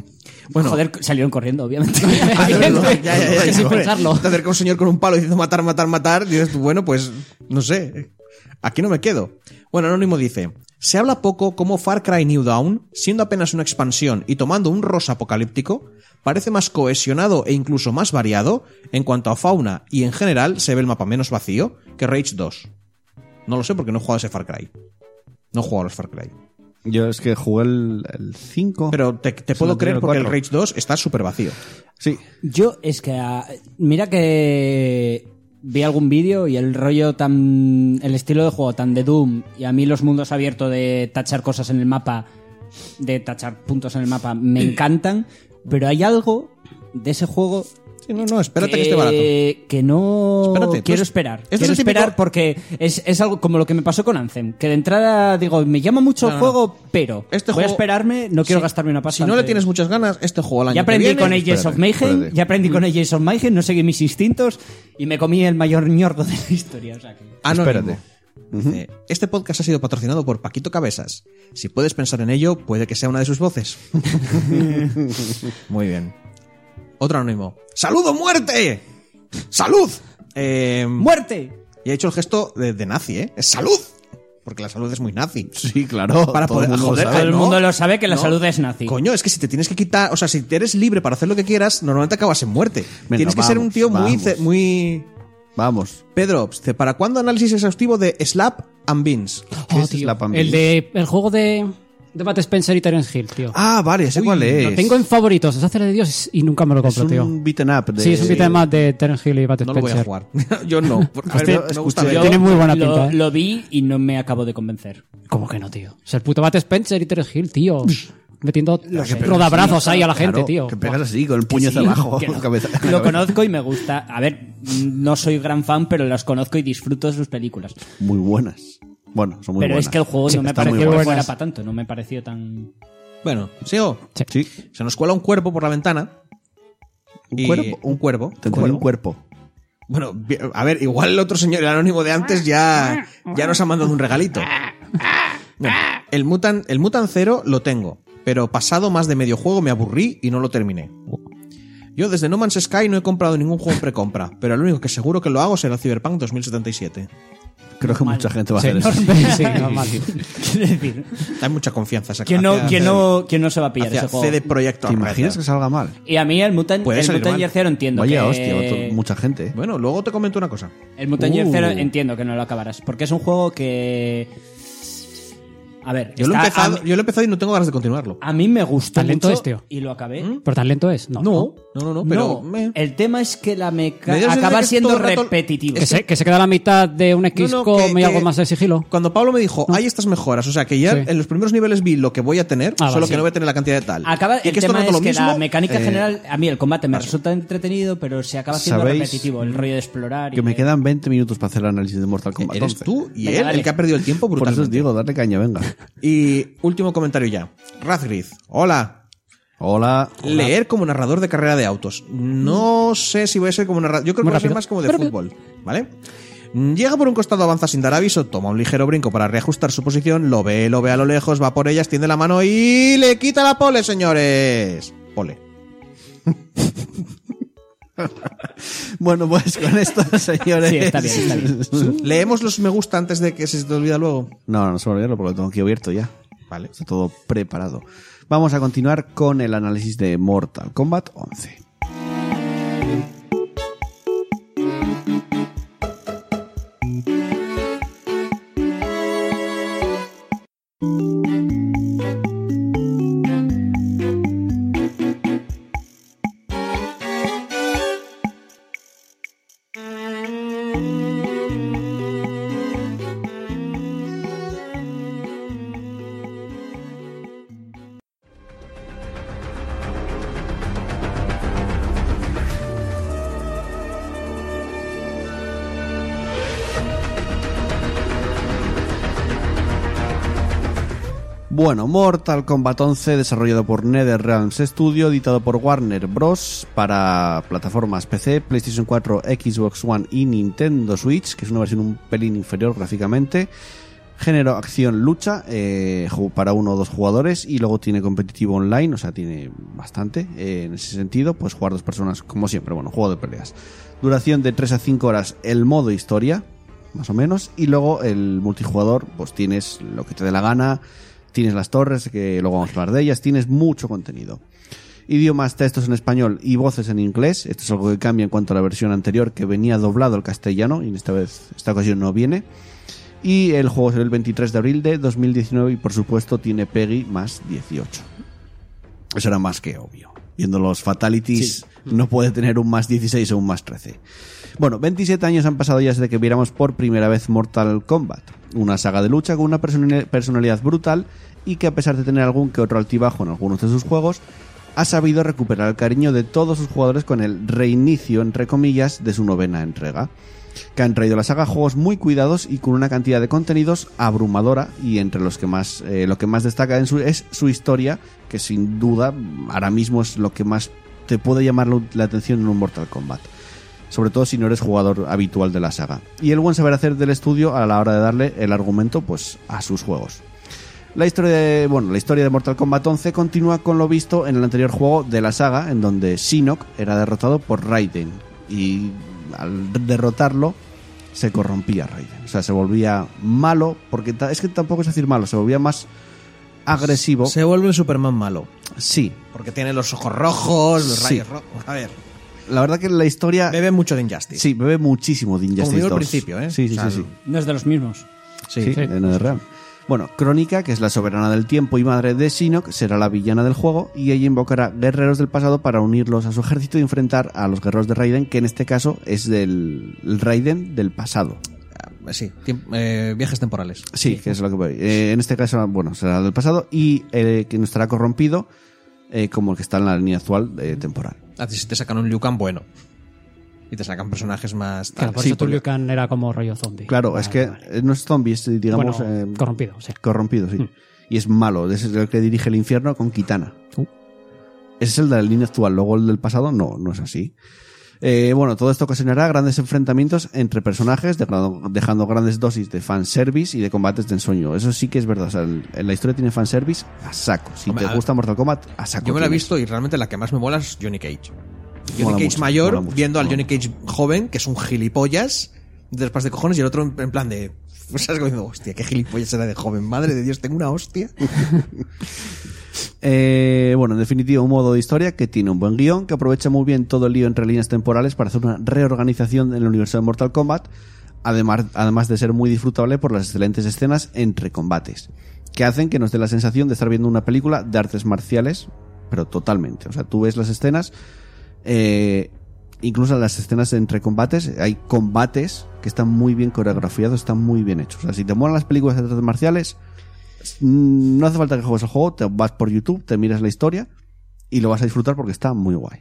S4: Bueno, Ah,
S3: Joder, salieron corriendo,
S4: (laughs)
S3: obviamente.
S4: Ya, ya, ya, ya,
S3: Sin
S4: hombre,
S3: pensarlo.
S4: Te acerca un señor con un palo diciendo matar, matar, matar. Y dices, tú, bueno, pues no sé. Aquí no me quedo. Bueno, Anónimo dice: Se habla poco cómo Far Cry New Dawn, siendo apenas una expansión y tomando un rosa apocalíptico, parece más cohesionado e incluso más variado en cuanto a fauna y en general se ve el mapa menos vacío que Rage 2. No lo sé porque no he jugado a ese Far Cry. No he jugado a los Far Cry.
S1: Yo es que jugué el 5.
S4: Pero te, te
S1: Se
S4: puedo
S1: lo tiene
S4: creer
S1: el
S4: porque el
S1: cuatro.
S4: Rage 2 está súper vacío.
S1: Sí.
S3: Yo es que ah, mira que vi algún vídeo y el rollo tan el estilo de juego tan de Doom y a mí los mundos abiertos de tachar cosas en el mapa, de tachar puntos en el mapa
S4: (clears throat)
S3: me encantan, pero hay algo de ese juego
S4: Sí, no, no, espérate que esté barato.
S3: que no
S4: Espérate, tú
S3: quiero
S4: es-
S3: esperar.
S4: esto es
S3: quiero
S4: el típico-
S3: esperar porque es, es algo como lo que me pasó con Anthem. Que de entrada digo, me llama mucho
S4: No,
S3: el
S4: no, no.
S3: juego, pero
S4: Este
S3: voy a
S4: juego-
S3: esperarme, no quiero
S4: Si-
S3: gastarme una pasta.
S4: Si no le
S3: antes.
S4: tienes muchas ganas, este juego al año
S3: Ya aprendí
S4: que viene-
S3: con Ages
S1: espérate,
S3: of Mayhem,
S1: espérate.
S3: ya aprendí con Ages of Mayhem, no seguí mis instintos y me comí el mayor ñordo de la historia. O sea que...
S4: Anónimo.
S1: Espérate.
S4: Dice, Este podcast ha sido patrocinado por Paquito Cabezas. Si puedes pensar en ello, puede que sea una de sus voces. Muy bien. Otro anónimo. ¡Saludo, muerte! ¡Salud! Eh,
S3: ¡Muerte!
S4: y ha hecho el gesto de, de nazi, ¿eh? ¡Es salud! Porque la salud es muy nazi.
S1: Sí, claro.
S4: Para
S1: todo
S4: poder-
S1: el mundo
S4: joder,
S1: lo
S3: Todo
S1: sabe.
S3: el
S4: Ah, no,
S3: mundo lo sabe que la
S4: no.
S3: salud es nazi.
S4: Coño, es que si te tienes que quitar, o sea, si te eres libre para hacer lo que quieras, normalmente acabas en muerte.
S1: Venga,
S4: tienes que ser un
S1: vamos,
S4: tío muy,
S1: vamos.
S4: ce- muy
S1: Vamos.
S4: Pedro, dice, ¿para cuándo análisis exhaustivo de Slap and Beans?
S2: Oh,
S1: ¿Qué es
S2: tío,
S1: la Pan Beans?
S2: el de el juego de, de Matt Spencer y Terence Hill, tío.
S1: Ah, vale, sé cuál es.
S2: lo tengo en favoritos, se hace de Dios y nunca me lo
S1: Es
S2: compro, tío.
S1: un beaten up. De...
S2: Sí, es un beat'em up de Terence Hill y Matt
S4: No lo voy a
S2: Spencer.
S4: jugar. (laughs) Yo no. Por- A ver,
S1: Hostia,
S4: me- me gusta
S1: escuché.
S4: ver.
S2: Yo- Tiene muy buena pinta,
S3: Lo,
S2: ¿eh?
S3: lo vi y no me acabo de convencer.
S2: ¿Cómo que no, tío? Es el puto Matt Spencer y Terence Hill, tío. Metiendo rodabrazos ahí a la gente,
S1: Claro,
S2: tío.
S1: Que pegas así, con el puño
S3: Sí,
S1: hacia abajo. (laughs)
S4: Pues
S3: que no.
S1: cabeza-
S3: (laughs) Lo
S1: cabeza.
S3: conozco y me gusta. A ver, no soy gran fan, pero los conozco y disfruto de sus películas.
S1: Muy buenas. Bueno, son muy
S3: pero
S1: buenas.
S3: es que el juego
S1: Sí,
S3: no me
S1: está muy
S3: pareció que
S1: guay.
S3: fuera para tanto, no me pareció tan...
S4: Bueno, sigo.
S1: Sí.
S4: Se nos cuela un cuerpo por la ventana. y-
S1: cuervo?
S4: Un cuervo.
S1: Te entendí
S4: Cuervo.
S1: un cuerpo.
S4: Bueno, bi- a ver, igual el otro señor, el anónimo de antes, ya, ya nos ha mandado un regalito. Bueno, el Mutant, el Mutant Zero lo tengo, pero pasado más de medio juego me aburrí y no lo terminé. Yo desde No Man's Sky no he comprado ningún juego en precompra, pero lo único que seguro que lo hago será el Cyberpunk 2077.
S1: Creo que mucha gente va a
S2: Sí,
S1: hacer eso.
S2: enorme, sí,
S3: (laughs)
S2: normal.
S3: Quiero
S4: (laughs)
S3: decir,
S4: Hay mucha confianza. Esa
S3: ¿quién no,
S4: hacia-
S3: quién no, quién no se va a pillar
S4: hacia
S3: ese juego?
S4: CD Projekt
S1: ¿Te imaginas que
S4: Red.
S1: salga mal?
S3: Y a mí el Mutant,
S4: Puede
S3: el
S4: salir
S3: Mutant
S4: mal.
S3: Year Zero entiendo
S1: Vaya
S3: que...
S1: hostia, to- mucha gente. ¿eh?
S4: Bueno, luego te comento una cosa.
S3: El Mutant Year
S1: Uh.
S3: Zero entiendo que no lo acabarás, porque es un juego que... A ver,
S4: Yo lo, he
S3: está-
S4: empezado,
S3: a, mí,
S4: yo lo he empezado y no tengo ganas de continuarlo.
S3: a mí me gustó
S2: Talento
S3: mucho
S2: es, tío.
S3: y lo acabé.
S2: ¿Pero tan lento es? No.
S4: No, no, no, no, Mm, pero... eh.
S3: No,
S4: me-
S3: el tema es que la
S4: Me dio
S3: mecánica
S4: la sensación
S3: acaba
S4: que es
S3: siendo
S4: todo el rato-
S3: repetitivo.
S2: Que se, que se queda a la mitad de un
S4: No,
S2: X
S4: no, que-
S2: y
S4: que-
S2: algo más de sigilo.
S4: Cuando Pablo me dijo, hay estas mejoras, o sea que ya
S2: Sí.
S4: en los primeros niveles vi lo que voy a tener,
S2: Ah, vale,
S4: solo
S2: sí.
S4: que no voy a tener la cantidad de tal.
S3: Acaba,
S4: y
S3: el
S4: que esto
S3: tema
S4: no
S3: es
S4: es lo
S3: que
S4: mismo.
S3: la mecánica
S1: eh,
S3: general, a mí el combate me resulta entretenido, pero se acaba siendo
S1: ¿sabéis?
S3: repetitivo el rollo de explorar. y
S1: Que me
S3: de-
S1: quedan 20 minutos para hacer el análisis de Mortal Kombat.
S4: Eres
S1: 11.
S4: tú y
S3: Venga,
S4: él
S3: dale.
S4: el que ha perdido el tiempo
S1: Por eso os
S4: brutalmente.
S1: digo, dale caña, (laughs) venga.
S4: Y último comentario ya. Razgriz, hola.
S1: Hola.
S4: Leer como narrador de carrera de autos. No sé si voy a ser como narrador. Yo creo
S2: Muy
S4: que voy a ser
S2: rápido.
S4: más como de fútbol. ¿Vale? Llega por un costado, avanza sin dar aviso, toma un ligero brinco para reajustar su posición, lo ve, lo ve a lo lejos, va por ella, extiende la mano y le quita la pole, señores. Pole.
S1: Bueno, pues con (laughs) esto, señores.
S3: Sí, está bien, está bien.
S4: Leemos los me gusta antes de que se te olvida luego.
S1: (laughs) No, no se me olvidarlo porque lo tengo aquí abierto ya.
S4: Vale.
S1: Está todo preparado. Vamos a continuar con el análisis de Mortal Kombat 11. Bueno, Mortal Kombat 11, desarrollado por NetherRealms Studio, editado por Warner Bros. para plataformas PC, PlayStation 4, Xbox One y Nintendo Switch, que es una versión un pelín inferior gráficamente. Género acción lucha eh, ju- para uno o dos jugadores y luego tiene competitivo online, o sea, tiene bastante eh, en ese sentido, pues jugar dos personas como siempre, bueno, juego de peleas. Duración de 3 a 5 horas el modo historia, más o menos, y luego el multijugador, pues tienes lo que te dé la gana, tienes las torres, que luego vamos a hablar de ellas, tienes mucho contenido. Idiomas, textos en español y voces en inglés. Esto es algo que cambia en cuanto a la versión anterior, que venía doblado el castellano, y en esta vez, esta ocasión no viene. Y el juego salió el 23 de abril de 2019 y por supuesto tiene Peggy más 18. Eso era más que obvio. Viendo los fatalities, no puede tener un más 16 o un más 13. Bueno, 27 años han pasado ya desde que viéramos por primera vez Mortal Kombat, una saga de lucha con una persona- personalidad brutal y que a pesar de tener algún que otro altibajo en algunos de sus juegos, ha sabido recuperar el cariño de todos sus jugadores con el reinicio, entre comillas, de su novena entrega que han traído a la saga juegos muy cuidados y con una cantidad de contenidos abrumadora y entre los que más eh, lo que más destaca en su, es su historia que sin duda ahora mismo es lo que más te puede llamar la- la atención en un Mortal Kombat sobre todo si no eres jugador habitual de la saga y el buen saber hacer del estudio a la hora de darle el argumento pues a sus juegos la historia, de, bueno, la historia de Mortal Kombat 11 continúa con lo visto en el anterior juego de la saga, en donde Shinnok era derrotado por Raiden. Y al derrotarlo, se corrompía Raiden. O sea, se volvía malo, porque ta- es que tampoco es decir malo, se volvía más agresivo.
S4: Se vuelve un Superman malo.
S1: Sí,
S4: Porque tiene los ojos rojos, los
S1: Sí.
S4: rayos rojos. A ver,
S1: la verdad que la historia...
S4: bebe mucho de Injustice.
S1: Sí, bebe muchísimo de Injustice
S4: Como digo al
S1: 2.
S4: principio, ¿eh?
S1: Sí, sí,
S4: O sea,
S1: sí, sí.
S3: No es de los mismos.
S1: Sí,
S2: sí.
S1: de NetherRealm. Bueno, Crónica, que es la soberana del tiempo y madre de Shinnok, será la villana del juego y ella invocará guerreros del pasado para unirlos a su ejército y enfrentar a los guerreros de Raiden, que en este caso es del el Raiden del pasado.
S4: Ah, Sí, tiemp- eh, viajes temporales.
S1: Sí, que es lo que voy. Eh, en este caso, bueno, será del pasado y eh, que no estará corrompido eh, como el que está en la línea actual eh, temporal.
S4: A ti si te sacan un Liu Kang bueno. Y te sacan personajes más...
S2: Claro,
S4: tal.
S2: por
S1: sí,
S2: eso tu
S1: porque-
S2: Liu Kang era como rollo zombie.
S1: Claro,
S2: Vale,
S1: es que
S2: vale.
S1: eh, no es zombie, es, digamos,
S2: Bueno,
S1: eh,
S2: corrompido, sí.
S4: Uh.
S1: corrompido, sí. Y es malo, es el que dirige el infierno con Kitana. Ese es el de la línea actual, luego el del pasado no, no es así. Eh, bueno, todo esto ocasionará grandes enfrentamientos entre personajes, dejando, dejando grandes dosis de fanservice y de combates de ensueño. Eso sí que es verdad. O sea, el- en la historia tiene fanservice a saco. Si
S4: Hombre,
S1: te
S4: a-
S1: gusta Mortal Kombat, a saco.
S4: Yo me la he
S1: tienes.
S4: visto y realmente la que más me mola es Johnny Cage. Johnny
S1: Mola
S4: Cage
S1: mucho,
S4: mayor,
S1: mola mucho,
S4: viendo al
S1: mola
S4: Johnny Cage joven, que es un gilipollas, de los pas de cojones, y el otro en, en plan de. (laughs) ¿Sabes cómo digo? Hostia, qué gilipollas era de joven. Madre de Dios, tengo una hostia.
S1: Eh, bueno, en definitiva, un modo de historia que tiene un buen guión, que aprovecha muy bien todo el lío entre líneas temporales para hacer una reorganización en el universo de Mortal Kombat, además, además de ser muy disfrutable por las excelentes escenas entre combates, que hacen que nos dé la sensación de estar viendo una película de artes marciales, pero totalmente. O sea, tú ves las escenas, eh, incluso las escenas entre combates, hay combates que están muy bien coreografiados, están muy bien hechos. O sea, si te molan las películas de artes marciales, Mm, no hace falta que juegues el juego, te vas por YouTube, te miras la historia y lo vas a disfrutar porque está muy guay.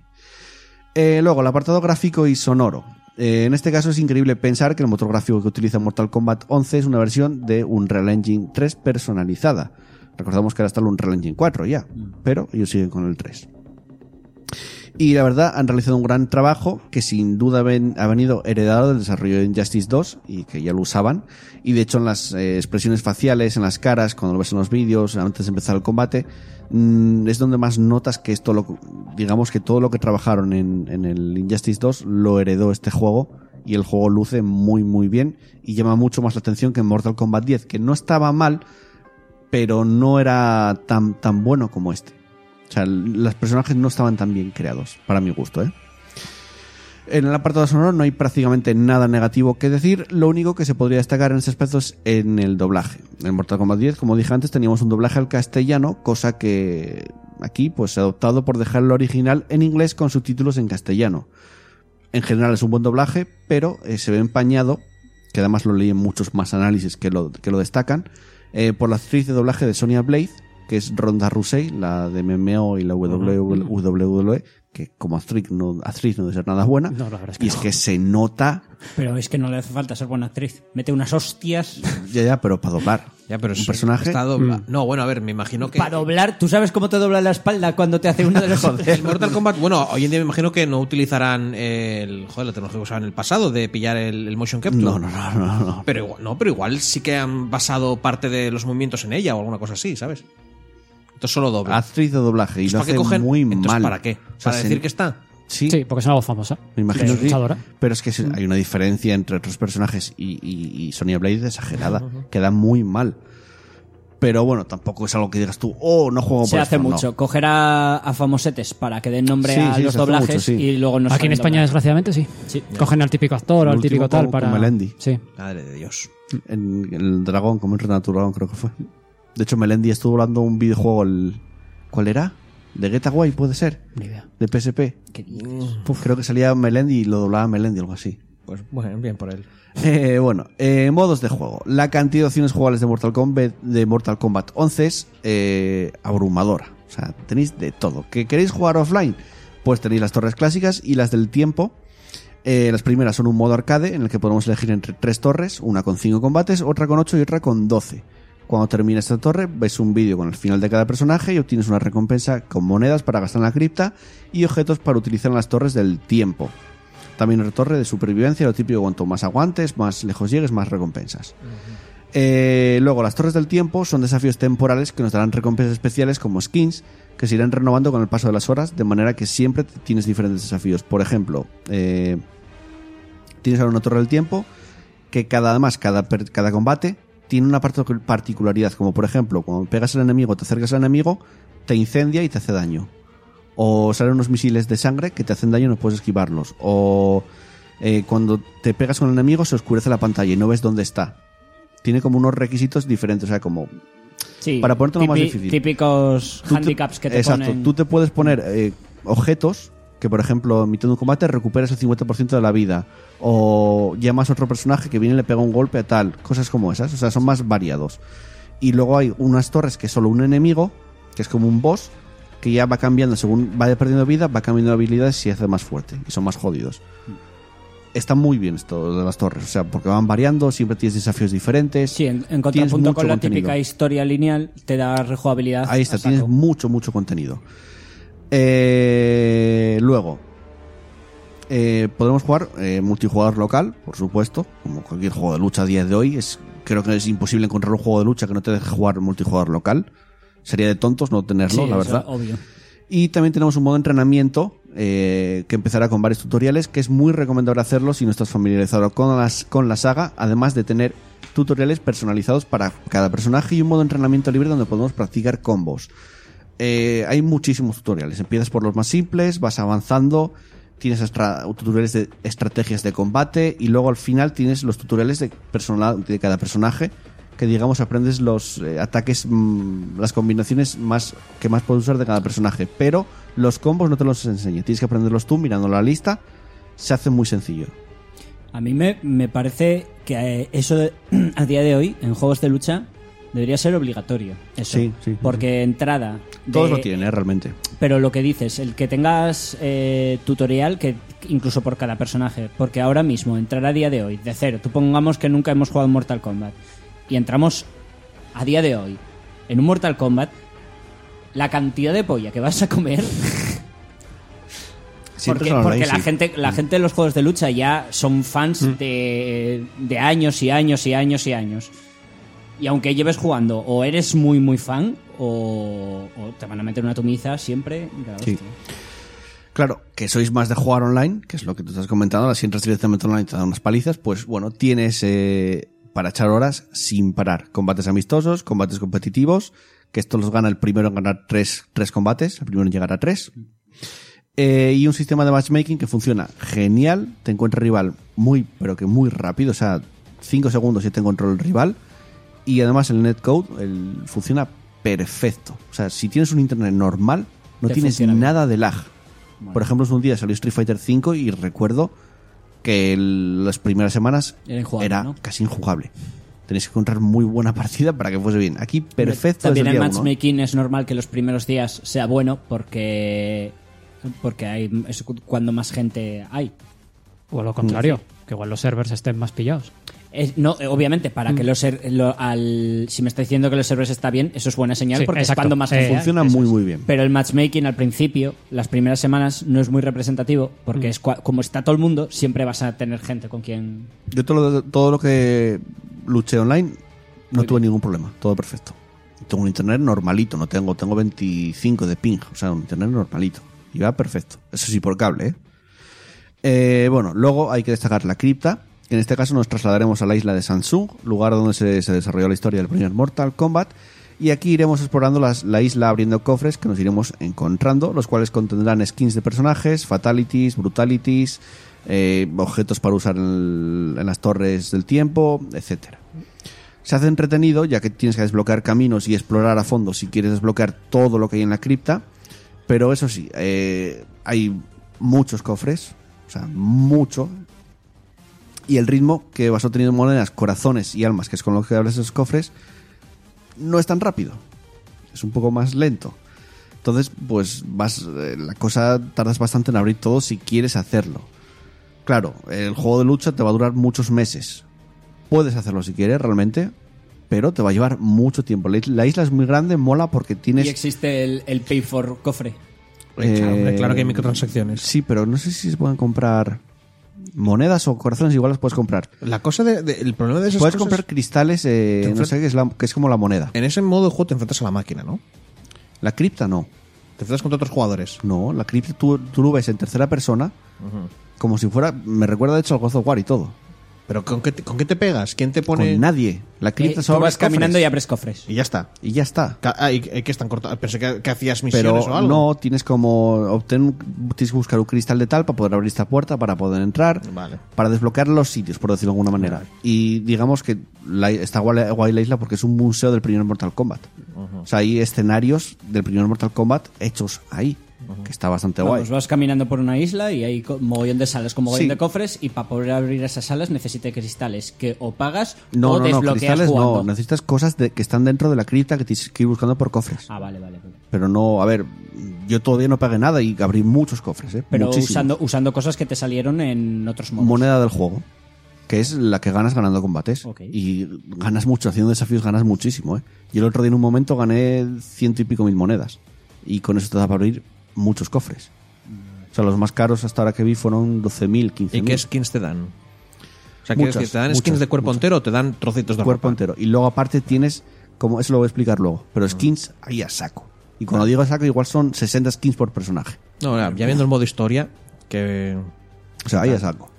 S1: Eh, luego, el apartado gráfico y sonoro. Eh, en este caso es increíble pensar que el motor gráfico que utiliza Mortal Kombat 11 es una versión de Unreal Engine 3 personalizada. Recordamos que ahora está el Unreal Engine 4 ya, pero ellos siguen con el 3. Y la verdad, han realizado un gran trabajo que sin duda ven- ha venido heredado del desarrollo de Injustice 2 y que ya lo usaban. Y de hecho, en las eh, expresiones faciales, en las caras, cuando lo ves en los vídeos, antes de empezar el combate, mm, es donde más notas que esto, lo, digamos que todo lo que trabajaron en, en el Injustice 2 lo heredó este juego. Y el juego luce muy, muy bien y llama mucho más la atención que en Mortal Kombat 10, que no estaba mal, pero no era tan, tan bueno como este. O sea, l- los personajes no estaban tan bien creados, para mi gusto, ¿eh? En el apartado sonoro no hay prácticamente nada negativo que decir, lo único que se podría destacar en este aspecto es en el doblaje. En Mortal Kombat 10, como dije antes, teníamos un doblaje al castellano, cosa que aquí pues se ha optado por dejar el original en inglés con subtítulos en castellano. En general es un buen doblaje, pero eh, se ve empañado, que además lo leí en muchos más análisis que lo, que lo destacan, eh, por la actriz de doblaje de Sonia Blade, que es Ronda Rousey, la de MMO y la E, WWE, E, que como actriz no, actriz no debe ser nada buena.
S2: No, la verdad es que
S1: y es
S2: no.
S1: que se nota,
S3: Pero es que no le hace falta ser buena actriz. Mete unas
S4: (laughs)
S3: hostias
S1: ya, ya, pero para doblar. un personaje.
S4: Está dobla- mm. No, bueno, a ver, me imagino que.
S3: para doblar. ¿Tú sabes cómo te dobla la espalda cuando te hace uno de los (laughs)
S4: El Mortal Kombat, bueno, hoy en día me imagino que no utilizarán el. Joder, la tecnología que usaban en el pasado de pillar el, el motion capture.
S1: No, no, no, no, no.
S4: Pero igual, no, pero igual sí que han basado parte de los movimientos en ella o alguna cosa así, ¿sabes? Entonces solo doble.
S1: Actriz de doblaje y
S4: Entonces,
S1: lo
S4: Pues ¿para qué
S1: hace
S4: cogen?
S1: muy
S4: Entonces,
S1: mal.
S4: ¿Para qué?
S1: O sea,
S4: ¿Para
S1: se-
S4: decir que está?
S1: sí,
S2: Sí, porque es una voz famosa.
S1: Me imagino
S2: Es
S1: que.
S2: luchadora.
S1: Pero es que se- hay una diferencia entre otros personajes y, y- y Sonya Blade exagerada. Queda muy mal. Pero bueno, tampoco es algo que digas tú, oh, no juego
S3: Se
S1: por
S3: hace
S1: esto", no.
S3: mucho. Coger a, a famosetes para que den nombre
S1: Sí,
S3: a
S1: sí,
S3: los
S1: se hace
S3: doblajes
S1: mucho, sí.
S3: y luego nos
S2: Aquí en España, desgraciadamente, sí.
S3: Sí.
S2: Cogen al típico actor o
S1: Lo
S2: al típico
S1: último
S2: tal
S1: con-
S2: para.
S1: con Melendi.
S2: Sí.
S4: Madre de Dios.
S1: En el dragón, como en Renato Dragón, creo que fue. De hecho, Melendi estuvo hablando un videojuego. el- ¿Cuál era? ¿De Getaway, puede ser?
S2: Ni idea.
S1: De PSP. Puf, creo que salía Melendi y lo doblaba Melendi, algo así.
S4: Pues bueno, bien por él.
S1: Eh, bueno, eh, modos de juego. La cantidad de opciones jugables de Mortal Kombat, de Mortal Kombat 11 es eh, abrumadora. O sea, tenéis de todo. ¿Que queréis jugar offline? Pues tenéis las torres clásicas y las del tiempo. Eh, las primeras son un modo arcade en el que podemos elegir entre tres torres, una con cinco combates, otra con ocho y otra con 12. Cuando termina esta torre, ves un vídeo con el final de cada personaje y obtienes una recompensa con monedas para gastar en la cripta y objetos para utilizar en las torres del tiempo. También una torre de supervivencia, lo típico, cuanto más aguantes, más lejos llegues, más recompensas. Eh, luego, las torres del tiempo son desafíos temporales que nos darán recompensas especiales como skins, que se irán renovando con el paso de las horas, de manera que siempre t- tienes diferentes desafíos. Por ejemplo, eh, tienes ahora una torre del tiempo que cada, además, cada, per- cada combate tiene una parto- particularidad, como por ejemplo, cuando pegas al enemigo, te acercas al enemigo, te incendia y te hace daño o salen unos misiles de sangre que te hacen daño y no puedes esquivarlos. O eh, cuando te pegas con el enemigo se oscurece la pantalla y no ves dónde está. Tiene como unos requisitos diferentes, o sea, como...
S3: Sí,
S1: Para ponértelo más
S3: típi-
S1: difícil.
S3: Típicos
S1: tú te-
S3: handicaps que te
S1: Exacto,
S3: ponen.
S1: tú te puedes poner eh, objetos que, por ejemplo, en mitad de un combate recuperas el 50% de la vida. O llamas a otro personaje que viene y le pega un golpe a tal. Cosas como esas, o sea, son más variados. Y luego hay unas torres que es solo un enemigo, que es como un boss, que ya va cambiando, según va perdiendo vida, va cambiando de habilidades y se hace más fuerte. Y son más jodidos.
S3: Mm.
S1: Está muy bien esto de las torres, o sea, porque van variando, siempre tienes desafíos diferentes.
S3: Sí, en, en
S1: tienes
S3: contrapunto
S1: mucho
S3: con la
S1: contenido.
S3: típica historia lineal, te da rejugabilidad.
S1: Ahí está,
S3: a saco.
S1: tienes mucho, mucho contenido. Eh, luego, eh, podremos jugar eh, multijugador local, por supuesto, como cualquier juego de lucha a día de hoy. Es, creo que es imposible encontrar un juego de lucha que no te deje jugar multijugador local. Sería de tontos no tenerlo,
S3: Sí,
S1: la
S3: eso,
S1: verdad.
S3: Obvio.
S1: Y también tenemos un modo de entrenamiento eh, que empezará con varios tutoriales, que es muy recomendable hacerlo si no estás familiarizado con, las, con la saga, además de tener tutoriales personalizados para cada personaje y un modo de entrenamiento libre donde podemos practicar combos. Eh, hay muchísimos tutoriales, empiezas por los más simples, vas avanzando, tienes estra- tutoriales de estrategias de combate y luego al final tienes los tutoriales de, persona- de cada personaje que digamos aprendes los eh, ataques, mm, las combinaciones más que más puedes usar de cada personaje, pero los combos no te los enseña, tienes que aprenderlos tú mirando la lista, se hace muy sencillo.
S3: A mí me, me parece que eh, eso de- (clears throat) a día de hoy, en juegos de lucha, debería ser obligatorio. Eso.
S1: Sí, sí, sí,
S3: Porque entrada. de-
S1: Todos lo tienen, ¿eh? realmente.
S3: Pero lo que dices, el que tengas eh, tutorial, que incluso por cada personaje, porque ahora mismo entrar a día de hoy, de cero, tú pongamos que nunca hemos jugado Mortal Kombat, y entramos a día de hoy en un Mortal Kombat, la cantidad de polla que vas a comer,
S1: (laughs) Siempre
S3: porque,
S1: son
S3: porque
S1: online,
S3: la,
S1: sí. Mm.
S3: gente, la gente de los juegos de lucha ya son fans de, de años y años y años y años. Y aunque lleves jugando, o eres muy, muy fan, o, o te van a meter una tumiza siempre. de la
S1: Sí.
S3: hostia.
S1: Claro, que sois más de jugar online, que es lo que tú estás comentando, ahora si entras directamente online y te dan unas palizas, pues bueno, tienes eh, para echar horas sin parar. Combates amistosos, combates competitivos, que esto los gana el primero en ganar tres, tres combates, el primero en llegar a tres. Eh, y un sistema de matchmaking que funciona genial, te encuentra rival muy, pero que muy rápido, o sea, cinco segundos y te encontró el rival. Y además el netcode el, funciona perfecto. O sea, si tienes un internet normal, no
S3: Te
S1: tienes
S3: funciona bien.
S1: nada de lag. Por ejemplo, un día salió Street Fighter V y recuerdo que el- las primeras semanas
S3: Era injugable,
S1: era
S3: ¿no?
S1: casi injugable. Tenéis que encontrar muy buena partida para que fuese bien. Aquí perfecto
S3: También
S1: desde
S3: el
S1: el día uno, ¿eh?
S3: matchmaking es normal que los primeros días sea bueno porque porque hay es cuando más gente hay.
S2: O lo contrario, que igual los servers estén más pillados.
S3: Es- no, eh, obviamente para que los ser- lo- al, si me está diciendo que los servers está bien, eso es buena señal
S2: Sí,
S3: porque
S2: exacto.
S3: es cuando más
S2: Eh,
S3: gente hay.
S1: Funciona
S2: eso
S1: muy,
S2: es.
S1: muy bien.
S3: Pero el matchmaking al principio, las primeras semanas no es muy representativo porque es cua- como está todo el mundo, siempre vas a tener gente con quien
S1: Yo todo lo, todo lo que luché online no tuve ningún problema, todo perfecto. Y Tengo un internet normalito, no tengo, tengo 25 de ping, o sea, un internet normalito. Y va perfecto. Eso sí, por cable, ¿eh? Eh, bueno, luego hay que destacar la cripta, que en este caso nos trasladaremos a la isla de Samsung, lugar donde se, se desarrolló la historia del primer Mortal Kombat, y aquí iremos explorando las- la isla abriendo cofres que nos iremos encontrando, los cuales contendrán skins de personajes, fatalities, brutalities, eh, objetos para usar en, el- en las torres del tiempo, etcétera se hace entretenido ya que tienes que desbloquear caminos y explorar a fondo si quieres desbloquear todo lo que hay en la cripta. Pero eso sí, eh, hay muchos cofres, o sea, mucho. Y el ritmo que vas obteniendo monedas, corazones y almas, que es con lo que abres esos cofres, no es tan rápido. Es un poco más lento. Entonces, pues vas, eh, la cosa tardas bastante en abrir todo si quieres hacerlo. Claro, el juego de lucha te va a durar muchos meses, Puedes hacerlo si quieres, realmente, pero te va a llevar mucho tiempo. La is- la isla es muy grande, mola porque tienes.
S3: y existe el, el pay for cofre.
S4: Hombre, claro, hombre,
S1: eh,
S4: claro que hay microtransacciones.
S1: Sí, pero no sé si se pueden comprar monedas o corazones, igual las puedes comprar.
S4: La cosa de, de- el problema de esas
S1: Puedes
S4: cosas-
S1: comprar cristales, eh,
S4: Te enfren-
S1: no sé, que es, la- que es como la moneda.
S4: En ese modo de juego te enfrentas a la máquina, ¿no?
S1: La cripta no.
S4: Te enfrentas contra otros jugadores.
S1: No, la cripta tú, tú lo ves en tercera persona, como si fuera. Me recuerda de hecho al God of War y todo.
S4: ¿Pero con qué, te- con qué te pegas? ¿Quién te pone...?
S1: Con nadie. La
S3: Eh,
S1: cripta
S3: tú
S1: solo
S3: vas
S1: abres cofres
S3: caminando y abres cofres.
S4: Y ya está.
S1: y ya está.
S4: Ca- Ah, y, y que están cortados. Pensé que, que hacías misiones
S1: pero
S4: o algo.
S1: no tienes como obtener tienes que buscar un cristal de tal para poder abrir esta puerta para poder entrar
S4: Vale.
S1: para desbloquear los sitios por decirlo de alguna manera y digamos que la- está guay, guay la isla porque es un museo del primer Mortal Kombat o sea hay escenarios del primer Mortal Kombat hechos ahí que está bastante guay
S3: Vamos, pues vas caminando por una isla y hay co- mogollón de salas, con mogollón
S1: Sí.
S3: de cofres y para poder abrir esas salas necesita cristales que o pagas
S1: no, no,
S3: o
S1: no,
S3: desbloqueas
S1: cristales
S3: jugando.
S1: no, necesitas cosas de- que están dentro de la cripta que tienes que ir buscando por cofres.
S3: Ah, vale, vale. vale.
S1: Pero no, a ver, yo todavía no pagué nada y abrí muchos cofres, ¿eh?
S3: Pero
S1: Muchísimos.
S3: usando, usando cosas que te salieron en otros modos.
S1: moneda del juego, que es la que ganas ganando combates.
S3: Ok.
S1: Y ganas mucho, haciendo desafíos ganas muchísimo. ¿eh? Yo el otro día en un momento gané ciento y pico mil monedas. Y con eso te da para abrir muchos cofres. O sea, los más caros hasta ahora que vi fueron 12.000, 15.000.
S4: ¿Y qué skins te dan? O
S1: Muchas,
S4: sea, ¿quieres decir, ¿te dan
S1: muchas,
S4: skins de cuerpo
S1: muchas.
S4: entero o te dan trocitos de
S1: cuerpo
S4: ropa?
S1: entero. Y luego aparte tienes, como eso lo voy a explicar luego, pero skins ahí a saco. Y cuando digo a saco, igual son 60 skins por personaje.
S4: No, ya, ya viendo el modo historia, que.
S1: O sea, ahí a saco.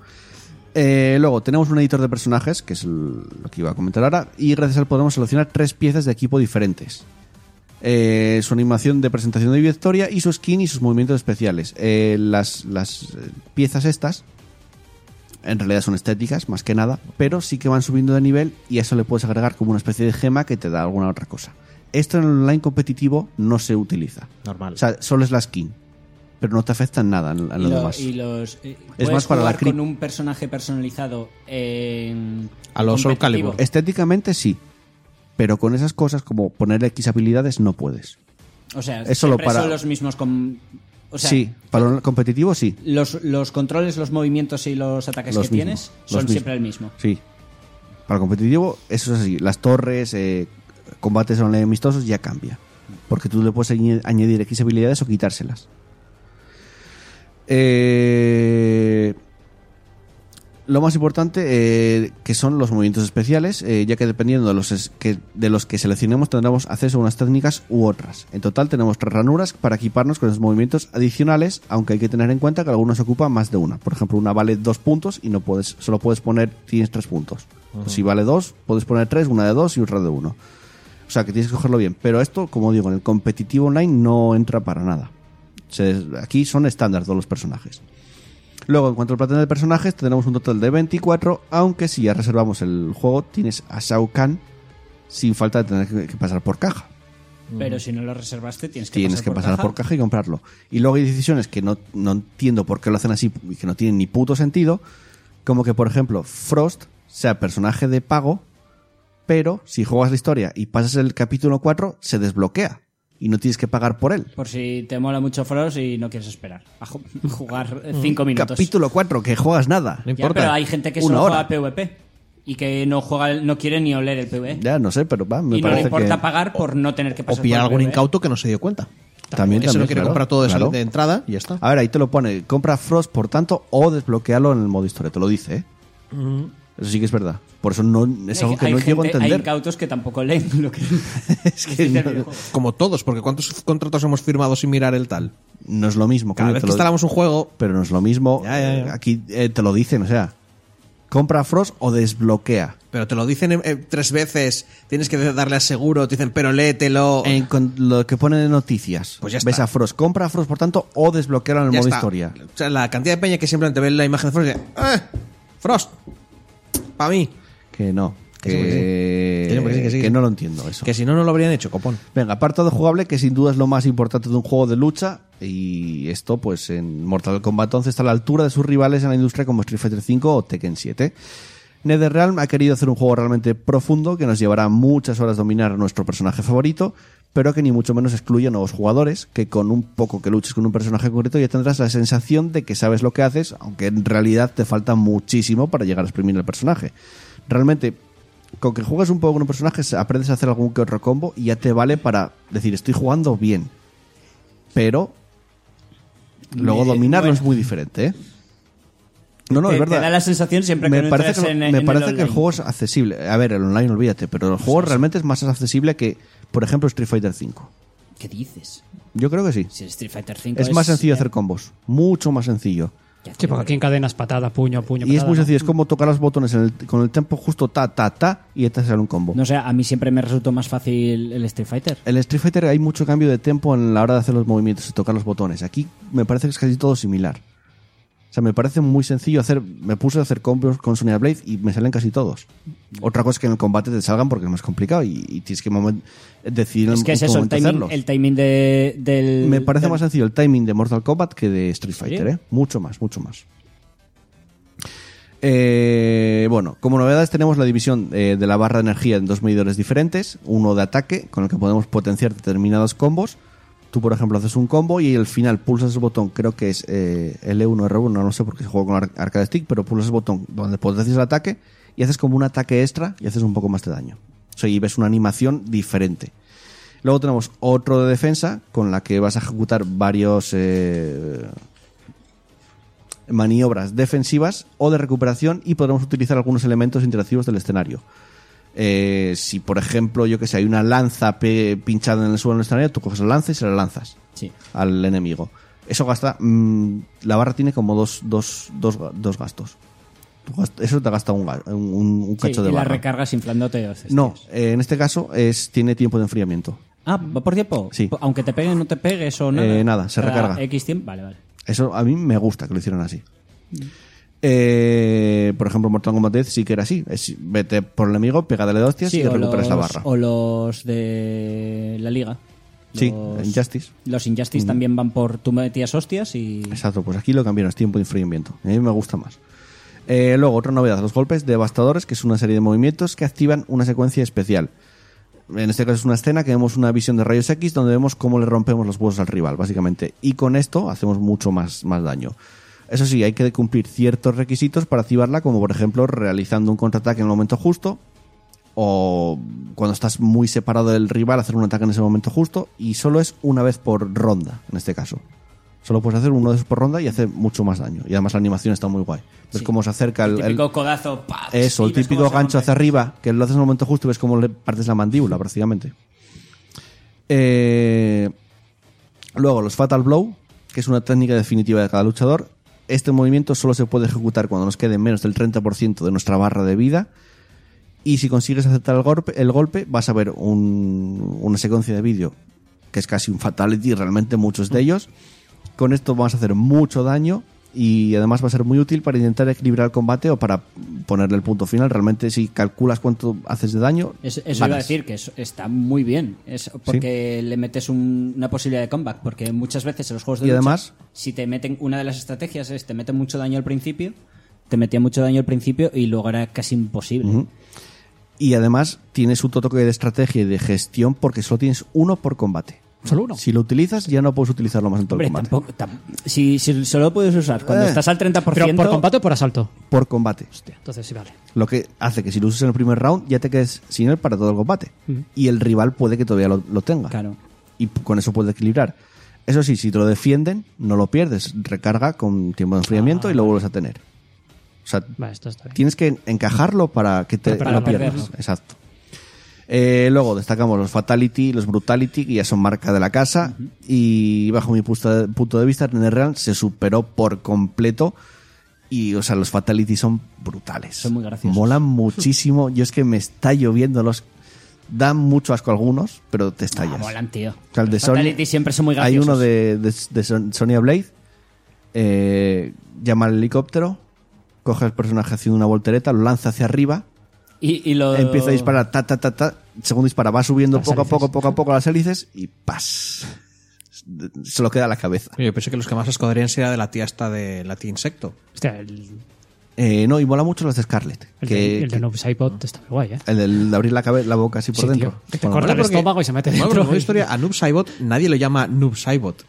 S1: Eh, luego tenemos un editor de personajes, que es el- lo que iba a comentar ahora, y gracias a él podemos seleccionar tres piezas de equipo diferentes. Eh, su animación de presentación de victoria y su skin y sus movimientos especiales. Eh, las, las, eh, piezas estas en realidad son estéticas, más que nada, pero sí que van subiendo de nivel y a eso le puedes agregar como una especie de gema que te da alguna otra cosa. Esto en el online competitivo no se utiliza.
S4: Normal.
S1: O sea, solo es la skin, pero no te afecta en nada a lo
S3: y, lo-
S1: demás.
S3: y los. eh,
S1: Es
S3: ¿puedes
S1: más para la
S3: jugar
S1: cri-
S3: con un personaje personalizado en.
S4: A lo Soul
S3: competitivo?
S4: Calibur.
S1: Estéticamente sí, pero con esas cosas como ponerle X habilidades no puedes.
S3: O sea,
S1: es solo
S3: siempre
S1: para-
S3: son los mismos con. O sea,
S1: sí, para un competitivo sí.
S3: Los, los controles, los movimientos y los ataques
S1: Los
S3: que
S1: mismos,
S3: tienes
S1: los
S3: son
S1: mismos.
S3: siempre el mismo.
S1: Sí. Para el competitivo eso es así. Las torres, eh, combates online amistosos ya cambia. Porque tú le puedes añe- añadir X habilidades o quitárselas. Eh, lo más importante eh, que son los movimientos especiales, eh, ya que dependiendo de los, es- que, de los que seleccionemos tendremos acceso a unas técnicas u otras. En total tenemos tres ranuras para equiparnos con los movimientos adicionales, aunque hay que tener en cuenta que algunos ocupan más de una. Por ejemplo, una vale dos puntos y no puedes, solo puedes poner, tienes tres puntos. Si vale dos, puedes poner tres, una de dos y otra de uno. O sea que tienes que cogerlo bien. Pero esto, como digo, en el competitivo online no entra para nada. Se- aquí son estándar todos los personajes. Luego, en cuanto al platón de personajes, tenemos un total de 24, aunque si ya reservamos el juego, tienes a Shao Kahn sin falta de tener que- que pasar por caja
S3: Pero si no lo reservaste, tienes que
S1: tienes
S3: pasar,
S1: que
S3: por,
S1: pasar
S3: caja.
S1: por caja y comprarlo. Y luego hay decisiones que no, no entiendo por qué lo hacen así y que no tienen ni puto sentido. Como que, por ejemplo, Frost sea personaje de pago, pero si juegas la historia y pasas el capítulo 4, se desbloquea y no tienes que pagar por él.
S3: Por si te mola mucho Frost y no quieres esperar a ju- (laughs) jugar eh, cinco minutos.
S1: Mm. Capítulo 4, que juegas nada.
S4: No
S3: Ya,
S4: importa.
S3: pero hay gente que
S1: Una
S3: solo
S1: hora.
S3: juega PvP y que no juega, no quiere ni oler el PvP.
S1: Ya, no sé, pero va, me
S3: y no le
S1: parece
S3: importa
S1: que...
S3: pagar por no tener que
S4: O
S3: pasar por
S4: pillar
S3: el
S4: algún
S3: PvP.
S4: incauto que no se dio cuenta.
S1: También,
S4: Que se lo
S1: también,
S4: quiere
S1: claro,
S4: comprar todo de sal-
S1: claro.
S4: de entrada y ya está.
S1: A ver, ahí te lo pone. Compra Frost, por tanto, o desbloquealo en el modo historia. Te lo dice, ¿eh? Eso sí que es verdad. Por eso no, es algo que
S3: hay
S1: no
S3: gente-
S1: llego a
S3: Hay
S1: entender.
S3: incautos que tampoco leen (laughs) lo que
S1: (laughs) Es que
S3: (laughs) dice el
S1: no-
S3: videojuego.
S4: Como todos, porque ¿cuántos contratos hemos firmado sin mirar el tal?
S1: no es lo mismo.
S4: Cada
S1: coño,
S4: vez
S1: te
S4: que
S1: lo-
S4: instalamos un juego,
S1: Pero no es lo mismo.
S4: Ya, ya, ya.
S1: eh, Aquí eh, te lo dicen, o sea, compra Frost o desbloquea.
S4: pero te lo dicen eh, tres veces, tienes que darle a seguro, te dicen, pero léetelo.
S1: En con- lo que pone de noticias,
S4: Pues ya
S1: ves
S4: está.
S1: a Frost, compra a Frost, por tanto, o desbloquealo en el
S4: Ya
S1: modo
S4: está.
S1: historia.
S4: O sea, la cantidad de peña que simplemente ve la imagen de Frost y dice, "Ah, Frost, para mí.
S1: Que no.
S4: Que sí,
S1: Que,
S4: Que sí, que sí, que sí.
S1: que no lo entiendo eso.
S4: Que si no, no lo habrían hecho, copón.
S1: Venga, apartado jugable, que sin duda es lo más importante de un juego de lucha. Y esto, pues en Mortal Kombat 11 está a la altura de sus rivales en la industria como Street Fighter V o Tekken 7. NetherRealm ha querido hacer un juego realmente profundo que nos llevará muchas horas dominar a nuestro personaje favorito, pero que ni mucho menos excluye a nuevos jugadores, que con un poco que luches con un personaje concreto ya tendrás la sensación de que sabes lo que haces, aunque en realidad te falta muchísimo para llegar a exprimir el personaje. Realmente, con que juegas un poco con un personaje, aprendes a hacer algún que otro combo y ya te vale para decir, estoy jugando bien. Pero luego
S3: Eh,
S1: dominarlo
S3: bueno.
S1: es muy diferente, ¿eh? No, no,
S3: te,
S1: es verdad
S3: te da la sensación siempre que
S1: me
S3: no
S1: parece,
S3: entras
S1: que,
S3: en,
S1: me
S3: en el
S1: parece que el
S3: online.
S1: juego es accesible. A ver, el online olvídate, pero el juego realmente es más accesible que, por ejemplo, Street Fighter V.
S3: ¿Qué dices?
S1: Yo creo que sí.
S3: Si el Street Fighter 5
S1: es, más sencillo hacer combos. Mucho más sencillo.
S3: Ya,
S2: Sí, porque aquí encadenas patada, puño, puño.
S1: Y es
S2: patada,
S1: muy
S2: ¿no?
S1: sencillo. Es como tocar los botones en el- con el tempo justo ta, ta, ta y te sale un combo.
S3: No sé, a mí siempre me resultó más fácil el Street Fighter.
S1: En el Street Fighter hay mucho cambio de tempo en la hora de hacer los movimientos y tocar los botones. Aquí me parece que es casi todo similar. O sea, me parece muy sencillo hacer. Me puse a hacer combos con Sonya Blade y me salen casi todos. Otra cosa es que en el combate te salgan porque es más complicado y, y tienes que momen- decidir en
S3: Es que
S1: qué
S3: es eso, el
S1: momento
S3: timing,
S1: hacerlos.
S3: el timing de, del...
S1: Me parece
S3: del-
S1: más sencillo el timing de Mortal Kombat que de Street Fighter, ¿eh? Mucho más, mucho más. Eh, bueno, como novedades tenemos la división eh, de la barra de energía en dos medidores diferentes, uno de ataque con el que podemos potenciar determinados combos. Tú, por ejemplo, haces un combo y al final pulsas el botón, creo que es eh, L1R1, no lo sé porque se juega con ar- arcade stick, pero pulsas el botón donde potencias el ataque y haces como un ataque extra y haces un poco más de daño. O sea, y ves una animación diferente. Luego tenemos otro de defensa con la que vas a ejecutar varios eh, maniobras defensivas o de recuperación y podremos utilizar algunos elementos interactivos del escenario. Eh, si, por ejemplo, yo que sé, hay una lanza pe- pinchada en el suelo del escenario, tú coges la lanza y se la lanzas
S3: Sí.
S1: al enemigo. Eso gasta. mm, la barra tiene como dos, dos, dos, ga- dos gastos. Tú gast- Eso te gasta un, ga- un- un- un cacho
S3: Sí,
S1: de
S3: y la
S1: barra.
S3: recargas inflándote los
S1: no,
S3: cestillos.
S1: eh, en este caso es, tiene tiempo de enfriamiento.
S3: Ah, ¿va por tiempo?
S1: Sí.
S3: Po- Aunque te pegues, no te pegues o nada.
S1: Eh, nada, se
S3: Cada
S1: recarga.
S3: X tiempo, vale, vale.
S1: Eso a mí me gusta que lo hicieron así.
S3: Mm.
S1: Eh, por ejemplo, Mortal Kombat 10 sí que era así. Es, vete por el enemigo, pégale de hostias y
S3: o
S1: recuperas la
S3: los-
S1: barra.
S3: O los de la liga.
S1: Sí,
S3: Los-
S1: Injustice.
S3: Los Injustice también van por tú metías hostias y.
S1: Exacto, pues aquí lo cambiaron, es tiempo de enfriamiento. A mí me gusta más. Eh, luego, otra novedad, los golpes devastadores, que es una serie de movimientos que activan una secuencia especial. En este caso es una escena que vemos una visión de rayos X donde vemos cómo le rompemos los huesos al rival, básicamente. Y con esto hacemos mucho más, más daño. Eso sí, hay que cumplir ciertos requisitos para activarla, como por ejemplo realizando un contraataque en el momento justo, o cuando estás muy separado del rival hacer un ataque en ese momento justo, y solo es una vez por ronda, en este caso. Solo puedes hacer uno de esos por ronda y hace mucho más daño. Y además la animación está muy guay. Ves
S3: Sí.
S1: cómo se acerca el,
S3: El
S1: el-
S3: típico codazo. ¡paf!
S1: eso,
S3: y
S1: el
S3: ves
S1: típico
S3: cómo se ¿eh?
S1: gancho
S3: rompe.
S1: hacia arriba, que lo haces en el momento justo y ves cómo le partes la mandíbula, prácticamente. Eh, luego, los Fatal Blow, que es una técnica definitiva de cada luchador. Este movimiento solo se puede ejecutar cuando nos quede menos del 30% de nuestra barra de vida. Y si consigues aceptar el golpe, el golpe vas a ver un- una secuencia de vídeo que es casi un fatality, realmente muchos de ellos. Con esto vas a hacer mucho daño y además va a ser muy útil para intentar equilibrar el combate o para ponerle el punto final. Realmente si calculas cuánto haces de daño...
S3: Es- eso iba a
S1: ganas.
S3: decir que es- está muy bien. Es porque le metes un- una posibilidad de comeback. Porque muchas veces en los juegos de
S1: Y
S3: lucha,
S1: además-
S3: si te meten una de las estrategias es te meten mucho daño al principio, te metía mucho daño al principio y luego era casi imposible.
S1: Y además tienes un toque de estrategia y de gestión porque solo tienes uno por combate.
S2: Solo uno.
S1: Si lo utilizas ya no puedes utilizarlo más en todo
S3: Hombre,
S1: el combate.
S3: tampoco. tam- si, si solo puedes usar cuando
S1: Eh.
S3: estás al 30%.
S2: Pero por combate o por asalto.
S1: Por combate.
S2: Entonces sí, vale.
S1: Lo que hace que si lo usas en el primer round ya te quedes sin él para todo el combate. Y el rival puede que todavía lo, lo tenga.
S3: Claro.
S1: Y p- con eso puede equilibrar. Eso sí, si te lo defienden, no lo pierdes. Recarga con tiempo de enfriamiento y lo vuelves a tener. O sea,
S2: Vale, esto está bien.
S1: tienes que encajarlo para que te
S2: Para
S1: lo
S3: no
S1: pierdas.
S3: perderlo.
S1: Exacto. Eh, luego destacamos los Fatality, los Brutality, que ya son marca de la casa. Y bajo mi punto de, punto de vista, Real se superó por completo. Y, o sea, los Fatality son brutales.
S3: Son muy graciosos. (laughs)
S1: Molan muchísimo. Yo es que me está lloviendo los. Dan mucho asco algunos, pero te
S3: Ah,
S1: estallas.
S3: molan, tío.
S1: O sea, el de
S3: Los
S1: Sony-
S3: Fatality siempre son muy graciosos.
S1: Hay uno de, de, de Son- Sonya Blade. eh, llama al helicóptero. Coge al personaje haciendo una voltereta, lo lanza hacia arriba.
S3: Y, y lo...
S1: Empieza a disparar, ta, ta, ta, ta. Según dispara, va subiendo
S2: Las
S1: poco
S2: hélices.
S1: a poco, poco a poco las hélices y ¡pas! (laughs) Se lo queda a la cabeza.
S4: Yo pensé que los que más asco darían sería de la tía esta de la tía insecto.
S2: Hostia, el,
S1: Eh, no, y mola mucho los de Scarlet.
S2: el
S1: que,
S2: de, el
S1: que-
S2: de Noob Saibot está muy guay, ¿eh?
S1: el del de abrir la, cabe- la boca así por
S2: Sí,
S1: dentro.
S2: tío. Que te
S1: Bueno,
S2: corta
S4: Mola
S2: el
S4: porque-
S2: estómago y se mete
S4: Mola
S2: dentro.
S4: porque en la historia, a Noob Saibot nadie lo llama Noob Saibot.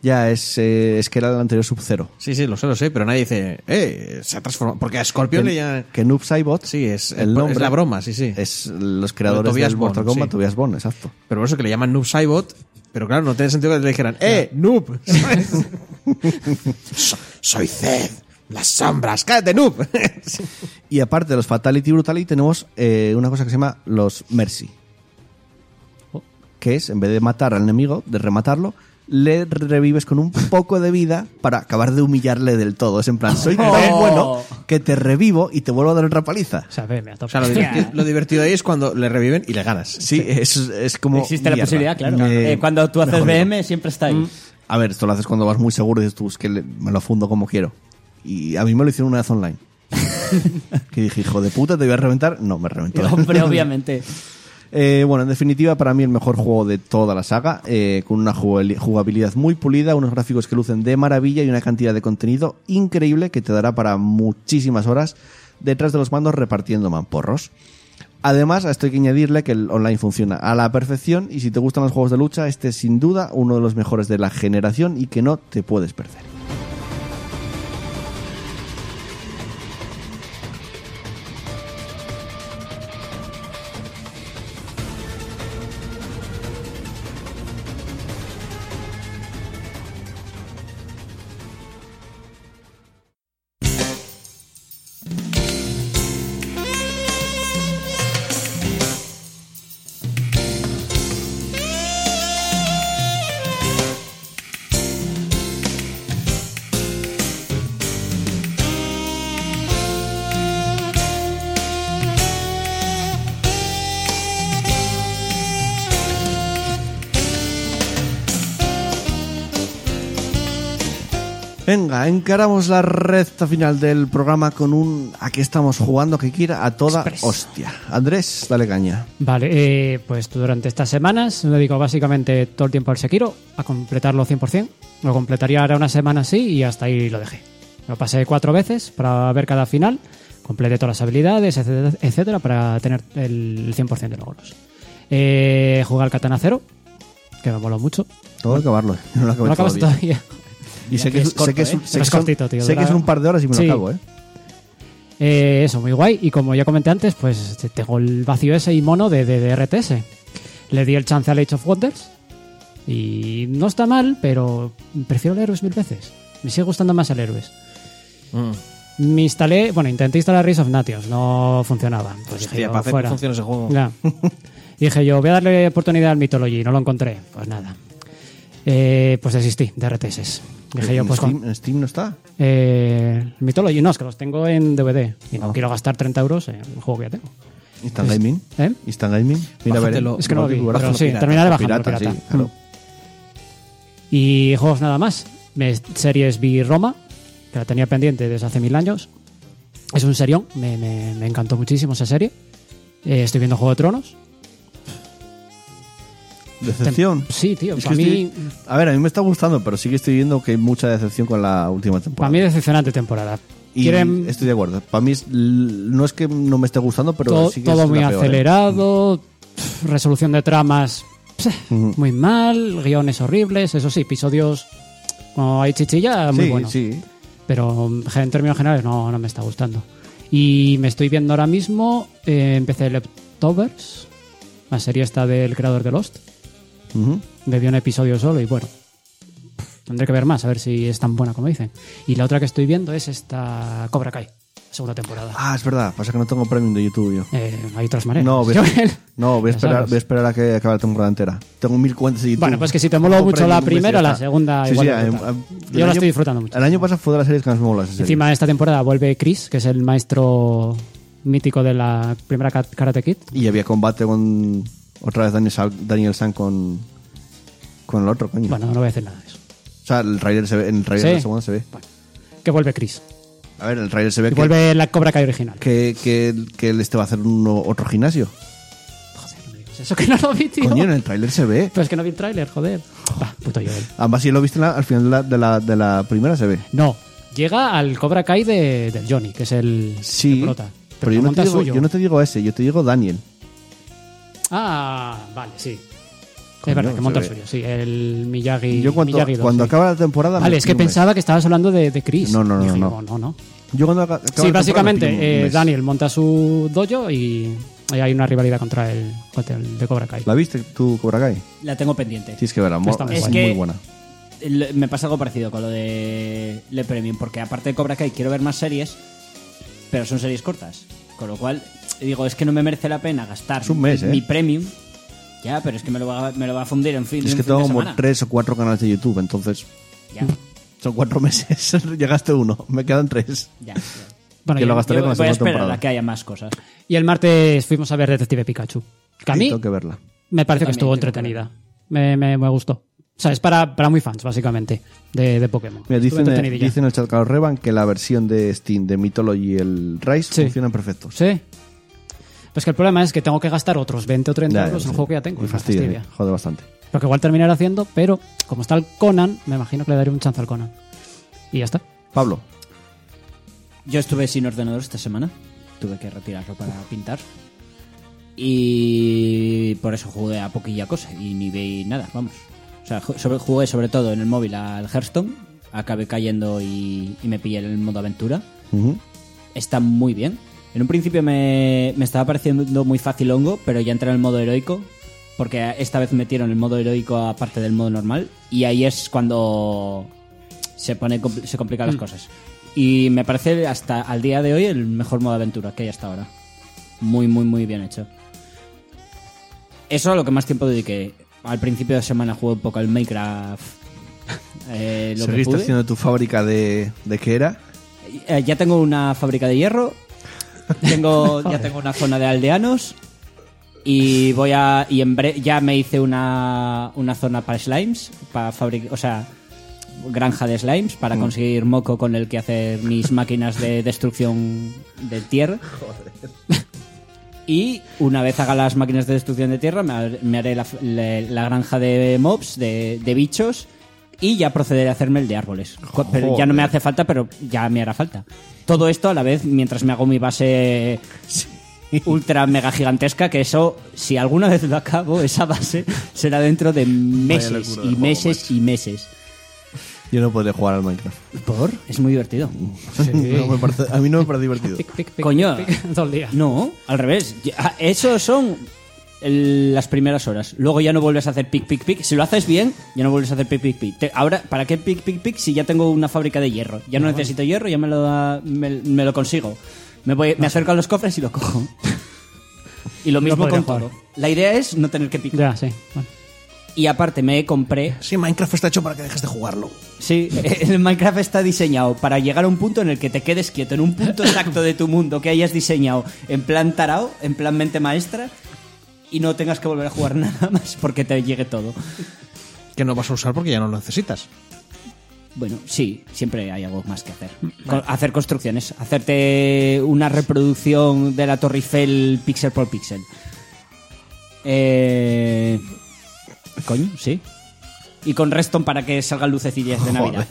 S1: Ya, es, eh, es que era el anterior Sub-Zero.
S4: Sí, sí, lo sé, lo sé, pero nadie dice, eh, se ha transformado. Porque a Scorpion le llaman.
S1: Que Noob Saibot.
S4: Sí, es-
S1: el
S4: es
S1: nombre.
S4: la broma, sí, sí.
S1: Es los creadores de
S4: Tobias
S1: del Mortal
S4: Bond,
S1: Kombat,
S4: sí.
S1: Tobias Bond, exacto.
S4: Pero por eso que le llaman Noob Saibot. Pero claro, no tiene sentido que le dijeran, ¡eh, (laughs) Noob! ¿sabes? So- soy Zed, las sombras, cállate, (laughs) Noob. Sí.
S1: Y aparte de los Fatality y Brutality, tenemos eh, una cosa que se llama los Mercy.
S4: Oh.
S1: Que es, en vez de matar al enemigo, de rematarlo, le revives con un poco de vida para acabar de humillarle del todo. Es en plan,
S4: (laughs)
S1: soy tan
S3: Oh.
S1: bueno que te revivo y te vuelvo a dar otra paliza.
S2: O sea, ve, me ha
S4: o sea, lo, diverti- lo divertido ahí es cuando le reviven y le ganas.
S1: Sí, es, es como.
S3: Existe la
S1: mierda.
S3: posibilidad, claro.
S1: Eh,
S3: Eh, cuando tú haces
S1: mejor Mm,
S3: BM siempre está ahí. (laughs)
S1: A ver, esto lo haces cuando vas muy seguro y dices tú, es que le- me lo fundo como quiero. Y a mí me lo hicieron una vez online. que dije, hijo de puta, te voy a reventar. No, me reventó. (laughs)
S3: Hombre, obviamente.
S1: Eh, bueno, en definitiva, para mí el mejor juego de toda la saga, eh, con una jugali- jugabilidad muy pulida, unos gráficos que lucen de maravilla y una cantidad de contenido increíble que te dará para muchísimas horas detrás de los mandos repartiendo mamporros. Además, a esto hay que añadirle que el online funciona a la perfección y si te gustan los juegos de lucha, este es sin duda uno de los mejores de la generación y que no te puedes perder. Venga, encaramos la recta final del programa con un ¿A qué estamos jugando? que quiera a toda
S2: Express.
S1: hostia. Andrés, dale caña.
S2: (laughs) Vale, eh, pues durante estas semanas me dedico básicamente todo el tiempo al Sekiro, a completarlo 100%. Lo completaría ahora una semana así y hasta ahí lo dejé. Lo pasé cuatro veces para ver cada final, completé todas las habilidades, etcétera, etcétera, para tener el 100% de logros. Eh, jugué al Katana Zero, que me moló mucho.
S1: Tengo que acabarlo. eh. (laughs) No lo acabé
S2: No lo acabas
S1: todavía.
S2: todavía.
S1: Y sé que,
S3: es
S1: es, sé que es un-
S3: corto,
S1: sé que
S2: ¿eh? Es
S1: son-
S2: cortito, tío,
S1: sé que
S2: dura-
S1: es un par de horas y me
S2: Sí.
S1: lo acabo, ¿eh?
S2: Eh, eso, muy guay. Y como ya comenté antes, pues te- tengo el vacío ese y mono de, de, de RTS. Le di el chance al Age of Wonders. Y no está mal, pero prefiero el Héroes mil veces. Me sigue gustando más el Héroes. Me instalé, bueno, intenté instalar Rise of Nations, no funcionaba. Pues dije
S4: Hostia,
S2: yo,
S4: para hacer que
S2: fuera.
S4: funcione ese juego.
S2: Ya. Dije yo, voy a darle oportunidad al Mythology, no lo encontré. Pues nada. Eh, pues desistí de RTS. Dije yo,
S1: en,
S2: pues con-
S1: Steam, en Steam no está.
S2: eh, Mythology, no, es que los tengo en DVD. Y
S1: Ah.
S2: no quiero gastar 30 euros en un juego que ya tengo.
S1: Instant Gaming.
S2: ¿Eh?
S1: Instant Gaming. Mira, a ver.
S4: Bájatelo.
S2: Es que no lo vi,
S1: Bájalo
S2: pero sí,
S4: pirata,
S2: terminaré bajando
S1: pirata,
S2: pirata. Mm.
S1: sí, claro.
S2: Y juegos nada más. Me- series vi Roma, que la tenía pendiente desde hace mil años. Es un serión, me, me- me encantó muchísimo esa serie. Eh, estoy viendo Juego de Tronos.
S1: Decepción.
S2: Sí, tío,
S1: Es que
S2: Pues, para mí,
S1: estoy- A ver, a mí me está gustando, pero sí que estoy viendo que hay mucha decepción con la última
S2: para
S1: temporada.
S2: mí decepcionante temporada.
S1: Y
S2: Quieren
S1: estoy de acuerdo. Para mí es- no es que no me esté gustando, pero
S2: to-
S1: sí que
S2: todo
S1: es
S2: muy
S1: la peor, ¿eh?
S2: acelerado, pf, resolución de tramas pf,
S1: Ujú.
S2: muy mal, guiones horribles, eso sí, episodios como hay chichilla, muy
S1: sí,
S2: bueno.
S1: sí.
S2: pero mm, en términos generales no, no me está gustando. Y me estoy viendo ahora mismo, eh, empecé Leftovers, la serie esta del creador de Lost,
S1: Ujú.
S2: me vi un episodio solo y bueno, pff, tendré que ver más, a ver si es tan buena como dicen. Y la otra que estoy viendo es esta Cobra Kai, segunda temporada.
S1: Ah, es verdad. Pasa que no tengo premium de YouTube yo.
S2: Eh, hay otras maneras. (laughs)
S1: No, voy a,
S2: Joel.
S1: no, voy a
S2: Ya
S1: esperar,
S2: sabes.
S1: voy a esperar a que acabe la temporada entera. Tengo mil cuentas y
S2: Bueno, pues que si te moló mucho la primera, la segunda igual te gusta. Yo la estoy disfrutando mucho.
S1: eh, El año pasado fue de las series que más me mola. esa serie.
S2: Encima esta temporada vuelve Chris, que es el maestro mítico de la primera Ka- Karate Kid.
S1: Y había combate con otra vez Daniel, San- Daniel San con, con el otro, coño.
S2: Bueno, no voy a decir nada de eso.
S1: O sea, el trailer se ve, en el trailer
S2: Sí.
S1: de la segunda se ve.
S2: Que vuelve Chris.
S1: A ver, en el trailer se ve
S2: Y
S1: que,
S2: vuelve la Cobra Kai original.
S1: que, que, él- que él este va a hacer un nuevo- otro gimnasio.
S2: Joder, no me digas eso que no lo vi, tío.
S1: Coño, en el trailer se ve.
S2: Pero es que no vi el tráiler, joder. Va, puto Joel.
S1: Además, si lo viste en la- al final de la, de, la, de la primera, se ve.
S2: No, llega al Cobra Kai de, del Johnny, que es el, el
S1: Sí,
S2: prota.
S1: pero yo
S2: lo
S1: no, te
S2: monta
S1: digo,
S2: suyo.
S1: yo no te digo ese, yo te digo Daniel.
S2: Ah, vale, sí.
S1: Coño,
S2: es verdad, que
S1: se
S2: monta el
S1: ve.
S2: suyo, sí. El Miyagi.
S1: Yo cuando,
S2: Miyagi dos,
S1: cuando
S2: sí.
S1: acaba la temporada...
S2: Vale,
S1: me
S2: es que
S1: tiro un mes.
S2: pensaba que estabas hablando de, de Chris.
S1: No, no, no,
S2: Y dije,
S1: no.
S2: no, no.
S1: Yo cuando aca- acaba la temporada me
S2: Sí,
S1: tiro un
S2: básicamente eh,
S1: mes.
S2: Daniel monta su dojo y ahí hay una rivalidad contra el, contra el de Cobra Kai.
S1: ¿La viste tú, Cobra Kai?
S3: La tengo pendiente.
S1: Tienes que verla, mo-
S2: Está muy
S1: es
S3: guay.
S1: muy
S3: Es que-
S1: buena.
S3: Le- Me pasa algo parecido con lo de Le Premium, porque aparte de Cobra Kai quiero ver más series, pero son series cortas. Con lo cual, digo, es que no me merece la pena gastar
S1: Es un mes, ¿eh?
S3: mi Premium. Ya, pero es que me lo va, me lo va a fundir en fin.
S1: Es
S3: un
S1: que
S3: fin
S1: tengo
S3: de
S1: como
S3: semana.
S1: tres o cuatro canales de YouTube, entonces
S3: Ya,
S1: son cuatro (laughs) meses. Llegaste uno, me quedan tres.
S3: ya. ya.
S1: (laughs)
S2: Bueno,
S1: que
S2: y-
S1: lo gastaré
S3: Yo
S1: con la
S3: voy a
S1: segunda
S3: esperar
S1: temporada.
S3: a que haya más cosas.
S2: Y el martes fuimos a ver Detective Pikachu. Que a
S1: Sí,
S2: mí
S1: Tengo que verla.
S2: me parece que
S3: Yo también
S2: estuvo
S3: tengo
S2: entretenida. Me, me, me gustó. O sea, es para, para muy fans, básicamente, de, de Pokémon.
S1: Mira, dicen,
S2: Estuvo
S1: eh,
S2: entretenidilla.
S1: dicen en el chat Carlos Revan que la versión de Steam de Mythology y el Rise
S2: Sí.
S1: funcionan perfectos.
S2: Sí. Pues que el problema es que tengo que gastar otros 20 o 30
S1: Ya, ya,
S2: euros en
S1: sí. eh.
S2: un juego que ya tengo.
S1: Y
S2: me
S1: fastidia,
S2: fastidia.
S1: sí. jode bastante.
S2: Lo que igual terminaré haciendo, pero como está el Conan, me imagino que le daré un chance al Conan. Y
S1: (laughs)
S2: ya está.
S1: Pablo,
S3: Yo estuve sin ordenador esta semana. Tuve que retirarlo para pintar. Y por eso jugué a poquilla cosa y ni vi nada, vamos. O sea, ju- sobre- jugué sobre todo en el móvil al Hearthstone. Acabé cayendo y, y me pillé en el modo aventura.
S1: Ujú.
S3: Está muy bien. En un principio me, me estaba pareciendo muy fácil hongo, pero ya entré en el modo heroico. Porque esta vez metieron el modo heroico aparte del modo normal. Y ahí es cuando se pone compl- se complican las
S1: Mm.
S3: cosas. Y me parece hasta al día de hoy el mejor modo aventura que hay hasta ahora. Muy, muy, muy bien hecho. Eso a lo que más tiempo dediqué. Al principio de semana jugué un poco al Minecraft. eh, lo que
S1: seguiste
S3: pude.
S1: haciendo tu fábrica de, de qué era.
S3: Eh, ya tengo una fábrica de hierro. Tengo, ya tengo una zona de aldeanos. Y voy a. Y en bre- ya me hice una, una zona para slimes. Para fabricar. O sea, granja de slimes para conseguir moco con el que hacer mis máquinas de destrucción de tierra. Y una vez haga las máquinas de destrucción de tierra, me har- me haré la, f- la- la granja de mobs, de, de bichos, y ya procederé a hacerme el de árboles. Co- Pero ya no me hace falta, pero ya me hará falta. Todo esto a la vez mientras me hago mi base ultra mega gigantesca, que eso, si alguna vez lo acabo, esa base será dentro de meses
S1: locura de
S3: y
S1: juego,
S3: meses y meses.
S1: Yo no podré jugar al Minecraft.
S3: ¿Por? Es muy divertido.
S1: No me parece- a mí no me parece divertido.
S2: (laughs) Pic, pic, pic,
S3: Coño.
S2: pic, pic, (laughs) todo el día.
S3: No, al revés. Ya- ah, Eso son el- las primeras horas. Luego ya no vuelves a hacer pic, pic, pic. Si lo haces bien, ya no vuelves a hacer pic, pic, pic. Te- ahora, ¿para qué pic, pic, pic si ya tengo una fábrica de hierro? Ya no necesito hierro, ya me lo, da- me, me lo consigo. Me, voy, me acerco a los cofres y lo cojo. Y lo mismo
S2: podría
S3: con
S2: jugar.
S3: todo. La idea es no tener que picar.
S2: Ya, sí. Bueno.
S3: Y aparte me compré
S4: Sí, Minecraft está hecho para que dejes de jugarlo.
S3: Sí, (laughs) el Minecraft está diseñado para llegar a un punto en el que te quedes quieto, en un punto exacto de tu mundo que hayas diseñado en plan tarao, en plan mente maestra, y no tengas que volver a jugar (laughs) nada más porque te llegue todo.
S4: Que no vas a usar porque ya no lo necesitas.
S3: Bueno, sí, siempre hay algo más que hacer. Co- Hacer construcciones, hacerte una reproducción de la Torre Eiffel píxel por píxel. Eh... Coño, sí. Y con Reston para que salgan lucecillas de Navidad.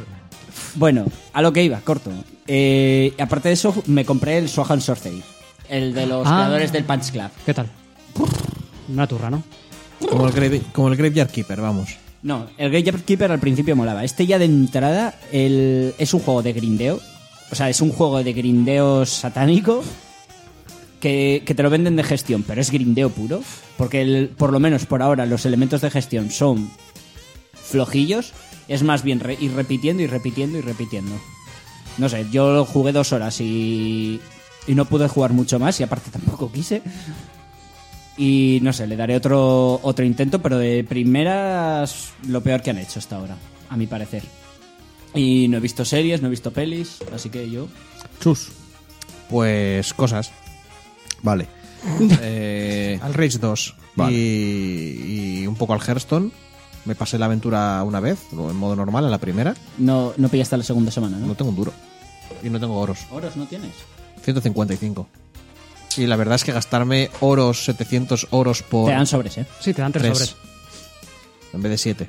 S3: (laughs) Bueno, a lo que iba, corto. Eh, aparte de eso, me compré el Swahan Sorcery. El de los
S2: Ah.
S3: creadores del Punch Club.
S2: ¿Qué tal? Una turra, ¿no?
S4: Como el, grave- como el Graveyard Keeper, vamos.
S3: No, el Graveyard Keeper al principio molaba. Este ya de entrada el- es un juego de grindeo. O sea, es un juego de grindeo satánico que, que te lo venden de gestión, pero es grindeo puro. Porque el- por lo menos por ahora los elementos de gestión son flojillos. Es más bien re- ir repitiendo y repitiendo y repitiendo. No sé, yo lo jugué dos horas y, y no pude jugar mucho más y aparte tampoco quise. Y no sé, le daré otro, otro intento, pero de primeras lo peor que han hecho hasta ahora, a mi parecer. Y no he visto series, no he visto pelis, así que yo...
S4: Chus. Pues cosas. Vale. Eh, al Rage 2
S1: Vale.
S4: y, y un poco al Hearthstone. Me pasé la aventura una vez, en modo normal, en la primera.
S3: No, no pillé hasta la segunda semana,
S4: No
S3: ¿no?
S4: tengo un duro. Y no tengo oros.
S3: ¿Horas no tienes?
S4: 155. Y la verdad es que gastarme oros, 700 oros por...
S3: Te dan sobres, ¿eh?
S2: Sí, te dan tres,
S4: Tres.
S2: sobres.
S4: En vez de 7.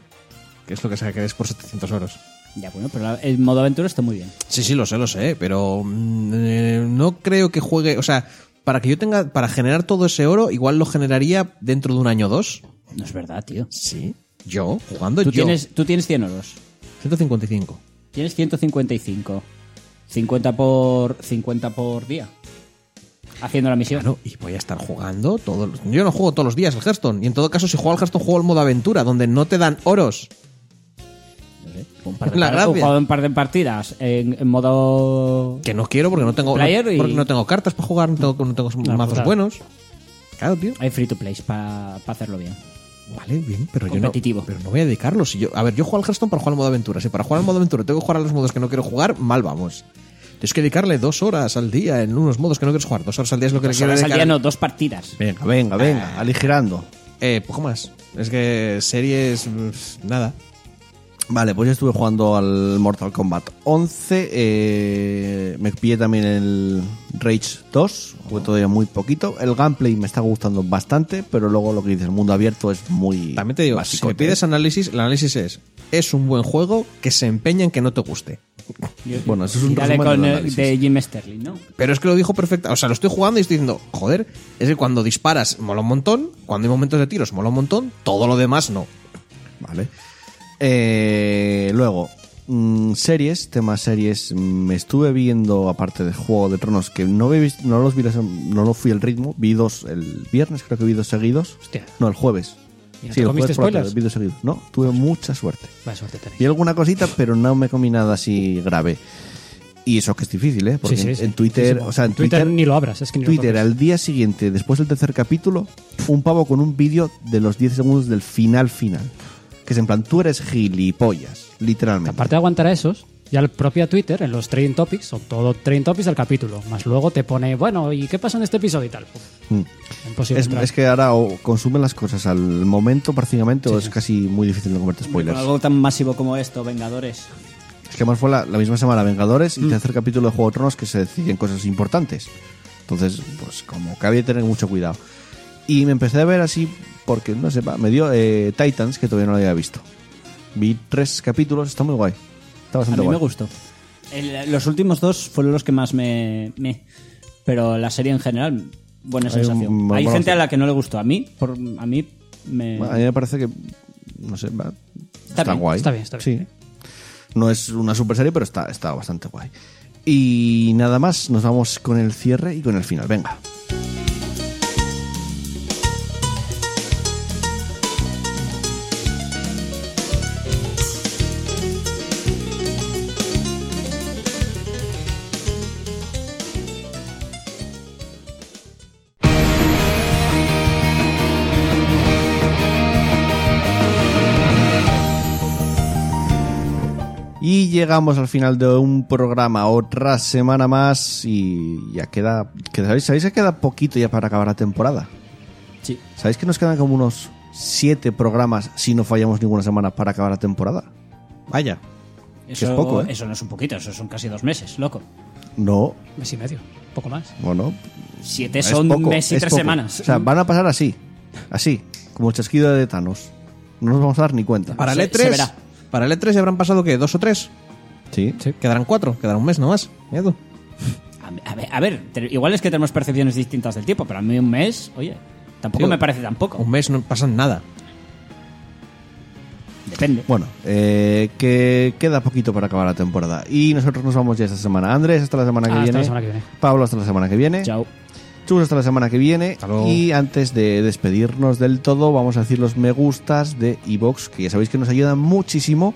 S4: Que es lo que saques por 700 oros.
S3: Ya, bueno, pero la- el modo aventura está muy bien.
S4: Sí, sí, lo sé, lo sé, pero mm, eh, no creo que juegue, o sea, para que yo tenga, para generar todo ese oro, igual lo generaría dentro de un año o dos.
S3: No es verdad, tío.
S4: Sí. Yo, jugando
S3: Tú
S4: yo.
S3: tienes, tú tienes 100 oros.
S4: 155.
S3: Tienes 155. 50 por, 50 por día. Haciendo la misión.
S4: Claro, y voy a estar jugando todos los- Yo no juego todos los días el Hearthstone, y en todo caso, si juego al Hearthstone, juego al modo aventura, donde no te dan oros.
S3: Un par de
S4: La
S3: par-
S4: gracia.
S3: he jugado un par de partidas en, en modo...
S4: Que no quiero porque no tengo, no,
S3: Player y-
S4: porque no tengo cartas para jugar, no tengo, no tengo mazos
S2: putada.
S4: buenos. Claro, tío.
S3: Hay free to play para hacerlo bien.
S4: Vale, bien, pero yo no,
S3: Competitivo.
S4: pero no voy a dedicarlo. Si yo, a ver, yo juego al Hearthstone para jugar al modo aventura. Si para jugar al modo aventura tengo que jugar a los modos que no quiero jugar, mal vamos. Tienes que dedicarle dos horas al día en unos modos que no quieres jugar. Dos horas al día es lo que le
S3: Dos
S4: quiero
S3: horas al
S4: dedicar.
S3: día, no, Pues dos partidas.
S1: Venga, venga, venga, aligerando.
S4: Eh, poco más. Es que series, mm, nada.
S1: Vale, pues yo estuve jugando al Mortal Kombat 11. eh, me pillé también el Rage 2. Jugué todavía muy poquito. El gameplay me está gustando bastante, pero luego lo que dices, el mundo abierto es muy.
S4: También te digo, si
S1: básico,
S4: me
S3: ¿eh?
S4: pides análisis, el análisis es, es un buen juego que se empeña en que no te guste.
S1: Bueno, eso es un
S3: Y dale
S1: resumen
S3: con
S1: del
S3: eh,
S1: análisis.
S3: de Jim Sterling, ¿no?
S4: Pero es que lo dijo perfecta. O sea, lo estoy jugando y estoy diciendo, joder, es que cuando disparas mola un montón, cuando hay momentos de tiros mola un montón, todo lo demás no.
S1: Vale. Eh, luego, mm, series, temas series. mm, Me estuve viendo, aparte de Juego de Tronos, que no, he vis- no los vi, la sem- no lo fui el ritmo. Vi dos el viernes, creo que vi dos seguidos.
S2: Hostia.
S1: No, el jueves.
S2: Mira,
S1: Sí,
S2: ¿te
S1: el
S2: comiste
S1: jueves por la tarde,
S2: spoilers?
S1: vi dos seguidos. No, tuve mucha suerte.
S2: Vaya suerte tenéis.
S1: Vi alguna cosita, pero no me comí nada así grave. Y eso que es difícil, ¿eh? Porque
S2: Sí, sí,
S1: en-
S2: sí.
S1: en Twitter,
S2: Muchísimo.
S1: o sea, en
S2: Twitter
S1: Twitter,
S2: ni lo abras, es que ni lo
S1: Twitter
S2: toques.
S1: al día siguiente, después del tercer capítulo, un pavo con un vídeo de los 10 segundos del final final. Que es en plan, tú eres gilipollas, literalmente.
S2: Aparte de aguantar a esos, Ya el propio Twitter, en los trading topics, son todo trading topics del capítulo. Más luego te pone, bueno, ¿y qué pasa en este episodio y tal? Uf,
S1: Mm.
S2: imposible.
S1: Es,
S2: entrar.
S1: es que ahora o consumen las cosas al momento prácticamente o es casi muy difícil de comerte
S3: Con
S1: spoilers.
S3: algo tan masivo como esto, Vengadores.
S1: Es que además fue la, la misma semana Vengadores y tercer capítulo de Juego de Tronos que se deciden cosas importantes. Entonces, pues como que había que tener mucho cuidado. Y me empecé a ver así porque, no sé, va, me dio eh, Titans que todavía no lo había visto. Vi tres capítulos, está muy guay. Está
S3: A
S1: bastante
S3: mí me
S1: guay.
S3: gustó. El- los últimos dos fueron los que más me, me- Pero la serie en general, buena
S1: Hay
S3: sensación.
S1: un-
S3: Hay
S1: bueno, sí.
S3: gente a la que no le gustó. A mí, por, a mí me...
S1: Bueno, a mí me parece que, no sé, va, está,
S3: bien,
S1: guay.
S2: está bien, está bien.
S1: Sí. No es una super serie, pero está, está bastante guay. Y nada más, nos vamos con el cierre y con el final. Venga. Y llegamos al final de un programa, otra semana más y ya queda, que ¿sabéis? ¿Sabéis que queda poquito ya para acabar la temporada?
S3: Sí.
S1: ¿Sabéis que nos quedan como unos siete programas si no fallamos ninguna semana para acabar la temporada?
S4: Vaya.
S3: Eso,
S1: es poco, ¿eh?
S3: eso no es un poquito, eso son casi dos meses, loco.
S1: No,
S2: Mes y medio, poco más.
S1: bueno,
S3: Siete
S1: es
S3: son
S1: poco,
S3: mes y
S1: es
S3: tres
S1: poco.
S3: semanas.
S1: O sea, van a pasar así, así, como el chasquido de Thanos. No nos vamos a dar ni cuenta.
S4: Para el
S3: Se- se
S4: E3.
S3: verá.
S4: para el E3 ya habrán pasado, ¿qué? ¿Dos o tres?
S1: Sí.
S4: Quedarán cuatro, quedará un mes nomás. Mira tú.
S3: A, a ver, a ver, te- igual es que tenemos percepciones distintas del tiempo, pero a mí un mes, oye, tampoco
S4: Tío,
S3: me parece tampoco.
S4: Un mes no pasa nada.
S3: Depende.
S1: Bueno, eh, que queda poquito para acabar la temporada. Y nosotros nos vamos ya esta semana. Andrés, hasta la semana que,
S2: Ah, hasta
S1: viene.
S2: la semana que viene.
S1: Pablo, hasta la semana que viene.
S3: Chao.
S1: Chus, hasta la semana que viene.
S4: luego.
S1: Y antes de despedirnos del todo, vamos a decir los me gustas de Evox, que ya sabéis que nos ayudan muchísimo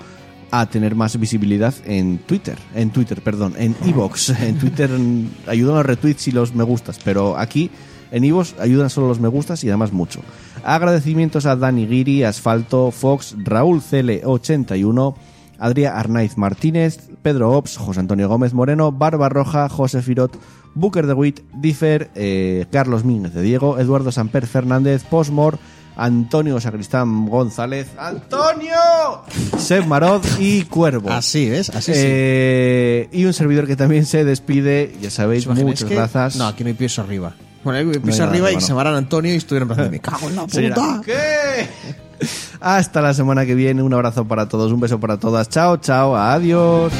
S1: a tener más visibilidad en Twitter. En Twitter, perdón, en Evox. En Twitter mm, ayudan los retweets y los me gustas, pero aquí en Evox ayudan solo los me gustas y además mucho. Agradecimientos a Dani Guiri, Asfalto, Fox, Raúl CL81. Adrián Arnaiz Martínez, Pedro Ops, José Antonio Gómez Moreno, Barba Roja, José Firot, Booker de Witt, Differ, eh, Carlos Mínguez de Diego, Eduardo Samper Fernández, Posmor, Antonio Sacristán González, ¡Antonio! Seb Marot y Cuervo.
S4: Así, ¿ves? Así
S1: Eh, Y un servidor que también se despide, ya
S4: ¿Os
S1: sabéis,
S4: imagináis
S1: muchas
S4: que-
S1: gracias.
S4: No, aquí no hay piso arriba. Bueno, hay piso
S1: No hay nada,
S4: arriba y
S1: bueno.
S4: se llamaran Antonio y estuvieron en plan de, me cago en la
S1: Será-
S4: puta.
S1: ¿Qué? Hasta la semana que viene, un abrazo para todos, un beso para todas, chao, chao, adiós.